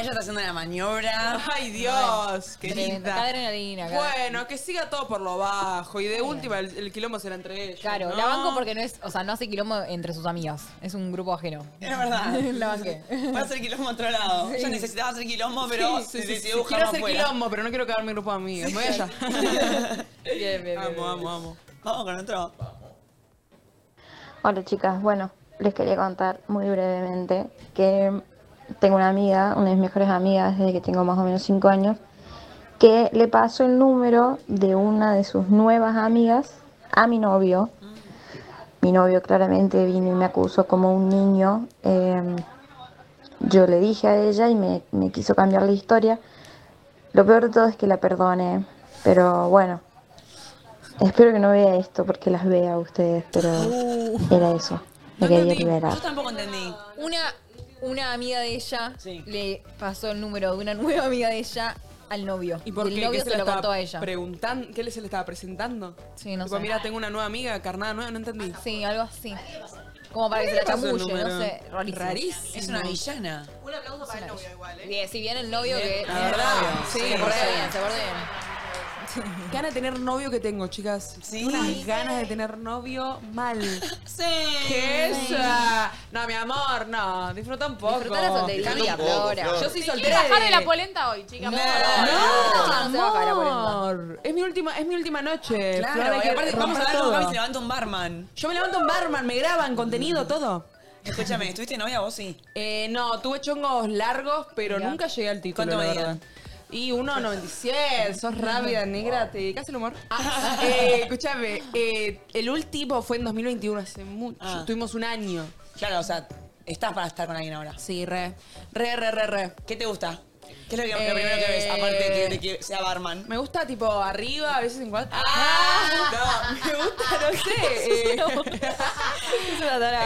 Speaker 4: ella está haciendo la maniobra.
Speaker 3: Ay, Dios, qué
Speaker 2: Tremendo.
Speaker 3: linda.
Speaker 2: Acá adrenalina, acá.
Speaker 3: Bueno, que siga todo por lo bajo. Y de última, el, el quilombo será entre ellos.
Speaker 2: Claro,
Speaker 3: ¿no?
Speaker 2: la banco porque no es, o sea, no hace quilombo entre sus amigas. Es un grupo ajeno.
Speaker 4: Es <laughs> verdad.
Speaker 2: la banqué.
Speaker 4: Va a hacer quilombo a otro lado.
Speaker 2: Sí.
Speaker 4: Yo necesitaba hacer quilombo, pero
Speaker 3: Sí, sí, sí,
Speaker 4: decidió
Speaker 3: sí.
Speaker 4: buscar
Speaker 3: Quiero hacer
Speaker 4: afuera.
Speaker 3: quilombo, pero no quiero quedar mi grupo de amigos. Me voy <laughs> allá.
Speaker 2: bien, bien.
Speaker 3: Vamos, vamos, vamos.
Speaker 4: Vamos con otro.
Speaker 17: Hola chicas, bueno, les quería contar muy brevemente que tengo una amiga, una de mis mejores amigas desde que tengo más o menos 5 años,
Speaker 20: que le pasó el número de una de sus nuevas amigas a mi novio. Mi novio claramente vino y me acusó como un niño. eh, yo le dije a ella y me, me quiso cambiar la historia. Lo peor de todo es que la perdone, pero bueno. Espero que no vea esto porque las vea a ustedes, pero
Speaker 10: Uh.
Speaker 20: era eso. Me quería liberar.
Speaker 4: tampoco entendí.
Speaker 2: Una, una amiga de ella le pasó el número de una nueva amiga de ella al novio. Y
Speaker 3: ¿Por
Speaker 2: el
Speaker 3: qué?
Speaker 2: novio
Speaker 3: ¿Qué
Speaker 2: se, lo
Speaker 3: estaba
Speaker 2: contó a ella.
Speaker 3: preguntan- ¿Qué se le estaba presentando?
Speaker 2: Sí, no
Speaker 3: Tipo,
Speaker 2: sé.
Speaker 3: mira, tengo una nueva amiga, carnada nueva, no entendí.
Speaker 2: Sí, algo así. Como para que se
Speaker 3: ¿Por
Speaker 2: la
Speaker 3: qué le pasó el
Speaker 2: chamulle, no
Speaker 3: número?
Speaker 2: sé. Rarísimo.
Speaker 3: Rarísimo. Es una villana.
Speaker 6: Un aplauso para el novio igual, ¿eh?
Speaker 2: Bien, si bien el novio que.
Speaker 3: La verdad,
Speaker 2: Sí,
Speaker 3: sí,
Speaker 2: se porta
Speaker 3: sí.
Speaker 2: bien, se porta bien.
Speaker 3: Qué ganas de tener novio que tengo, chicas. Sí. Unas ganas de tener novio <laughs> mal. Sí. ¿Qué es?
Speaker 2: Sí.
Speaker 3: No, mi amor, no. Disfruta un poco.
Speaker 2: Disfruta la soltería,
Speaker 3: Disfruta un poco,
Speaker 2: Flora.
Speaker 3: Yo soy
Speaker 5: ¿Se quiere
Speaker 3: soltera.
Speaker 5: bajar de la polenta hoy, chicas?
Speaker 3: No,
Speaker 5: Por
Speaker 3: no,
Speaker 5: favor.
Speaker 2: no, no se baja la polenta.
Speaker 3: amor. Es mi última, es mi última noche.
Speaker 4: Claro,
Speaker 3: Flora, hay
Speaker 4: y
Speaker 3: que
Speaker 4: aparte vamos a
Speaker 3: Eh, romper
Speaker 4: hablar con
Speaker 3: todo.
Speaker 4: Gaby, se levanta un barman.
Speaker 3: Yo me levanto un barman, me graban contenido, todo.
Speaker 4: Escúchame, ¿estuviste novia vos sí?
Speaker 3: Eh, no, tuve chongos largos, pero
Speaker 4: Mirá.
Speaker 3: nunca llegué al título.
Speaker 4: ¿Cuánto
Speaker 3: la
Speaker 4: medían?
Speaker 3: verdad. Y 1,97, sos rápida, negra, te dedicas el humor. Eh, escúchame, eh, el último fue en 2021, hace mucho.
Speaker 4: Ah.
Speaker 3: Tuvimos un año.
Speaker 4: Claro, o sea, estás para estar con alguien ahora.
Speaker 3: Sí, re. Re, re, re, re.
Speaker 4: ¿Qué te gusta? ¿Qué es lo, que- lo primero que ves?
Speaker 3: Eh,
Speaker 4: Aparte de que, de que sea barman.
Speaker 3: Me gusta, tipo, arriba, a veces en cuatro.
Speaker 4: Ah,
Speaker 3: no,
Speaker 4: <laughs>
Speaker 3: me gusta, <laughs> no sé. eh.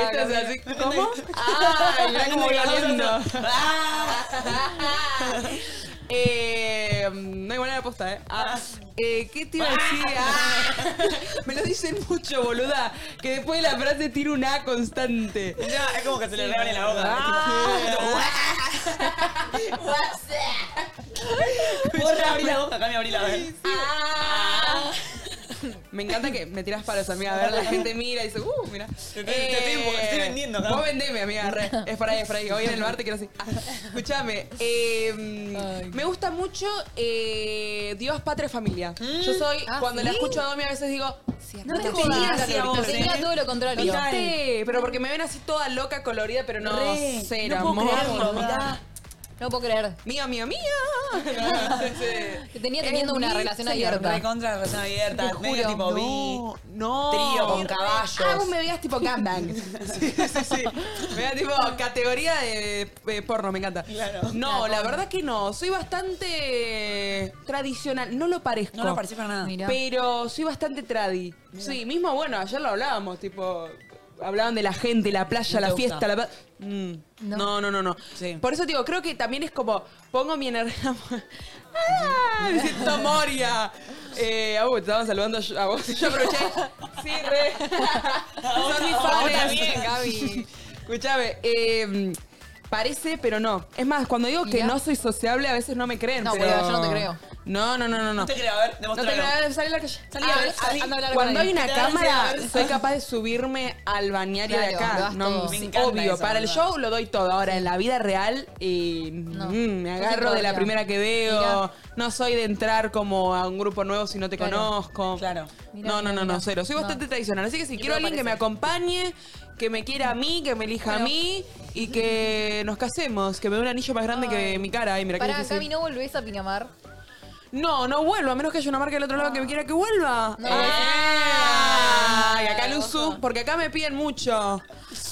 Speaker 3: Esto es así. ¿Cómo? <laughs> Ah, mirá cómo voy
Speaker 4: <laughs>
Speaker 3: oliendo. <laughs> Eh, no hay manera de posta, ¿eh? Ah, eh, ¿Qué te iba a decir? Ah, <laughs> me lo dicen mucho, boluda. Que después de la frase tiro un A constante. Ah.
Speaker 4: No, es como que se le regale la boca. ¿eh? <laughs> Vos reabrí la boca, acá me abrí la boca.
Speaker 2: Ah.
Speaker 3: Me encanta que me tiras palos, amiga. A ver, la gente mira y dice, uh, mira.
Speaker 4: Te- te- te estoy- te estoy vendiendo, ¿no?
Speaker 3: Vos vendeme, amiga. re. Es por ahí, es por ahí. Hoy en el bar te quiero así. Ah, escúchame. eh, me gusta mucho eh, Dios, Patria, Familia.
Speaker 4: Mm.
Speaker 3: Yo soy,
Speaker 2: Ah,
Speaker 3: cuando
Speaker 2: ¿sí?
Speaker 3: la escucho a Domi a veces digo,
Speaker 2: No te jodas,
Speaker 3: así a
Speaker 2: te
Speaker 3: vos,
Speaker 2: tenía
Speaker 3: ¿eh?
Speaker 2: todo lo contrario.
Speaker 3: No sé, pero porque me ven así toda loca, colorida, pero no
Speaker 2: Re,
Speaker 3: cero,
Speaker 2: no puedo
Speaker 3: amor.
Speaker 2: creerlo, mirá. No puedo creer.
Speaker 3: Mío,
Speaker 2: <laughs>
Speaker 3: mío, mío.
Speaker 2: Te tenía teniendo una relación abierta.
Speaker 4: Recontra relación abierta.
Speaker 2: Te
Speaker 4: Medio
Speaker 2: juro.
Speaker 4: tipo vi.
Speaker 3: No.
Speaker 4: Trío con caballos.
Speaker 3: Ah, vos me veías tipo gangbang. <laughs> sí, sí, sí. Me veías tipo categoría de, de porno, me encanta. No, la verdad que no. Soy bastante tradicional. No lo parezco.
Speaker 4: No lo parecí para nada. Mirá.
Speaker 3: Ah. Pero soy bastante tradi. Sí, mismo, bueno, ayer lo hablábamos, tipo... Hablaban de la gente, la playa,
Speaker 4: No te
Speaker 3: la
Speaker 4: gusta.
Speaker 3: fiesta, la... pa- Mm, No, no, no, no. Por eso digo, creo que también es como... Pongo mi energía... <laughs> ¡Ah! Me siento Moria. Eh, a vos, te estaban saludando yo- a vos. Yo aproveché. Sí, re. Son mis
Speaker 4: <laughs> a vos
Speaker 3: fans.
Speaker 4: también, Gaby.
Speaker 3: Escuchame, eh, parece, pero no. Es más, cuando digo que
Speaker 4: Mirá.
Speaker 3: no soy sociable, a veces no me creen.
Speaker 4: No,
Speaker 3: pero...
Speaker 4: boluda, yo no te creo.
Speaker 3: No, no, no, no. No,
Speaker 4: No te creo, a ver,
Speaker 3: No te
Speaker 4: demostralo.
Speaker 3: creo, a ver, salí a la calle.
Speaker 4: Salí, a ver, salí.
Speaker 3: anda a hablar
Speaker 4: con
Speaker 3: Cuando hay
Speaker 4: alguien.
Speaker 3: una
Speaker 4: Te da ansiedad,
Speaker 3: cámara,
Speaker 4: a ver.
Speaker 3: soy capaz de subirme al bañario de
Speaker 4: Claro, lo
Speaker 3: acá.
Speaker 4: das
Speaker 3: No,
Speaker 4: todo.
Speaker 3: sí,
Speaker 4: Me encanta
Speaker 3: obvio,
Speaker 4: eso,
Speaker 3: para el
Speaker 4: boluda.
Speaker 3: show lo doy todo. Ahora, en la vida real, eh, mm, me
Speaker 4: Yo sí
Speaker 3: agarro de la
Speaker 4: podría.
Speaker 3: primera que veo.
Speaker 4: Mirá.
Speaker 3: No soy de entrar como a un grupo nuevo si no te
Speaker 4: Claro.
Speaker 3: conozco.
Speaker 4: Claro.
Speaker 2: Mirá,
Speaker 3: no, no,
Speaker 2: mirá,
Speaker 3: no,
Speaker 2: mirá.
Speaker 3: no, cero. Soy
Speaker 2: No.
Speaker 3: bastante tradicional. Así que si
Speaker 2: Ni
Speaker 3: quiero
Speaker 2: puedo
Speaker 3: alguien que me acompañe, que me quiera a mí, que me elija a mí y que nos casemos, que me dé un anillo más grande que mi cara. Ay, mira qué
Speaker 2: Pará,
Speaker 3: difícil.
Speaker 2: Cami, ¿no volvés a Pinamar?
Speaker 3: No, no vuelvo, a menos que haya una marca del otro lado que me quiera que vuelva. Ay, acá Luzu, porque acá me piden mucho.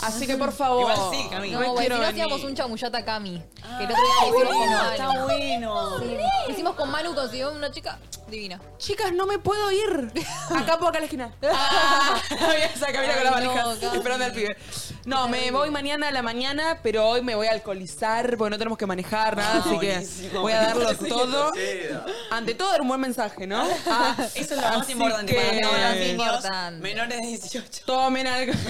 Speaker 3: Así que por favor.
Speaker 4: Igual sí, Cami.
Speaker 3: No,
Speaker 2: No, bueno, si
Speaker 3: quiero
Speaker 2: no
Speaker 3: venir.
Speaker 2: hacíamos un chamullata a Cami. Que el otro día lo hicimos con
Speaker 4: bueno,
Speaker 2: Manu.
Speaker 4: está bueno.
Speaker 2: Sí. Hicimos con Manu, consiguió una chica divina.
Speaker 3: Chicas, no me puedo ir. Acá por acá a la esquina. <laughs> Esa camina con la
Speaker 2: Ay, no,
Speaker 3: valija,
Speaker 2: Cami.
Speaker 3: esperando al pibe. No, me voy mañana a la mañana, pero hoy me voy a alcoholizar porque no tenemos que manejar nada, así que
Speaker 4: buenísimo.
Speaker 3: voy a darlo todo.
Speaker 4: Retroceda.
Speaker 3: Ante todo, era un buen mensaje, ¿no? Ah,
Speaker 4: Eso es lo más
Speaker 3: así
Speaker 4: importante para
Speaker 3: que-
Speaker 4: todos los niños menores de 18. <laughs>
Speaker 3: Tomen algo. <laughs>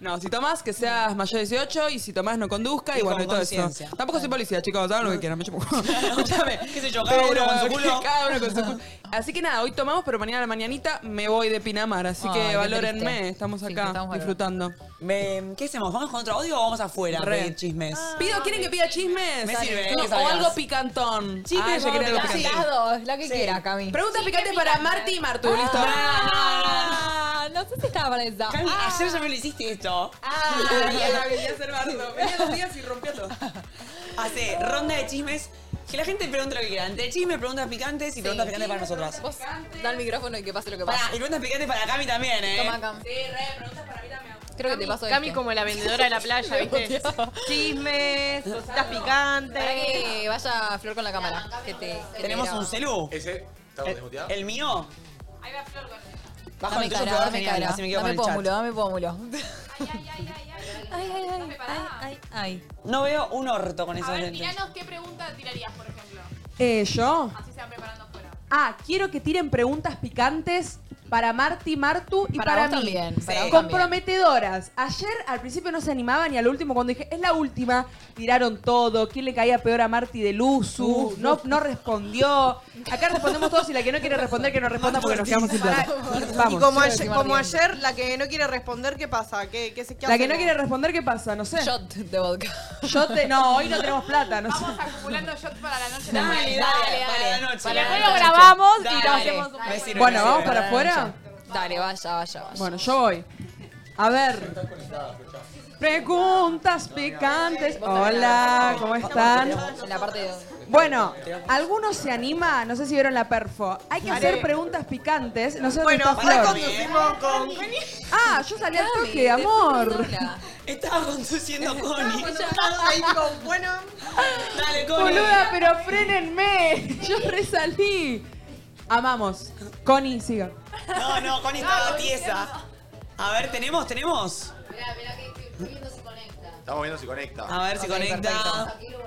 Speaker 3: No, si tomás, que seas mayor de 18 y si tomás, no conduzca y,
Speaker 4: Y
Speaker 3: bueno, y
Speaker 4: con
Speaker 3: todo eso.
Speaker 4: conciencia.
Speaker 3: Tampoco soy policía, chicos, hagan lo que quieran, me
Speaker 4: <laughs>
Speaker 3: chupo. Escúchame.
Speaker 4: ¿Qué sé yo? Cada uno con su culo.
Speaker 3: Cada uno con su culo. Así que nada, hoy tomamos, pero mañana a la mañanita me voy de Pinamar, así
Speaker 4: Ay,
Speaker 3: que
Speaker 4: qué
Speaker 3: valórenme,
Speaker 4: triste.
Speaker 3: estamos
Speaker 4: Sí,
Speaker 3: acá
Speaker 4: estamos
Speaker 3: disfrutando.
Speaker 4: Me- ¿Qué hacemos? ¿Vamos con otro audio o vamos afuera? a
Speaker 3: Re.
Speaker 4: pedir chismes.
Speaker 3: Pido, ¿quieren que pida chismes?
Speaker 4: Me sirve,
Speaker 3: No,
Speaker 4: que
Speaker 3: o
Speaker 4: salgas.
Speaker 3: algo picantón.
Speaker 4: Chismes,
Speaker 3: Ah, ella
Speaker 4: vamos
Speaker 3: quería algo
Speaker 4: picante.
Speaker 3: picante.
Speaker 2: Las dos, la que quiera, Cami.
Speaker 3: Pregunta picante para Marti y Martu, listo.
Speaker 2: Ah, no sé si estaba para esa. Ah.
Speaker 4: Cami, Ayer ya me lo hiciste esto.
Speaker 3: Ah, quería ser Marto. Venía dos días y rompió todo.
Speaker 4: hace ronda de chismes. Que la gente pregunte lo que quiera. Entre chismes, preguntas picantes y preguntas picantes para nosotras.
Speaker 2: Vos da el micrófono y que pase lo que
Speaker 4: Pará,
Speaker 2: pase.
Speaker 4: y preguntas picantes para Cami también, ¿eh?
Speaker 2: Toma, Cam. Creo que te pasó
Speaker 22: Cami
Speaker 2: este.
Speaker 22: como la vendedora de la playa, ¿viste? Chismes, cositas
Speaker 2: Para
Speaker 22: picantes.
Speaker 2: que vaya Flor con la cámara. que te- que te
Speaker 4: Tenemos
Speaker 2: graba.
Speaker 4: un celu.
Speaker 7: ¿Ese? ¿Estamos desmuteados?
Speaker 4: ¿El mío? Bajo
Speaker 2: Dame
Speaker 4: el tuyo,
Speaker 2: cara,
Speaker 4: que va
Speaker 2: dame
Speaker 4: genial,
Speaker 2: cara.
Speaker 4: así me quedo
Speaker 2: Dame
Speaker 4: con el chat.
Speaker 2: pómulo, dame pómulo. Ay, ay, ay, ay, ay, ay.
Speaker 4: No veo un orto con
Speaker 16: A
Speaker 4: esos
Speaker 16: ver,
Speaker 4: lentes.
Speaker 16: tiranos qué pregunta tirarías, por ejemplo.
Speaker 3: Eh, ¿Yo?
Speaker 16: Así se van preparando fuera.
Speaker 3: Ah, quiero que tiren preguntas picantes para Marti, Martu y
Speaker 2: Para
Speaker 3: para,
Speaker 2: vos
Speaker 3: mí.
Speaker 2: también, para vos
Speaker 3: Comprometedoras. Ayer al principio no se animaban y al último cuando dije, es la última, tiraron todo. ¿Quién le caía peor a Marti de Luzu? no, no respondió. Acá respondemos todos y la que no quiere responder, que no responda porque nos quedamos sin plata.
Speaker 6: Y
Speaker 3: Vamos.
Speaker 6: como ayer, como ayer, la que no quiere responder, ¿qué pasa? ¿Qué, qué se qué
Speaker 3: La que no
Speaker 6: hacemos?
Speaker 3: quiere responder, ¿qué pasa? No sé. Shot
Speaker 2: de vodka.
Speaker 3: Shot de... No, hoy no tenemos plata. No sé.
Speaker 16: Acumulando shots para la noche.
Speaker 3: Dale,
Speaker 16: también.
Speaker 3: dale, para la noche.
Speaker 16: Y después
Speaker 3: Para la
Speaker 16: lo
Speaker 3: noche.
Speaker 16: grabamos y
Speaker 3: Dale.
Speaker 16: lo hacemos un
Speaker 3: Me
Speaker 16: poco.
Speaker 3: sirve, Bueno, me vamos sirve. para afuera.
Speaker 2: Dale, vaya, vaya, vaya.
Speaker 3: Bueno, yo voy. A ver. Preguntas picantes. Hola, ¿cómo están?
Speaker 2: En la parte de...
Speaker 3: Bueno, algunos se anima, no sé si vieron la perfo. Hay que
Speaker 2: Dale.
Speaker 3: hacer preguntas picantes. No sé dónde
Speaker 6: Bueno,
Speaker 3: está
Speaker 6: ahora
Speaker 3: Flor.
Speaker 6: conducimos con.
Speaker 3: Ah, yo salí al
Speaker 6: Cami,
Speaker 3: toque, amor.
Speaker 4: Estaba conduciendo Connie.
Speaker 6: Estaba ahí con, bueno.
Speaker 4: Dale, Connie.
Speaker 3: Boluda, pero frenenme. Yo resalí. Amamos. Connie, siga.
Speaker 4: No, no, Connie estaba tiesa. A ver, ¿tenemos? ¿Tenemos?
Speaker 23: Mirá, mirá que estoy viendo si conecta.
Speaker 7: Estamos viendo si conecta.
Speaker 4: A ver si
Speaker 2: Ok,
Speaker 4: conecta.
Speaker 2: perfecto.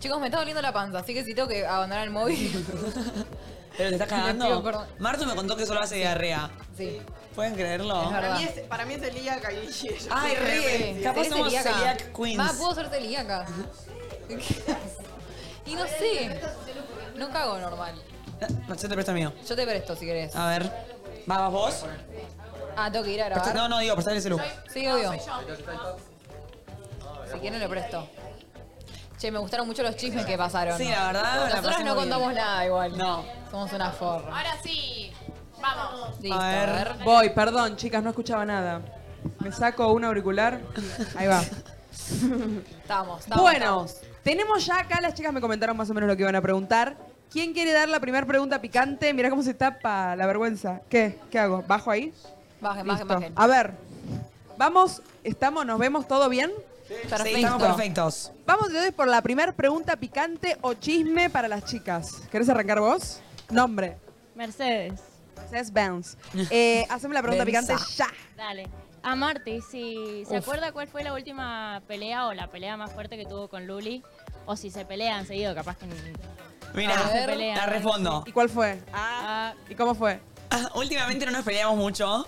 Speaker 2: Chicos, me está doliendo la panza, así que si tengo que abandonar el móvil. <laughs>
Speaker 4: ¿Pero te estás
Speaker 2: Le pido
Speaker 4: cagando?
Speaker 2: perdón.
Speaker 4: Martu me contó que solo hace diarrea.
Speaker 2: Sí.
Speaker 4: ¿Pueden creerlo?
Speaker 6: Para mí, es, para mí es celíaca y ella-
Speaker 4: Ay, re. Capaz
Speaker 2: ¿Eres
Speaker 4: somos
Speaker 2: celíaca?
Speaker 4: celiac queens.
Speaker 2: Ma, puedo ser celíaca. <laughs> y no sé. No cago normal.
Speaker 4: No, Yo te presto el mío.
Speaker 2: Yo te presto si querés.
Speaker 4: A ver. ¿Va- ¿Vas vos?
Speaker 2: Ah, tengo que ir a
Speaker 4: Presta-
Speaker 2: grabar.
Speaker 4: No, no, digo, prestale el celu.
Speaker 2: Sí, obvio. Si quieren lo presto. Che, me gustaron mucho los chismes que pasaron.
Speaker 4: Sí, la verdad, la
Speaker 2: Nosotros
Speaker 4: pasé
Speaker 2: no
Speaker 4: muy bien.
Speaker 2: contamos nada igual.
Speaker 4: No.
Speaker 2: Somos una forra.
Speaker 16: Ahora sí, vamos.
Speaker 2: Listo,
Speaker 3: a,
Speaker 2: a
Speaker 3: ver.
Speaker 2: ver.
Speaker 3: Voy, perdón, chicas, no escuchaba nada. Me saco un auricular. Ahí va.
Speaker 2: Estamos, estamos.
Speaker 3: Bueno, tenemos ya acá, las chicas me comentaron más o menos lo que iban a preguntar. ¿Quién quiere dar la primera pregunta picante? Mirá cómo se tapa la vergüenza. ¿Qué? ¿Qué hago? ¿Bajo ahí?
Speaker 2: Bajen, bajen,
Speaker 3: Listo.
Speaker 2: bajen.
Speaker 3: A ver, vamos, estamos, nos vemos, ¿todo bien?
Speaker 4: Perfecto. estamos perfectos.
Speaker 3: Vamos entonces por la primera pregunta picante o chisme para las chicas. ¿Querés arrancar vos? Nombre.
Speaker 10: Mercedes.
Speaker 3: Mercedes Benz. Eh, haceme la pregunta picante ya.
Speaker 10: Dale. A Marti, si se
Speaker 3: Uf.
Speaker 10: acuerda cuál fue la última pelea o la pelea más fuerte que tuvo con Luli, o si se pelean seguido, capaz que ni-
Speaker 4: Mira,
Speaker 10: A ver. Pelea,
Speaker 4: la respondo.
Speaker 3: ¿Y cuál fue? Ah, ¿Y cómo fue?
Speaker 4: Ah, Últimamente no nos peleamos mucho,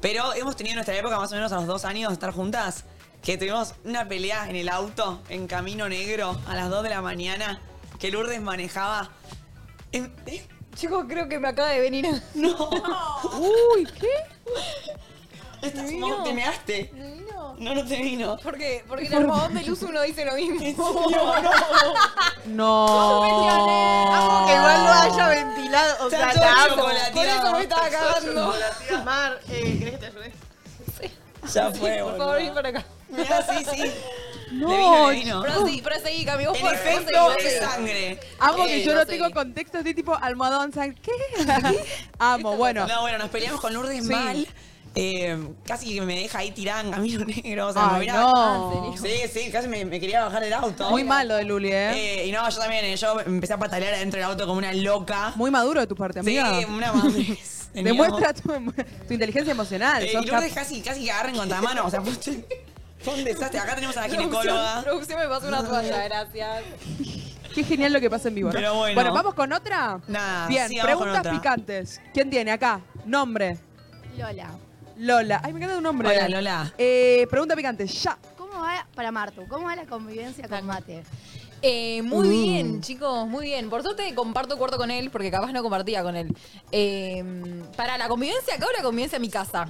Speaker 4: pero hemos tenido nuestra época más o menos a los dos años de estar juntas, que tuvimos una pelea en el auto, en Camino Negro, a las 2 de la mañana, que Lourdes manejaba. Em, ¿eh?
Speaker 2: Chicos, creo que me acaba de venir.
Speaker 4: <laughs> No.
Speaker 3: Uy, ¿qué?
Speaker 4: <laughs> Estás- no, te measte. No, no te vino.
Speaker 2: Porque, porque en
Speaker 4: ¿Por
Speaker 2: el almohadón de luz uno dice lo mismo.
Speaker 4: serio?
Speaker 3: No.
Speaker 2: eh. Ah,
Speaker 6: Amo que igual lo
Speaker 3: Oh.
Speaker 6: haya ventilado. O sea,
Speaker 4: Está todo
Speaker 6: la amo.
Speaker 4: chocolateado.
Speaker 6: Por eso me estaba
Speaker 4: Está todo
Speaker 6: cagando. Mar, eh, ¿querés que te ayude?
Speaker 4: Ya fue,
Speaker 2: Por
Speaker 4: boludo.
Speaker 2: favor, ven para acá.
Speaker 4: Mirá, sí, sí.
Speaker 3: No,
Speaker 4: Le vino, le vino.
Speaker 2: Proseguí, proseguí, Cami, vos
Speaker 4: El
Speaker 2: por-
Speaker 4: efecto
Speaker 2: proseguí,
Speaker 4: es
Speaker 2: proseguí.
Speaker 4: sangre.
Speaker 3: Amo que
Speaker 4: Eh,
Speaker 3: yo no
Speaker 4: sé.
Speaker 3: tengo contexto de tipo almohadón, ¿saben qué? Amo, bueno.
Speaker 4: No, bueno, nos peleamos con Lourdes
Speaker 3: Sí.
Speaker 4: mal. Eh, casi que me deja ahí tirada <laughs> en camino negro. O sea,
Speaker 3: Ay,
Speaker 4: me hubiera-
Speaker 3: no.
Speaker 4: Sí, sí, casi me, me quería bajar del auto.
Speaker 3: Muy malo de Luli, ¿eh?
Speaker 4: Eh, y no, yo también, eh, yo empecé a patalear adentro del auto como una loca.
Speaker 3: Muy maduro de tu parte,
Speaker 4: Sí,
Speaker 3: amiga.
Speaker 4: una madurez. Teníamos-
Speaker 3: <laughs> Demuestra tu, tu inteligencia emocional.
Speaker 4: Eh,
Speaker 3: sos
Speaker 4: y Lourdes
Speaker 3: cap-
Speaker 4: casi, casi que agarra en contramano. O sea, fue un- fue un desastre.
Speaker 3: <laughs>
Speaker 4: Acá tenemos a la ginecóloga.
Speaker 2: Producción, producción me pasó una toalla, gracias.
Speaker 3: Qué genial lo que pasa en vivo. ¿no?
Speaker 4: Pero bueno.
Speaker 3: vamos con otra.
Speaker 4: Nada,
Speaker 3: Bien,
Speaker 4: sí, vamos con
Speaker 3: preguntas
Speaker 4: otra.
Speaker 3: picantes. ¿Quién tiene acá? Nombre.
Speaker 24: Lola.
Speaker 3: Lola. Ay, me encanta tu nombre.
Speaker 4: Hola, Lola.
Speaker 3: Eh, pregunta picante, ya.
Speaker 24: ¿Cómo va para Martu? ¿Cómo va la convivencia con Mate?
Speaker 2: Eh, muy
Speaker 3: Mm.
Speaker 2: bien, chicos, muy bien. Por suerte comparto cuarto con él, porque capaz no compartía con él. Eh, para la convivencia acá o la convivencia en mi casa.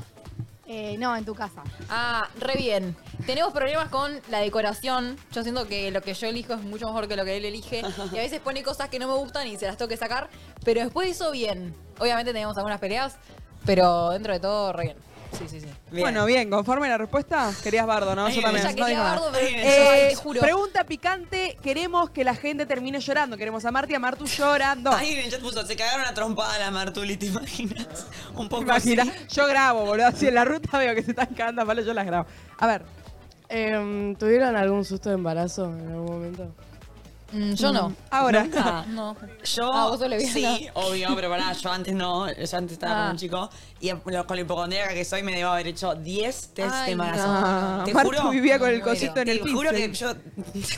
Speaker 24: Eh, no, en tu casa.
Speaker 2: Ah, re bien. Tenemos problemas con la decoración. Yo siento que lo que yo elijo es mucho mejor que lo que él elige. Y a veces pone cosas que no me gustan y se las tengo que sacar. Pero después hizo bien. Obviamente tenemos algunas peleas, pero dentro de todo, re bien. Sí, sí, sí.
Speaker 25: Bueno, bien, conforme la respuesta, querías bardo, ¿no?
Speaker 2: Ay,
Speaker 4: Eh,
Speaker 25: Yo también.
Speaker 2: ella
Speaker 25: no
Speaker 2: quería
Speaker 25: digo nada.
Speaker 2: bardo, pero-
Speaker 3: Eh,
Speaker 2: Ay, te juro.
Speaker 3: Pregunta picante, queremos que la gente termine llorando. Queremos a Marti, a Martu llorando.
Speaker 4: Ahí en el chat puso, se cagaron a trompada las Martuli, ¿te imaginas? Un poco
Speaker 3: Imagina,
Speaker 4: así.
Speaker 3: yo grabo, boludo. Así en la ruta veo que se están cagando a palo, yo las grabo. A ver.
Speaker 16: Em, ¿Tuvieron algún susto de embarazo en algún momento?
Speaker 2: Mm, yo no.
Speaker 3: Ahora.
Speaker 4: Nunca.
Speaker 3: <laughs>
Speaker 2: No.
Speaker 4: Yo,
Speaker 2: Ah, vos sos lesbiana.
Speaker 4: sí, obvio, pero pará, yo antes no, yo antes estaba
Speaker 2: Ah.
Speaker 4: con un chico y lo- con la hipocondríaca que soy me debo haber hecho 10 test
Speaker 3: Ay,
Speaker 4: de embarazo.
Speaker 3: no.
Speaker 4: Te
Speaker 3: Martu
Speaker 4: juro,
Speaker 3: vivía con el cosito en el
Speaker 4: Te juro
Speaker 3: pincel.
Speaker 4: que yo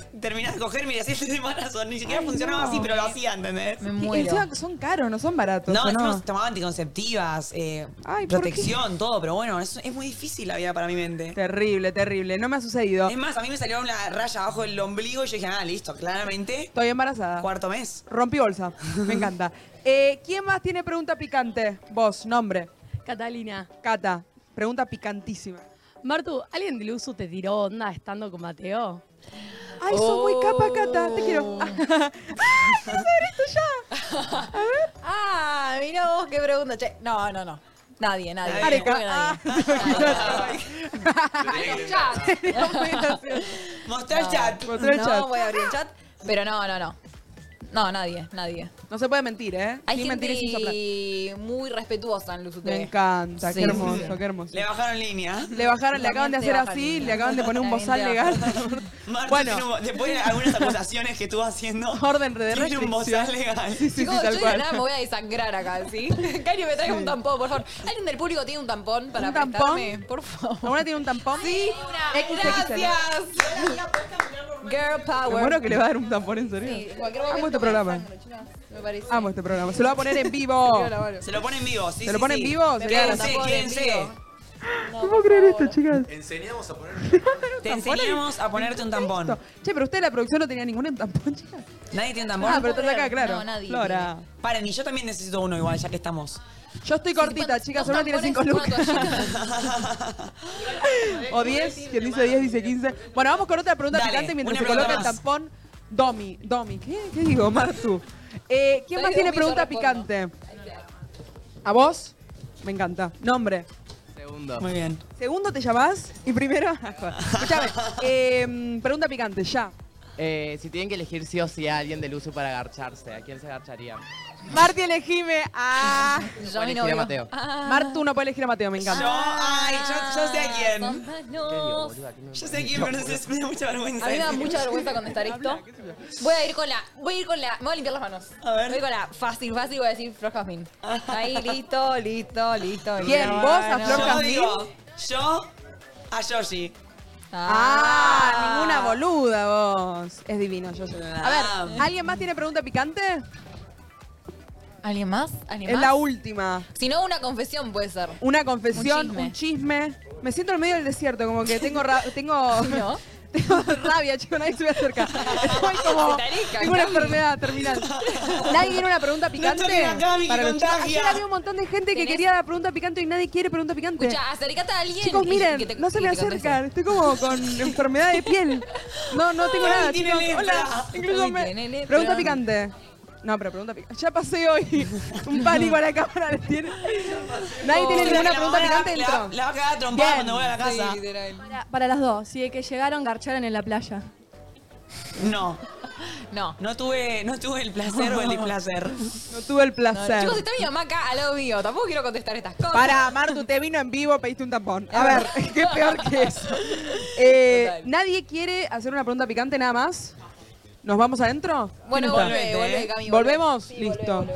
Speaker 4: <laughs> terminaba de cogerme y hacía test de embarazo, ni siquiera
Speaker 3: Ay,
Speaker 4: funcionaba
Speaker 3: no.
Speaker 4: así, pero lo hacía, ¿entendés?
Speaker 3: Y encima son caros, no son baratos.
Speaker 4: No,
Speaker 3: ¿o
Speaker 4: encima
Speaker 3: no?
Speaker 4: se tomaba anticonceptivas, eh,
Speaker 3: ¿por qué?
Speaker 4: protección, todo, pero bueno, es, es muy difícil la vida para mi mente.
Speaker 3: Terrible, terrible. No me ha sucedido.
Speaker 4: Es más, a mí me salió una raya abajo del ombligo y yo dije, ah, listo, claramente.
Speaker 3: Estoy embarazada.
Speaker 4: Cuarto mes.
Speaker 3: Rompí bolsa. Me encanta. Eh, ¿Quién más tiene pregunta picante? Vos, nombre.
Speaker 16: Catalina.
Speaker 3: Cata, pregunta picantísima.
Speaker 16: Martu, ¿alguien del uso te tiró onda estando con Mateo?
Speaker 3: Ay, sos muy capa, Cata. Te quiero. <laughs>
Speaker 2: Ah, mira vos qué pregunta. Che, no, no, no. Nadie, nadie.
Speaker 3: Areca.
Speaker 2: Creo que nadie.
Speaker 3: <laughs>
Speaker 4: Mostrá el chat.
Speaker 3: Ah, Mostrá el
Speaker 2: no,
Speaker 3: chat.
Speaker 2: voy a abrir el chat. Pero no, no, no. No, nadie, nadie.
Speaker 3: No se puede mentir, ¿eh?
Speaker 2: Hay
Speaker 3: sin mentir y sin soplar.
Speaker 2: gente muy respetuosa en Luzu TV.
Speaker 3: Me encanta,
Speaker 2: Sí.
Speaker 3: qué hermoso, qué hermoso.
Speaker 4: Le bajaron línea.
Speaker 3: Le bajaron, le acaban de hacer
Speaker 4: También te
Speaker 3: así,
Speaker 4: bajan
Speaker 3: le acaban de poner un
Speaker 4: También te
Speaker 3: bozal legal.
Speaker 4: bajan.
Speaker 3: <laughs>
Speaker 4: Marta,
Speaker 3: Bueno.
Speaker 4: tiene un- después de algunas acusaciones que estuvo haciendo,
Speaker 3: <laughs> Orden de
Speaker 4: tiene un bozal
Speaker 3: restricción.
Speaker 4: legal.
Speaker 3: Sí, sí, sí,
Speaker 2: Chicos, yo
Speaker 3: tal
Speaker 2: de la
Speaker 3: cual.
Speaker 2: nada me voy a desangrar acá,
Speaker 3: <laughs>
Speaker 2: ¿sí? <laughs> Cari, me traiga un tampón, por favor. ¿Alguien del público tiene un tampón para
Speaker 3: ¿Un tampón?
Speaker 2: prestarme? Por favor.
Speaker 3: ¿Alguna tiene un tampón? Sí,
Speaker 2: Gracias. Girl power.
Speaker 3: Me muero que le va a dar un tampón, en serio.
Speaker 2: Sí, en cualquier
Speaker 3: Amo
Speaker 2: momento
Speaker 3: este
Speaker 2: me
Speaker 3: programa.
Speaker 2: desangro, chicos, Me parece.
Speaker 3: Amo este programa. Se lo va a poner en vivo.
Speaker 4: Se lo pone en vivo, sí.
Speaker 3: ¿Se lo
Speaker 4: sí,
Speaker 3: pone
Speaker 4: sí.
Speaker 3: en vivo?
Speaker 4: Me
Speaker 3: Sería
Speaker 4: Quédense,
Speaker 3: gracioso.
Speaker 4: quédense.
Speaker 3: No puedo creer esto, chicas.
Speaker 7: Enseñamos
Speaker 3: <laughs>
Speaker 7: a poner.
Speaker 4: Te enseñamos a ponerte un tampón.
Speaker 3: Che, pero usted en la producción no tenía ningún tampón, chicas.
Speaker 4: Nadie tiene un tampón.
Speaker 3: Ah, pero estás acá, claro.
Speaker 4: No, nadie.
Speaker 3: Flora.
Speaker 4: Paren, y yo también necesito uno igual, ya que estamos.
Speaker 3: Yo estoy cortita, chicas. Solo tiene 5 lucas. <laughs> o 10. Quien dice 10 dice 15. Bueno, vamos con otra pregunta
Speaker 4: Dale,
Speaker 3: picante mientras
Speaker 4: una
Speaker 3: se
Speaker 4: pregunta
Speaker 3: coloca el
Speaker 4: más.
Speaker 3: tampón. Domi, Domi. ¿Qué, qué digo, Martu? Eh, ¿Quién
Speaker 2: Soy
Speaker 3: más tiene
Speaker 2: Domi, yo
Speaker 3: pregunta
Speaker 2: respondo.
Speaker 3: picante? ¿A vos? Me encanta. Nombre.
Speaker 26: Segundo.
Speaker 4: Muy bien.
Speaker 3: Segundo te llamás y primero. <laughs> Escuchame. eh, pregunta picante, ya.
Speaker 26: Eh, si tienen que elegir sí o sí a alguien del uso para agarcharse, ¿a quién se agarcharían?
Speaker 16: Ah.
Speaker 3: Marti elegime. Ah.
Speaker 26: Yo a mi novio. Mateo. Ah.
Speaker 3: Martu no puede elegir a Mateo, me encanta.
Speaker 4: Yo,
Speaker 2: Ah.
Speaker 4: ay, yo, yo sé
Speaker 3: Ah,
Speaker 4: a quién.
Speaker 2: No.
Speaker 4: Yo sé a quién, pero es- me da mucha vergüenza.
Speaker 2: A mí me da mucha vergüenza
Speaker 3: <laughs>
Speaker 2: contestar esto. Voy a ir con la. Voy a ir con la. Me voy a limpiar las manos. A ver. Voy a ir con la fácil, fácil. Voy a decir Flor Jazmín. Ahí, listo, listo, listo.
Speaker 3: Ah. Bien,
Speaker 2: listo.
Speaker 3: vos a Flor
Speaker 4: Yo
Speaker 3: Jazmín.
Speaker 4: digo, yo a Yoshi.
Speaker 3: Ah, ninguna boluda vos. Es divino, yo sé. A
Speaker 2: Ah.
Speaker 3: ver, ¿alguien más tiene pregunta picante?
Speaker 2: ¿Alguien más? ¿Alguien
Speaker 3: Es
Speaker 2: más?
Speaker 3: la última.
Speaker 2: Si no, una confesión puede ser.
Speaker 3: Una confesión,
Speaker 2: Un
Speaker 3: un chisme. Me siento en el medio del desierto, como que tengo ra-
Speaker 2: <laughs>
Speaker 3: tengo, <laughs>
Speaker 2: ¿No?
Speaker 3: tengo rabia, chico, nadie se me acerca. Estoy como
Speaker 2: Tareka,
Speaker 3: tengo una
Speaker 2: Cami.
Speaker 3: enfermedad terminal. Nadie tiene una pregunta picante.
Speaker 2: No toquen a Cami, que
Speaker 3: los chicos.
Speaker 2: contagia.
Speaker 3: Ayer había un montón de gente que
Speaker 2: ¿Tenés?
Speaker 3: quería la pregunta picante y nadie quiere pregunta picante.
Speaker 2: Escucha, acercate a alguien.
Speaker 3: Chicos,
Speaker 2: y-
Speaker 3: miren,
Speaker 2: que te-
Speaker 3: no se
Speaker 2: que
Speaker 3: me
Speaker 2: te conteste.
Speaker 3: acercan. Estoy como con enfermedad de piel. No, no tengo
Speaker 2: Ay,
Speaker 3: nada,
Speaker 2: tiene
Speaker 3: chicos.
Speaker 2: letra.
Speaker 3: Hola,
Speaker 2: Uy,
Speaker 3: incluyame.
Speaker 2: tiene letra.
Speaker 3: Pregunta picante. No, pero pregunta picante. Ya pasé hoy. <laughs> Un pánico a la cámara le tiene. Nadie
Speaker 2: Oh,
Speaker 3: tiene
Speaker 4: Pobre,
Speaker 3: ninguna
Speaker 4: la
Speaker 3: pregunta
Speaker 4: van a-
Speaker 3: picante
Speaker 4: la-
Speaker 3: dentro.
Speaker 4: La va a cagar trompada
Speaker 3: Bien.
Speaker 4: cuando vuelva a la casa.
Speaker 16: Para, para las dos, si de que llegaron, garcharon en la playa.
Speaker 4: No.
Speaker 2: No.
Speaker 4: No tuve, no tuve el placer o el
Speaker 2: <laughs>
Speaker 4: displacer.
Speaker 3: No tuve el
Speaker 2: No,
Speaker 3: placer.
Speaker 2: Chicos, está mi mamá acá al lado mío. Tampoco quiero contestar estas cosas.
Speaker 3: Para, Martu, te vino en vivo, pediste un tampón. A
Speaker 2: Ah.
Speaker 3: ver, <laughs> qué peor que eso. Eh, ¿Nadie quiere hacer una pregunta picante nada más? ¿Nos vamos adentro?
Speaker 2: Bueno,
Speaker 3: ¿Quién está?
Speaker 2: volvé, volvé, Cami, volvé.
Speaker 3: ¿eh? ¿Volvemos? Listo.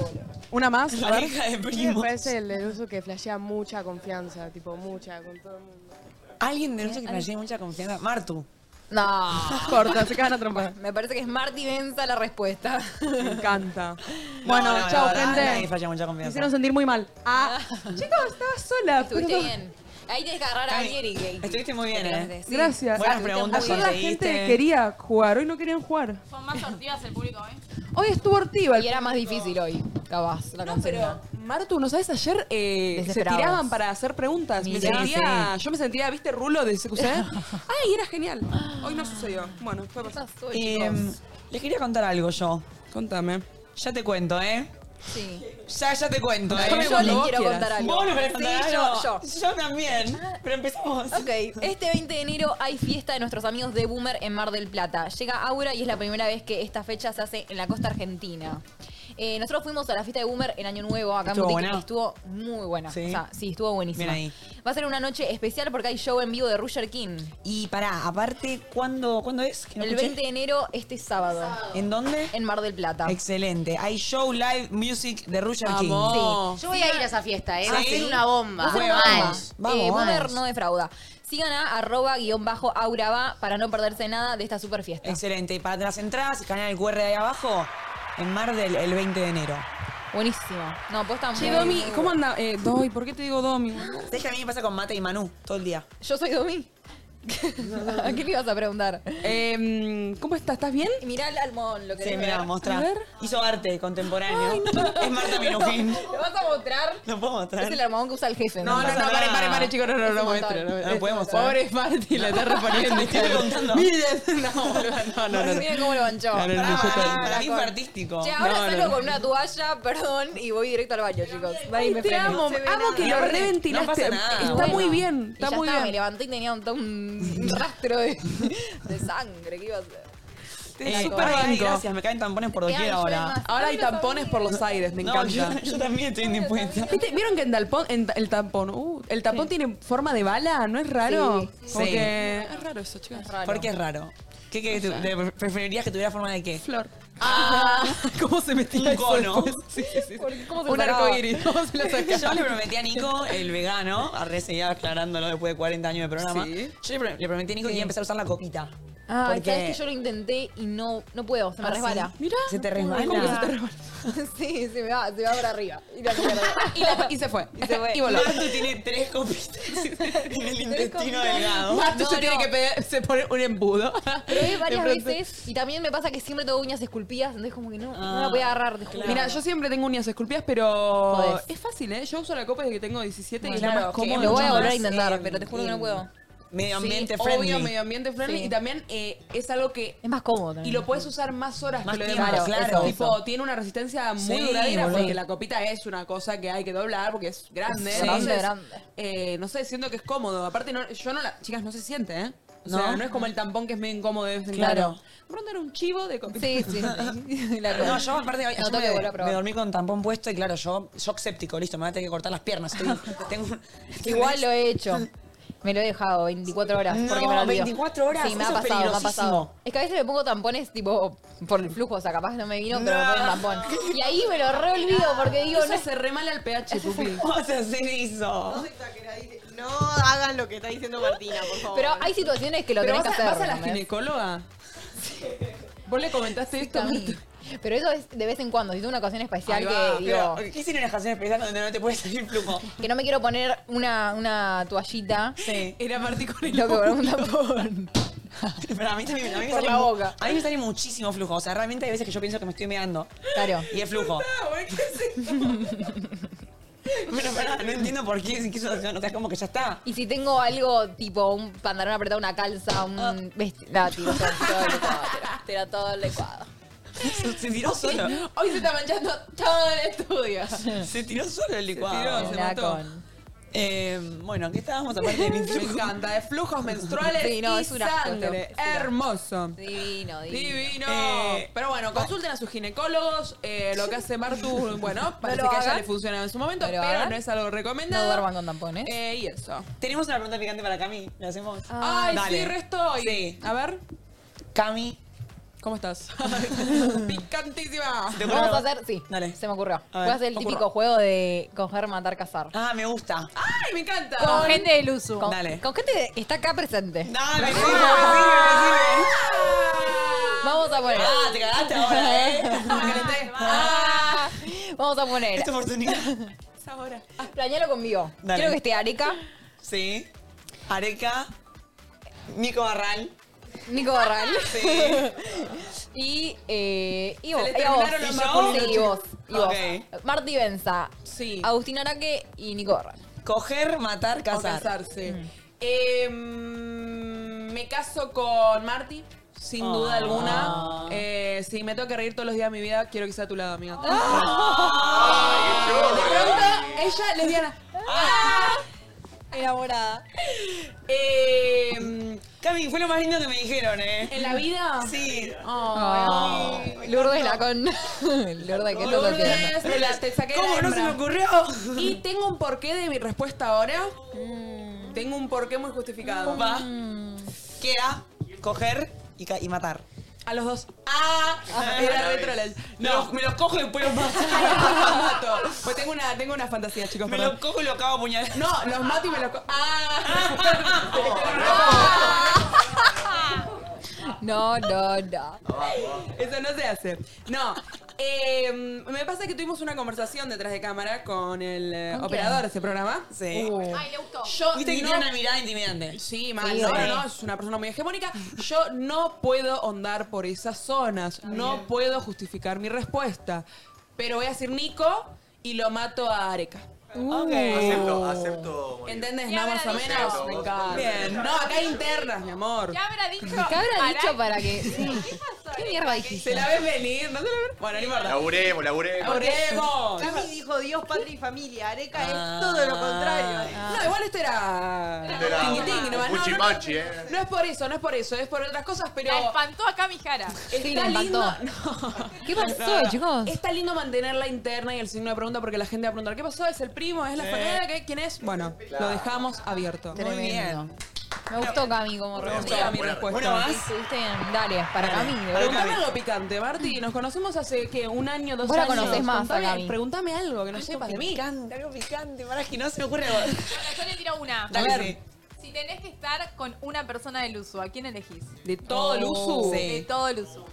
Speaker 3: Una más, a ver.
Speaker 16: Sí, me parece el del uso que flashea mucha confianza, tipo mucha, con todo el mundo.
Speaker 4: Alguien de nosotros que me tiene mucha confianza. Martu.
Speaker 2: No.
Speaker 3: Corta, se cagan a trompar.
Speaker 2: Me parece que es Marty Benza la
Speaker 3: <laughs>
Speaker 2: respuesta.
Speaker 3: Me encanta. Bueno, chao,
Speaker 4: Nadie
Speaker 3: gente.
Speaker 4: falla mucha
Speaker 3: Me
Speaker 4: confianza.
Speaker 3: hicieron sentir muy mal.
Speaker 2: <laughs>
Speaker 3: Ah, chicos, estaba sola.
Speaker 2: Estuviste
Speaker 3: perdón.
Speaker 2: bien. Ahí tienes que agarrar a
Speaker 4: Cami,
Speaker 2: alguien y que.
Speaker 4: Estuviste muy bien, eh.
Speaker 2: Sí.
Speaker 3: Gracias.
Speaker 4: Buenas
Speaker 3: Ah,
Speaker 4: preguntas.
Speaker 3: Ayer la
Speaker 4: que
Speaker 3: gente
Speaker 4: leíste.
Speaker 3: quería jugar, hoy no querían jugar.
Speaker 27: Son más sortivas el público ¿eh? hoy.
Speaker 3: Hoy estuvo hortiva.
Speaker 2: Y era más difícil hoy, capaz, la consigna.
Speaker 25: Martu, ¿no sabes? Ayer eh, se
Speaker 2: Desesperados.
Speaker 25: tiraban para hacer preguntas. Me
Speaker 2: Mirá.
Speaker 25: sentía,
Speaker 2: Sí.
Speaker 25: Yo me sentía, ¿viste, Rulo de CQC?
Speaker 4: <laughs>
Speaker 25: Ay, era genial. Hoy no sucedió. Bueno, fue pasado.
Speaker 4: Em, les quería contar algo yo. Contame. Ya te cuento, ¿eh?
Speaker 2: Sí.
Speaker 4: Ya, ya te cuento, ¿eh?
Speaker 2: Yo les
Speaker 4: Cuando vos
Speaker 2: quiero
Speaker 4: quieras.
Speaker 2: contar algo.
Speaker 4: Vos nos querés
Speaker 2: Sí,
Speaker 4: contar
Speaker 2: yo-
Speaker 4: algo.
Speaker 2: yo.
Speaker 4: también. Pero empezamos.
Speaker 2: Ok, este 20 de enero hay fiesta de nuestros amigos de Boomer en Mar del Plata. Llega Aura y es la primera vez que esta fecha se hace en la costa argentina. Eh, nosotros fuimos a la fiesta de Boomer en Año Nuevo acá
Speaker 4: ¿Estuvo
Speaker 2: en Boutique.
Speaker 4: buena?
Speaker 2: Estuvo muy buena.
Speaker 4: Sí.
Speaker 2: O sea, sí, estuvo buenísima.
Speaker 4: Bien
Speaker 2: Va a ser una noche especial porque hay show en vivo de Roger King.
Speaker 4: Y pará, aparte, ¿cuándo, ¿cuándo es? Que no
Speaker 2: El
Speaker 4: escuché.
Speaker 2: 20 de enero, este sábado.
Speaker 4: ¿En dónde?
Speaker 2: En Mar del Plata.
Speaker 4: Excelente. Hay show live music de Roger King.
Speaker 1: Oh.
Speaker 14: Sí. Yo voy a ir a esa fiesta, ¿eh? Va a
Speaker 4: ¿Sí?
Speaker 14: ser una bomba.
Speaker 2: Va a ser una
Speaker 14: Mal.
Speaker 2: bomba. Eh, Boomer no defrauda. Sigan a arroba guión bajo aura va para no perderse nada de esta super fiesta.
Speaker 4: Excelente. Y para las entradas, escanean el QR de ahí abajo. En Mar del el 20 de enero.
Speaker 2: Buenísimo. No, posta
Speaker 4: Che,
Speaker 2: muy,
Speaker 4: Domi,
Speaker 2: muy
Speaker 4: ¿cómo
Speaker 2: bueno.
Speaker 4: anda? Eh, Domi, ¿por qué te digo Domi? Es que a mí me pasa con Mate y Manu todo el día.
Speaker 2: Yo soy Domi. ¿A qué le ibas a preguntar?
Speaker 3: Em,
Speaker 4: ¿Cómo estás? ¿Estás bien?
Speaker 2: Mirá el almón, lo que
Speaker 4: Sí, mira, mostra. Hizo arte contemporáneo. Es <laughs> Marta Minujín.
Speaker 2: ¿Lo vas a mostrar?
Speaker 4: ¿Lo puedo mostrar?
Speaker 2: Es el almón que usa el jefe.
Speaker 4: No,
Speaker 2: me
Speaker 4: no,
Speaker 2: parece.
Speaker 4: no, pare, pare, pare, chicos, no, no,
Speaker 2: Es
Speaker 4: no
Speaker 2: un
Speaker 4: muestro,
Speaker 2: montón.
Speaker 4: no, ¿eh? no puedo mostrar.
Speaker 3: Pobre Marti, la está reponiendo.
Speaker 4: Te <laughs> estoy contando.
Speaker 3: Miren. No, boluda, no, no, no.
Speaker 2: Miren cómo lo manchó.
Speaker 3: No, no, no, yo te-
Speaker 2: Ah,
Speaker 4: Para mí
Speaker 2: con-
Speaker 4: fue artístico.
Speaker 2: Che, ahora
Speaker 4: No, no,
Speaker 2: salgo
Speaker 4: no.
Speaker 2: con una toalla, perdón, y voy directo al baño, chicos. Ay,
Speaker 1: te amo, amo que lo reventilaste. Está muy bien, está
Speaker 2: Ah, y ya
Speaker 1: muy
Speaker 2: está,
Speaker 1: bien.
Speaker 2: Me levanté y tenía un, <laughs> un rastro de, de sangre. ¿Qué iba a hacer?
Speaker 4: Te
Speaker 2: Ay,
Speaker 4: super
Speaker 2: ay,
Speaker 4: banco.
Speaker 2: gracias,
Speaker 4: eh, Gracias, me caen tampones por
Speaker 2: Ay,
Speaker 4: doquier
Speaker 2: yo
Speaker 4: ahora.
Speaker 2: además-
Speaker 3: Ahora hay tampones por los aires, me
Speaker 4: No,
Speaker 3: encanta.
Speaker 4: yo- yo también estoy <laughs> indispuesta.
Speaker 1: ¿Viste? ¿Vieron que en Dalpon- en ta- el tampón, uh, el tampón tiene forma de bala? ¿No es raro?
Speaker 4: Sí.
Speaker 1: Como
Speaker 4: Sí.
Speaker 1: que-
Speaker 3: Es raro eso, chicos.
Speaker 4: ¿Por qué es raro? ¿Qué, qué tu- te- preferirías que tuviera forma de <laughs> qué?
Speaker 1: <laughs> Flor.
Speaker 2: <laughs>
Speaker 4: ¿Cómo se metía Un
Speaker 3: eso
Speaker 1: <laughs>
Speaker 4: cono.
Speaker 3: después?
Speaker 2: Ah, ¿Cómo
Speaker 3: se lo sacaba? ¿Cómo se lo sacaba?
Speaker 4: <laughs> Yo le prometí a Nico, el vegano, a re seguía aclarándolo después de 40 años de programa. Yo le, pro- le prometí a Nico que iba a empezar a usar la copita.
Speaker 2: Ah,
Speaker 4: Porque-
Speaker 2: sabes que yo lo intenté y no, no puedo, se me
Speaker 4: ¿Ah, sí?
Speaker 2: resbala.
Speaker 4: Mirá. ¿Se te resbala?
Speaker 2: ¿Cómo que se te resbala? <laughs> sí, se me va, se me va para arriba. Y, la mierda. <laughs>
Speaker 1: <laughs>
Speaker 3: Y, la- y se fue.
Speaker 2: Y se fue.
Speaker 3: Y voló.
Speaker 4: Martu tiene tres copitas <laughs> en el intestino delgado.
Speaker 3: Martu se
Speaker 2: No,
Speaker 3: tiene
Speaker 2: no.
Speaker 3: que pedir, se pone
Speaker 1: <laughs>
Speaker 3: un embudo.
Speaker 2: Probé varias
Speaker 3: De pronto.
Speaker 2: veces y también me pasa que siempre tengo uñas esculpidas, entonces como que no, no la voy a agarrar, te juro.
Speaker 1: Mira, yo siempre tengo uñas esculpidas, pero
Speaker 2: Podés.
Speaker 1: es fácil, ¿eh? Yo uso la copa desde que tengo 17 y
Speaker 2: Bueno,
Speaker 1: es la
Speaker 2: claro,
Speaker 1: más
Speaker 2: que
Speaker 1: cómoda.
Speaker 2: lo voy a volver a
Speaker 1: Más,
Speaker 2: intentar,
Speaker 1: eh,
Speaker 2: pero te juro que no puedo.
Speaker 4: Medio ambiente
Speaker 1: sí,
Speaker 4: friendly.
Speaker 1: Obvio, medio ambiente friendly.
Speaker 2: Sí.
Speaker 1: Y también eh, es algo que.
Speaker 2: Es más cómodo.
Speaker 1: Y lo puedes usar más horas
Speaker 4: Más
Speaker 1: que lo
Speaker 4: tiempo,
Speaker 1: demás.
Speaker 4: claro,
Speaker 1: Eso,
Speaker 4: eso.
Speaker 1: Tipo, tiene una resistencia muy
Speaker 4: Sí,
Speaker 1: duradera
Speaker 4: boludo.
Speaker 1: porque la copita es una cosa que hay que doblar porque es grande.
Speaker 4: Sí.
Speaker 1: Entonces,
Speaker 4: Grande,
Speaker 1: eh, no sé, siento que es cómodo. Aparte, no, yo no la. Chicas, no se siente, ¿eh? O
Speaker 4: No.
Speaker 1: sea, no es como el tampón que es medio incómodo de vez en
Speaker 4: Claro.
Speaker 1: cuando. De pronto era un chivo de copita. <laughs>
Speaker 2: Sí, sí.
Speaker 4: No, yo aparte ayer
Speaker 2: No, tengo que volver a
Speaker 4: me,
Speaker 2: probar.
Speaker 4: me dormí con tampón puesto y claro, yo, yo séptico, listo, me voy a tener que cortar las
Speaker 2: <laughs>
Speaker 4: piernas. Estoy, tengo un-
Speaker 2: Igual
Speaker 4: <laughs>
Speaker 2: lo he hecho. Me lo he dejado 24 horas.
Speaker 4: No,
Speaker 2: porque me lo olvido.
Speaker 4: 24 horas,
Speaker 2: Sí, me ha
Speaker 4: eso es
Speaker 2: pasado, me ha pasado.
Speaker 4: peligrosísimo.
Speaker 2: Es que a veces me pongo tampones tipo por el flujo, o sea, capaz no me vino, pero me ponen tampón. Y ahí me lo reolvido porque digo,
Speaker 1: Eso
Speaker 2: no
Speaker 1: se re mal al pH, pupi.
Speaker 4: Vamos a hacer eso.
Speaker 6: No hagan lo que está diciendo Martina, por favor.
Speaker 2: Pero hay situaciones que lo
Speaker 1: Pero
Speaker 2: tenés
Speaker 1: vas,
Speaker 2: que
Speaker 1: a,
Speaker 2: hacer.
Speaker 1: vas a la
Speaker 2: ¿entendés?
Speaker 1: ginecóloga. Vos le comentaste esto.
Speaker 2: Exactamente. Pero eso es de vez en cuando, si tengo una ocasión especial
Speaker 4: Ahí
Speaker 2: que
Speaker 4: va,
Speaker 2: digo,
Speaker 4: pero, ¿Qué hicieron en la estación especial donde no te puede salir flujo?
Speaker 2: que no me quiero poner una, una toallita.
Speaker 4: Sí.
Speaker 1: Era Martí con
Speaker 2: Lo que con un tampón. <laughs>
Speaker 4: Pero a mí también, a mí me
Speaker 2: Por
Speaker 4: sale
Speaker 2: la
Speaker 4: mu-
Speaker 2: boca.
Speaker 4: A mí me sale muchísimo flujo. O sea, realmente hay veces que yo pienso que me estoy meando.
Speaker 2: Claro.
Speaker 4: Y
Speaker 2: <laughs>
Speaker 4: es flujo. <laughs> Bueno, pará, no entiendo por qué, si quiso hacer- o sea, como que ya está.
Speaker 2: <laughs> Y si tengo algo tipo un pantalón apretado, una calza, un vestido. No, tiro todo, todo el licuado. tiro- Tiro todo el licuado.
Speaker 4: Se, se tiró solo.
Speaker 2: Hoy se está manchando todo el estudio.
Speaker 4: Se tiró solo el licuado.
Speaker 2: tiró, se
Speaker 4: Mirá
Speaker 2: mató.
Speaker 4: con- Eh, bueno, ¿qué estábamos aparte
Speaker 2: <laughs>
Speaker 4: de mi
Speaker 3: Me
Speaker 4: flujo?
Speaker 3: encanta, de flujos menstruales
Speaker 2: Sí, no,
Speaker 3: y
Speaker 2: es un asco,
Speaker 3: sangre.
Speaker 2: es un asco.
Speaker 3: Hermoso.
Speaker 2: Divino, divino.
Speaker 3: Divino.
Speaker 4: Eh,
Speaker 3: Pero bueno, consulten a sus ginecólogos. eh, lo que hace
Speaker 4: <laughs>
Speaker 3: Martu, bueno, parece
Speaker 2: lo
Speaker 3: que a ella
Speaker 2: hagan.
Speaker 3: le funcionaba en su momento,
Speaker 2: No lo
Speaker 3: pero,
Speaker 2: hagan.
Speaker 3: no es algo
Speaker 2: No
Speaker 3: recomendado.
Speaker 2: duerman con tampones.
Speaker 3: Eh, y eso.
Speaker 4: Tenemos una pregunta picante para Cami. ¿La hacemos?
Speaker 2: Ah.
Speaker 3: Ay, sí, resto.
Speaker 4: Ah. Sí.
Speaker 3: A ver,
Speaker 4: Cami.
Speaker 3: ¿cómo
Speaker 4: <laughs>
Speaker 3: estás? Picantísima.
Speaker 4: Ah, ¿te ocurre
Speaker 2: Vamos a
Speaker 4: algo?
Speaker 2: hacer, sí,
Speaker 4: Dale.
Speaker 2: se me ocurrió.
Speaker 4: A
Speaker 2: Voy
Speaker 4: ver,
Speaker 2: a hacer el
Speaker 4: ocurra.
Speaker 2: típico juego de coger, matar, cazar.
Speaker 4: Ah, me gusta.
Speaker 3: ¡Ay, me encanta!
Speaker 5: Con gente del uso.
Speaker 2: Con,
Speaker 4: Dale.
Speaker 2: con gente que está acá presente.
Speaker 4: Dale, me sirve, me sirve, me sirve.
Speaker 2: Vamos a poner.
Speaker 4: Ah, te
Speaker 2: <laughs>
Speaker 4: cagaste ahora, eh.
Speaker 2: Ah, <laughs> Vamos a poner.
Speaker 4: Esta oportunidad.
Speaker 3: Ahora.
Speaker 2: Planealo conmigo.
Speaker 4: Dale.
Speaker 2: Quiero que esté Areca,
Speaker 4: Sí. Areca. Nico Barral.
Speaker 2: Nico <laughs> Barral.
Speaker 4: Sí.
Speaker 2: Y, eh, y
Speaker 4: Se
Speaker 2: vos.
Speaker 4: le
Speaker 2: y a vos.
Speaker 4: terminaron los
Speaker 2: Y Sí,
Speaker 4: vacunos,
Speaker 2: y
Speaker 4: chicos.
Speaker 2: vos. Y vos.
Speaker 4: Ok.
Speaker 2: Marti Benza.
Speaker 3: Sí.
Speaker 2: Agustín Araque y Nico Barral.
Speaker 4: Coger, matar,
Speaker 3: O
Speaker 4: casar.
Speaker 3: casarse. Eh, mm, me caso Em, con Marty. sin
Speaker 4: Ah.
Speaker 3: duda alguna. Eh, si me tengo que reír todos los días de mi vida, quiero que sea a tu lado, amiga.
Speaker 4: Ah.
Speaker 2: Ah,
Speaker 3: Eh, de pronto, ella lesbiana.
Speaker 2: Enamorada. Eh,
Speaker 4: Em, Cami, fue lo más lindo que me dijeron, ¿eh?
Speaker 3: ¿En la vida?
Speaker 4: Sí. Ah,
Speaker 2: Lourdes la con. <laughs> Lourdes, ¿qué estás
Speaker 3: Lourdes,
Speaker 2: haciendo?
Speaker 3: te la- te saqué de
Speaker 4: ¿Cómo
Speaker 3: la
Speaker 4: no se
Speaker 3: hembra.
Speaker 4: me ocurrió?
Speaker 3: Y tengo un porqué de mi respuesta ahora. Tengo un porqué muy justificado.
Speaker 4: Va. ¿Qué era? Coger y, ca- y matar.
Speaker 3: A los dos. ¡Ah! Era re
Speaker 4: <laughs>
Speaker 3: troll.
Speaker 4: No, me los cojo y después los <laughs> mato.
Speaker 3: Los mato. Pues tengo una, tengo una fantasía, chicos.
Speaker 4: Me
Speaker 3: perdón.
Speaker 4: los cojo y los cago a puñal.
Speaker 3: No, los mato y me Ah. los cojo.
Speaker 4: <laughs>
Speaker 2: No, no, no.
Speaker 3: Eso no se hace. No. eh, me pasa que tuvimos una conversación detrás de cámara con el eh,
Speaker 4: ¿Con quién?
Speaker 3: operador de ese programa.
Speaker 4: Sí. Ay,
Speaker 5: le gustó.
Speaker 3: Yo
Speaker 4: Viste que
Speaker 3: no-
Speaker 4: tiene una mirada intimidante.
Speaker 3: Sí, mal.
Speaker 4: Sí,
Speaker 3: no,
Speaker 4: sí.
Speaker 3: no, no, es una persona muy hegemónica. Yo no puedo ondar por esas zonas. no puedo justificar mi respuesta. Pero voy a decir Nico y lo mato a Areca.
Speaker 5: Uh.
Speaker 3: Oh.
Speaker 7: Acepto, acepto. morir.
Speaker 3: ¿Entendés?
Speaker 7: Ya
Speaker 3: No,
Speaker 7: habrá
Speaker 3: más o
Speaker 7: dicho.
Speaker 3: menos.
Speaker 7: Acepto,
Speaker 3: Me
Speaker 7: vos
Speaker 3: encanta.
Speaker 7: también.
Speaker 3: Bien. No, acá hay internas, mi amor.
Speaker 5: ¿Qué habrá dicho?
Speaker 2: ¿Qué habrá
Speaker 5: Aray-
Speaker 2: dicho para que.? Sí. ¿Qué mierda dijiste?
Speaker 3: ¿Se la ves venir? ¿No se la ves? Bueno, no importa.
Speaker 7: Laburemos, laburemos.
Speaker 6: Cami dijo Dios, patria y familia. Areca
Speaker 7: Ah.
Speaker 6: es todo lo contrario.
Speaker 3: No, igual esto era.
Speaker 7: Este era
Speaker 3: Tingui tingui nomás. No, no, no,
Speaker 7: Cuchimachi, ¿eh?
Speaker 3: No es por eso, no es por eso, es por otras cosas, pero.
Speaker 5: La espantó acá mi jara.
Speaker 3: Está lindo.
Speaker 2: ¿Qué pasó, chicos?
Speaker 3: Está lindo mantener la interna y el signo de pregunta porque la gente va a preguntar: ¿qué pasó? ¿Es el primo? ¿Es la
Speaker 2: Sí.
Speaker 3: familia? ¿Qué- ¿Quién es? Bueno,
Speaker 2: Claro.
Speaker 3: lo dejamos abierto.
Speaker 2: Muy Tremendo. Me gustó Cami como
Speaker 3: Me
Speaker 2: respuesta.
Speaker 3: gustó Cami
Speaker 2: Buena-
Speaker 3: respuesta.
Speaker 2: buena más. Estuviste bien. Dale, para
Speaker 3: Dale.
Speaker 2: Cami. de
Speaker 3: Preguntame
Speaker 2: verdad.
Speaker 3: algo picante, Marti. Nos conocemos hace, ¿qué? Un año, dos
Speaker 2: Vos la
Speaker 3: años.
Speaker 2: conocés más a
Speaker 3: Contame-
Speaker 2: Cami.
Speaker 3: Preguntame algo que no sepas de mí.
Speaker 4: Picante, algo picante. Pará, es que no se me ocurre.
Speaker 5: Bueno, yo le tiro
Speaker 3: Ah,
Speaker 5: una.
Speaker 4: Dale, A ver. sí.
Speaker 5: Si tenés que estar con una persona del uso, ¿a quién elegís?
Speaker 3: De todo el uso.
Speaker 5: Sí. De todo el uso.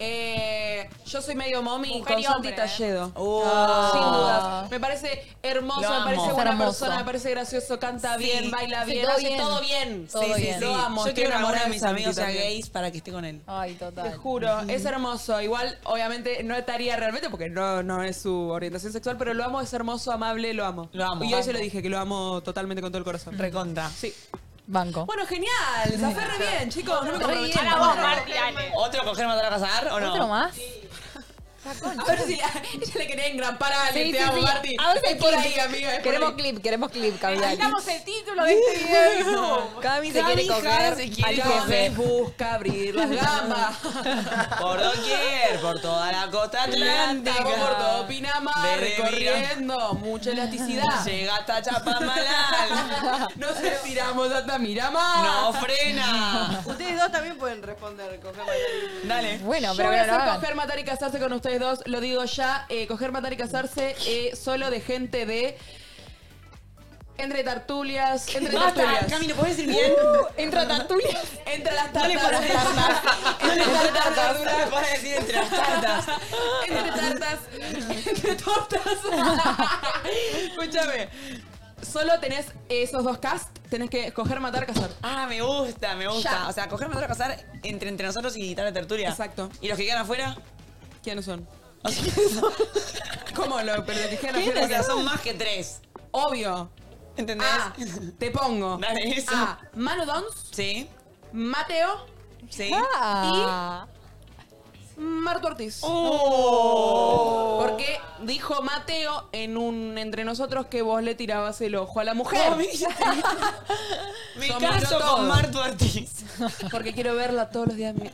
Speaker 3: Eh, yo soy medio mommy
Speaker 5: Mujer
Speaker 3: con
Speaker 5: y
Speaker 3: Santi
Speaker 5: hombre,
Speaker 3: Talledo.
Speaker 4: Oh.
Speaker 3: Sin dudas. Me parece hermoso,
Speaker 4: Lo
Speaker 3: me parece
Speaker 4: amo.
Speaker 3: buena
Speaker 4: Hermoso.
Speaker 3: persona, me parece gracioso, canta
Speaker 4: Sí.
Speaker 3: bien, baila
Speaker 4: Sí,
Speaker 3: bien,
Speaker 4: todo
Speaker 3: hace
Speaker 4: bien.
Speaker 3: todo bien.
Speaker 4: Sí, sí, sí.
Speaker 3: Lo amo.
Speaker 4: Yo
Speaker 3: estoy
Speaker 4: quiero que
Speaker 3: enamorada
Speaker 4: alguno de
Speaker 3: de
Speaker 4: mis ¿eh?
Speaker 3: Santi
Speaker 4: amigos sea
Speaker 3: también.
Speaker 4: gays para que esté con él.
Speaker 2: Ay, total.
Speaker 3: Te juro, es hermoso. Igual, obviamente, no estaría realmente porque no, no es su orientación sexual, pero lo amo, es hermoso, amable, lo amo. Lo
Speaker 4: amo.
Speaker 3: Y yo
Speaker 4: Amo.
Speaker 3: se lo dije, que lo amo totalmente con todo el corazón.
Speaker 4: Recontra.
Speaker 3: Sí.
Speaker 2: Banco.
Speaker 3: Bueno, genial. Se fue re bien, chicos. No me
Speaker 4: <laughs>
Speaker 3: comprometí.
Speaker 5: Para vos, Marti, dale.
Speaker 4: ¿Otro coger, matar a casar o no?
Speaker 2: ¿Otro más?
Speaker 3: A ver si ella le quería engrampar a alguien.
Speaker 2: Sí,
Speaker 3: te
Speaker 2: sí,
Speaker 3: amo,
Speaker 2: sí.
Speaker 3: Marti.
Speaker 2: ¿A dónde
Speaker 3: Es
Speaker 2: el
Speaker 3: por
Speaker 2: clip?
Speaker 3: ahí, amiga. es por
Speaker 2: Queremos
Speaker 3: ahí.
Speaker 2: clip, queremos clip, Cami. dale.
Speaker 5: Necesitamos el título de este video de YouTube.
Speaker 2: Cami se quiere coger al jefe.
Speaker 3: Cami busca abrir las <laughs> gamas.
Speaker 4: Por doquier, por toda la costa atlántica.
Speaker 3: Estamos por todo Pinamar,
Speaker 4: Desde
Speaker 3: recorriendo. Mucha elasticidad. <laughs>
Speaker 4: Llega hasta Chapamalal.
Speaker 3: Nos estiramos hasta Miramar.
Speaker 4: No
Speaker 6: <laughs>
Speaker 4: frena.
Speaker 6: Ustedes dos también pueden responder. Coger
Speaker 3: <laughs>
Speaker 6: Manuel.
Speaker 4: Dale.
Speaker 2: Bueno,
Speaker 3: Yo
Speaker 2: pero
Speaker 3: voy a
Speaker 2: bueno,
Speaker 3: hacer
Speaker 2: lo hagan.
Speaker 3: coger, matar y casarse con ustedes dos. Lo digo ya. eh, coger, matar y casarse eh, solo de gente de... Entre tertulias, entre
Speaker 4: Basta,
Speaker 3: tertulias.
Speaker 4: Cami, ¿lo podés decir bien?
Speaker 2: entre tertulias.
Speaker 3: Entre las
Speaker 4: No le
Speaker 3: <laughs> tartas.
Speaker 4: podés decir tartas. No le podés
Speaker 3: tartas.
Speaker 4: No le
Speaker 3: <laughs> Entre
Speaker 4: podés decir entre las tartas.
Speaker 3: tartas. Entre tortas. <laughs> Escúchame. Solo tenés esos dos cast. Tenés que coger, matar, casar.
Speaker 4: Ah, me gusta, me gusta.
Speaker 3: Ya.
Speaker 4: O sea, coger, matar a casar entre, entre nosotros y tal de tertulia.
Speaker 3: Exacto.
Speaker 4: ¿Y los que quedan afuera?
Speaker 3: ¿Quiénes son? <laughs> ¿Cómo lo, pero lo que quedan
Speaker 4: ¿Quiénes?
Speaker 3: afuera?
Speaker 4: O sea, son más que tres.
Speaker 3: Obvio.
Speaker 4: ¿Entendés?
Speaker 3: Ah, te pongo.
Speaker 4: <laughs> Dale, eso.
Speaker 3: A. Manu Dons.
Speaker 4: Sí.
Speaker 3: Mateo.
Speaker 4: Sí.
Speaker 3: Ah.
Speaker 4: Ah.
Speaker 3: Y. Marto Ortiz.
Speaker 4: Oh.
Speaker 3: Porque dijo Mateo en un entre nosotros que vos le tirabas el ojo a la mujer. <laughs>
Speaker 4: Oh, mira. Me
Speaker 3: Somos
Speaker 4: caso
Speaker 3: todos.
Speaker 4: con Marto Ortiz.
Speaker 3: Porque quiero verla todos los días. de mi-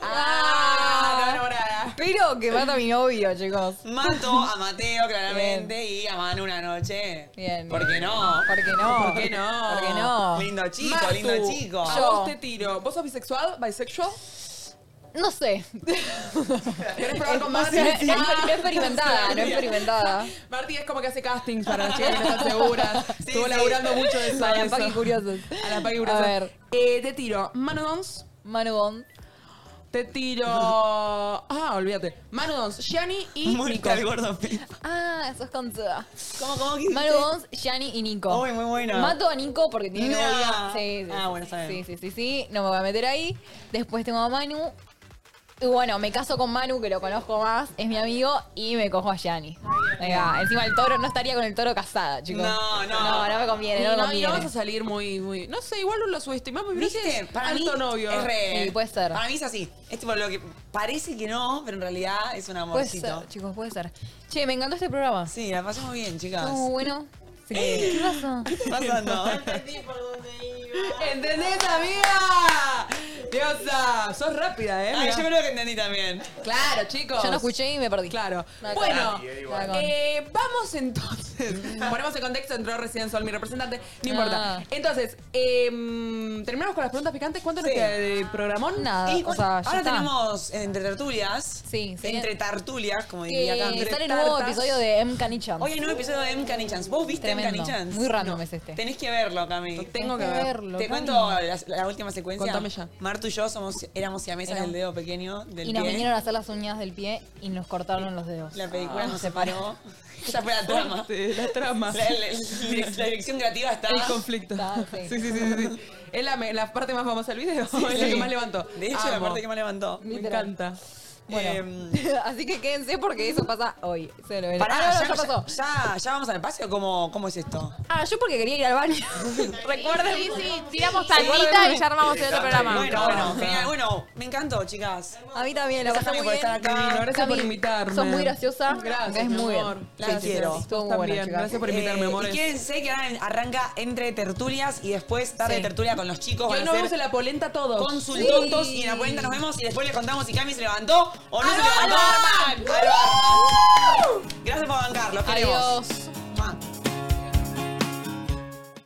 Speaker 2: Pero que mata a mi novio, chicos.
Speaker 4: Mato a Mateo, claramente, y a Manu una noche.
Speaker 2: Bien.
Speaker 4: ¿Por qué no?
Speaker 2: ¿Por qué no?
Speaker 4: ¿Por qué no?
Speaker 2: ¿Por qué no?
Speaker 4: Lindo chico,
Speaker 3: Martu,
Speaker 4: lindo chico.
Speaker 3: A vos te tiro. ¿Vos sos bisexual? ¿Bisexual?
Speaker 2: No sé.
Speaker 3: ¿Querés probar con Marti?
Speaker 2: Es- es- no experimentada, no experimentada.
Speaker 3: Marti es como que hace castings para las chicas que no están seguras.
Speaker 4: <laughs> Sí,
Speaker 3: Estuvo
Speaker 4: sí.
Speaker 3: laburando mucho de eso.
Speaker 2: Para
Speaker 3: de eso.
Speaker 2: Paqui Curiosos.
Speaker 3: A la Paqui
Speaker 2: A
Speaker 3: Curiosa.
Speaker 2: ver.
Speaker 3: Eh, te tiro Manu Dons.
Speaker 2: Manu Bond.
Speaker 3: Te
Speaker 4: <laughs>
Speaker 3: tiro. Ah, olvídate. Manu Dons, Gianni y Nico.
Speaker 4: Muerta el gordo Pepa.
Speaker 2: Ah, sos con toda.
Speaker 4: ¿Cómo, cómo
Speaker 2: Manu Bons, Gianni y Nico.
Speaker 4: Uy, muy buena.
Speaker 2: Mato a Nico porque tiene
Speaker 4: Nah.
Speaker 2: novia. Sí, sí,
Speaker 4: Ah,
Speaker 2: sí,
Speaker 4: bueno, está
Speaker 2: sí,
Speaker 4: bien.
Speaker 2: sí, sí, sí, no me voy a meter ahí. Después tengo a Manu. Y bueno, me caso con Manu, que lo conozco más, es mi amigo, y me cojo a Gianni. Venga, encima el toro no estaría con el toro casada, chicos.
Speaker 4: No, no.
Speaker 2: No, no me conviene,
Speaker 4: Y
Speaker 2: no, me
Speaker 4: no, y
Speaker 2: conviene.
Speaker 4: no vas a
Speaker 3: salir muy, muy. No sé, igual lo subestimamos.
Speaker 4: ¿Viste? Para mí
Speaker 3: alto novio.
Speaker 4: es re-
Speaker 3: Sí,
Speaker 2: puede ser.
Speaker 4: Para mí es así. Es tipo lo que parece que no, pero en realidad es un
Speaker 2: Puede
Speaker 4: amorcito.
Speaker 2: ser, chicos, puede ser. Che, me encantó este programa.
Speaker 4: Sí, la pasamos bien, chicas.
Speaker 2: Estuvo bueno. Sí. ¿Qué pasó?
Speaker 4: ¿Qué está
Speaker 2: <laughs>
Speaker 4: pasando?
Speaker 3: ¿Entendés, amiga? Diosa, sos rápida, ¿eh?
Speaker 4: Ay, yo creo que entendí también.
Speaker 3: Claro, chicos.
Speaker 2: Yo no escuché y me perdí.
Speaker 3: Claro.
Speaker 2: Nada
Speaker 3: Bueno,
Speaker 2: con- nada con-
Speaker 3: eh, vamos entonces. Ponemos en contexto, entró recién Sol, mi representante. No importa.
Speaker 2: Ah.
Speaker 3: Entonces, eh, terminamos con las preguntas picantes. ¿Cuánto nos
Speaker 4: Sí.
Speaker 3: queda de programón?
Speaker 2: Nada,
Speaker 3: Y
Speaker 2: o sea, ya
Speaker 4: Ahora
Speaker 2: está.
Speaker 4: tenemos entre tertulias.
Speaker 2: Sí, sí.
Speaker 4: Entre tertulias, como diría acá.
Speaker 2: Que
Speaker 4: Entre
Speaker 2: sale nuevo
Speaker 4: tartas.
Speaker 2: episodio de M. Canichans.
Speaker 4: Hoy hay nuevo episodio de M. Canichans. ¿Vos viste M.
Speaker 2: Tremendo.
Speaker 4: Canichans?
Speaker 2: Muy random es este.
Speaker 4: Tenés que verlo, Cami.
Speaker 2: Tengo que que ver. verlo,
Speaker 4: Te
Speaker 2: Cami.
Speaker 4: cuento la, la última secuencia.
Speaker 3: Contame ya.
Speaker 4: Martu y yo somos, éramos siamesas
Speaker 2: Era-
Speaker 4: del dedo pequeño del
Speaker 2: Y nos
Speaker 4: pie.
Speaker 2: vinieron a hacer las uñas del pie y nos cortaron los dedos.
Speaker 4: La película
Speaker 2: Ah.
Speaker 4: nos <laughs> separó. Esa fue la trama.
Speaker 3: La trama. <laughs>
Speaker 4: La, la- la- la dirección creativa está.
Speaker 3: El conflicto.
Speaker 2: sí.
Speaker 3: Ah, Sí, sí, sí, sí, sí. Es la, me- la parte más famosa del video.
Speaker 4: Sí,
Speaker 3: <laughs> es
Speaker 4: sí.
Speaker 3: la que más levantó.
Speaker 4: De hecho, la
Speaker 3: Amo.
Speaker 4: parte que más levantó.
Speaker 3: Me
Speaker 2: Literal.
Speaker 3: encanta.
Speaker 4: Bueno.
Speaker 2: <laughs> Así que quédense porque eso pasa hoy. Se lo
Speaker 4: Pará,
Speaker 2: Ah, no, no,
Speaker 4: ya,
Speaker 2: ya pasó.
Speaker 4: Ya, ya vamos al pase o cómo, cómo es esto?
Speaker 2: Ah, yo porque quería ir al baño.
Speaker 5: Recuerden. Sí, sí, tiramos
Speaker 2: Recuerden-
Speaker 5: taldita y ya armamos el otro programa.
Speaker 4: Bueno, bueno, genial. Bueno, me encantó, chicas.
Speaker 2: A mí también, la
Speaker 4: Gracias,
Speaker 2: pasé
Speaker 4: Cami,
Speaker 2: muy
Speaker 4: por
Speaker 2: bien.
Speaker 4: estar acá. Divino, gracias por
Speaker 2: Cami,
Speaker 4: invitarme.
Speaker 2: Sos muy graciosa.
Speaker 4: Gracias,
Speaker 2: Es
Speaker 4: mi
Speaker 2: muy
Speaker 4: amor.
Speaker 2: bien.
Speaker 4: Las quiero.
Speaker 2: Estuvo muy bueno, chicas.
Speaker 3: gracias por invitarme,
Speaker 4: Eh,
Speaker 3: amores.
Speaker 4: Y quédense que ahora arranca entre tertulias y después tarde de tertulia con los chicos.
Speaker 3: Y hoy
Speaker 4: Van a
Speaker 3: nos
Speaker 4: ser
Speaker 3: vemos en la polenta todos.
Speaker 4: Consultontos y en la polenta nos vemos y después les contamos si Cami se levantó o no se levantó.
Speaker 3: ¡Alarma!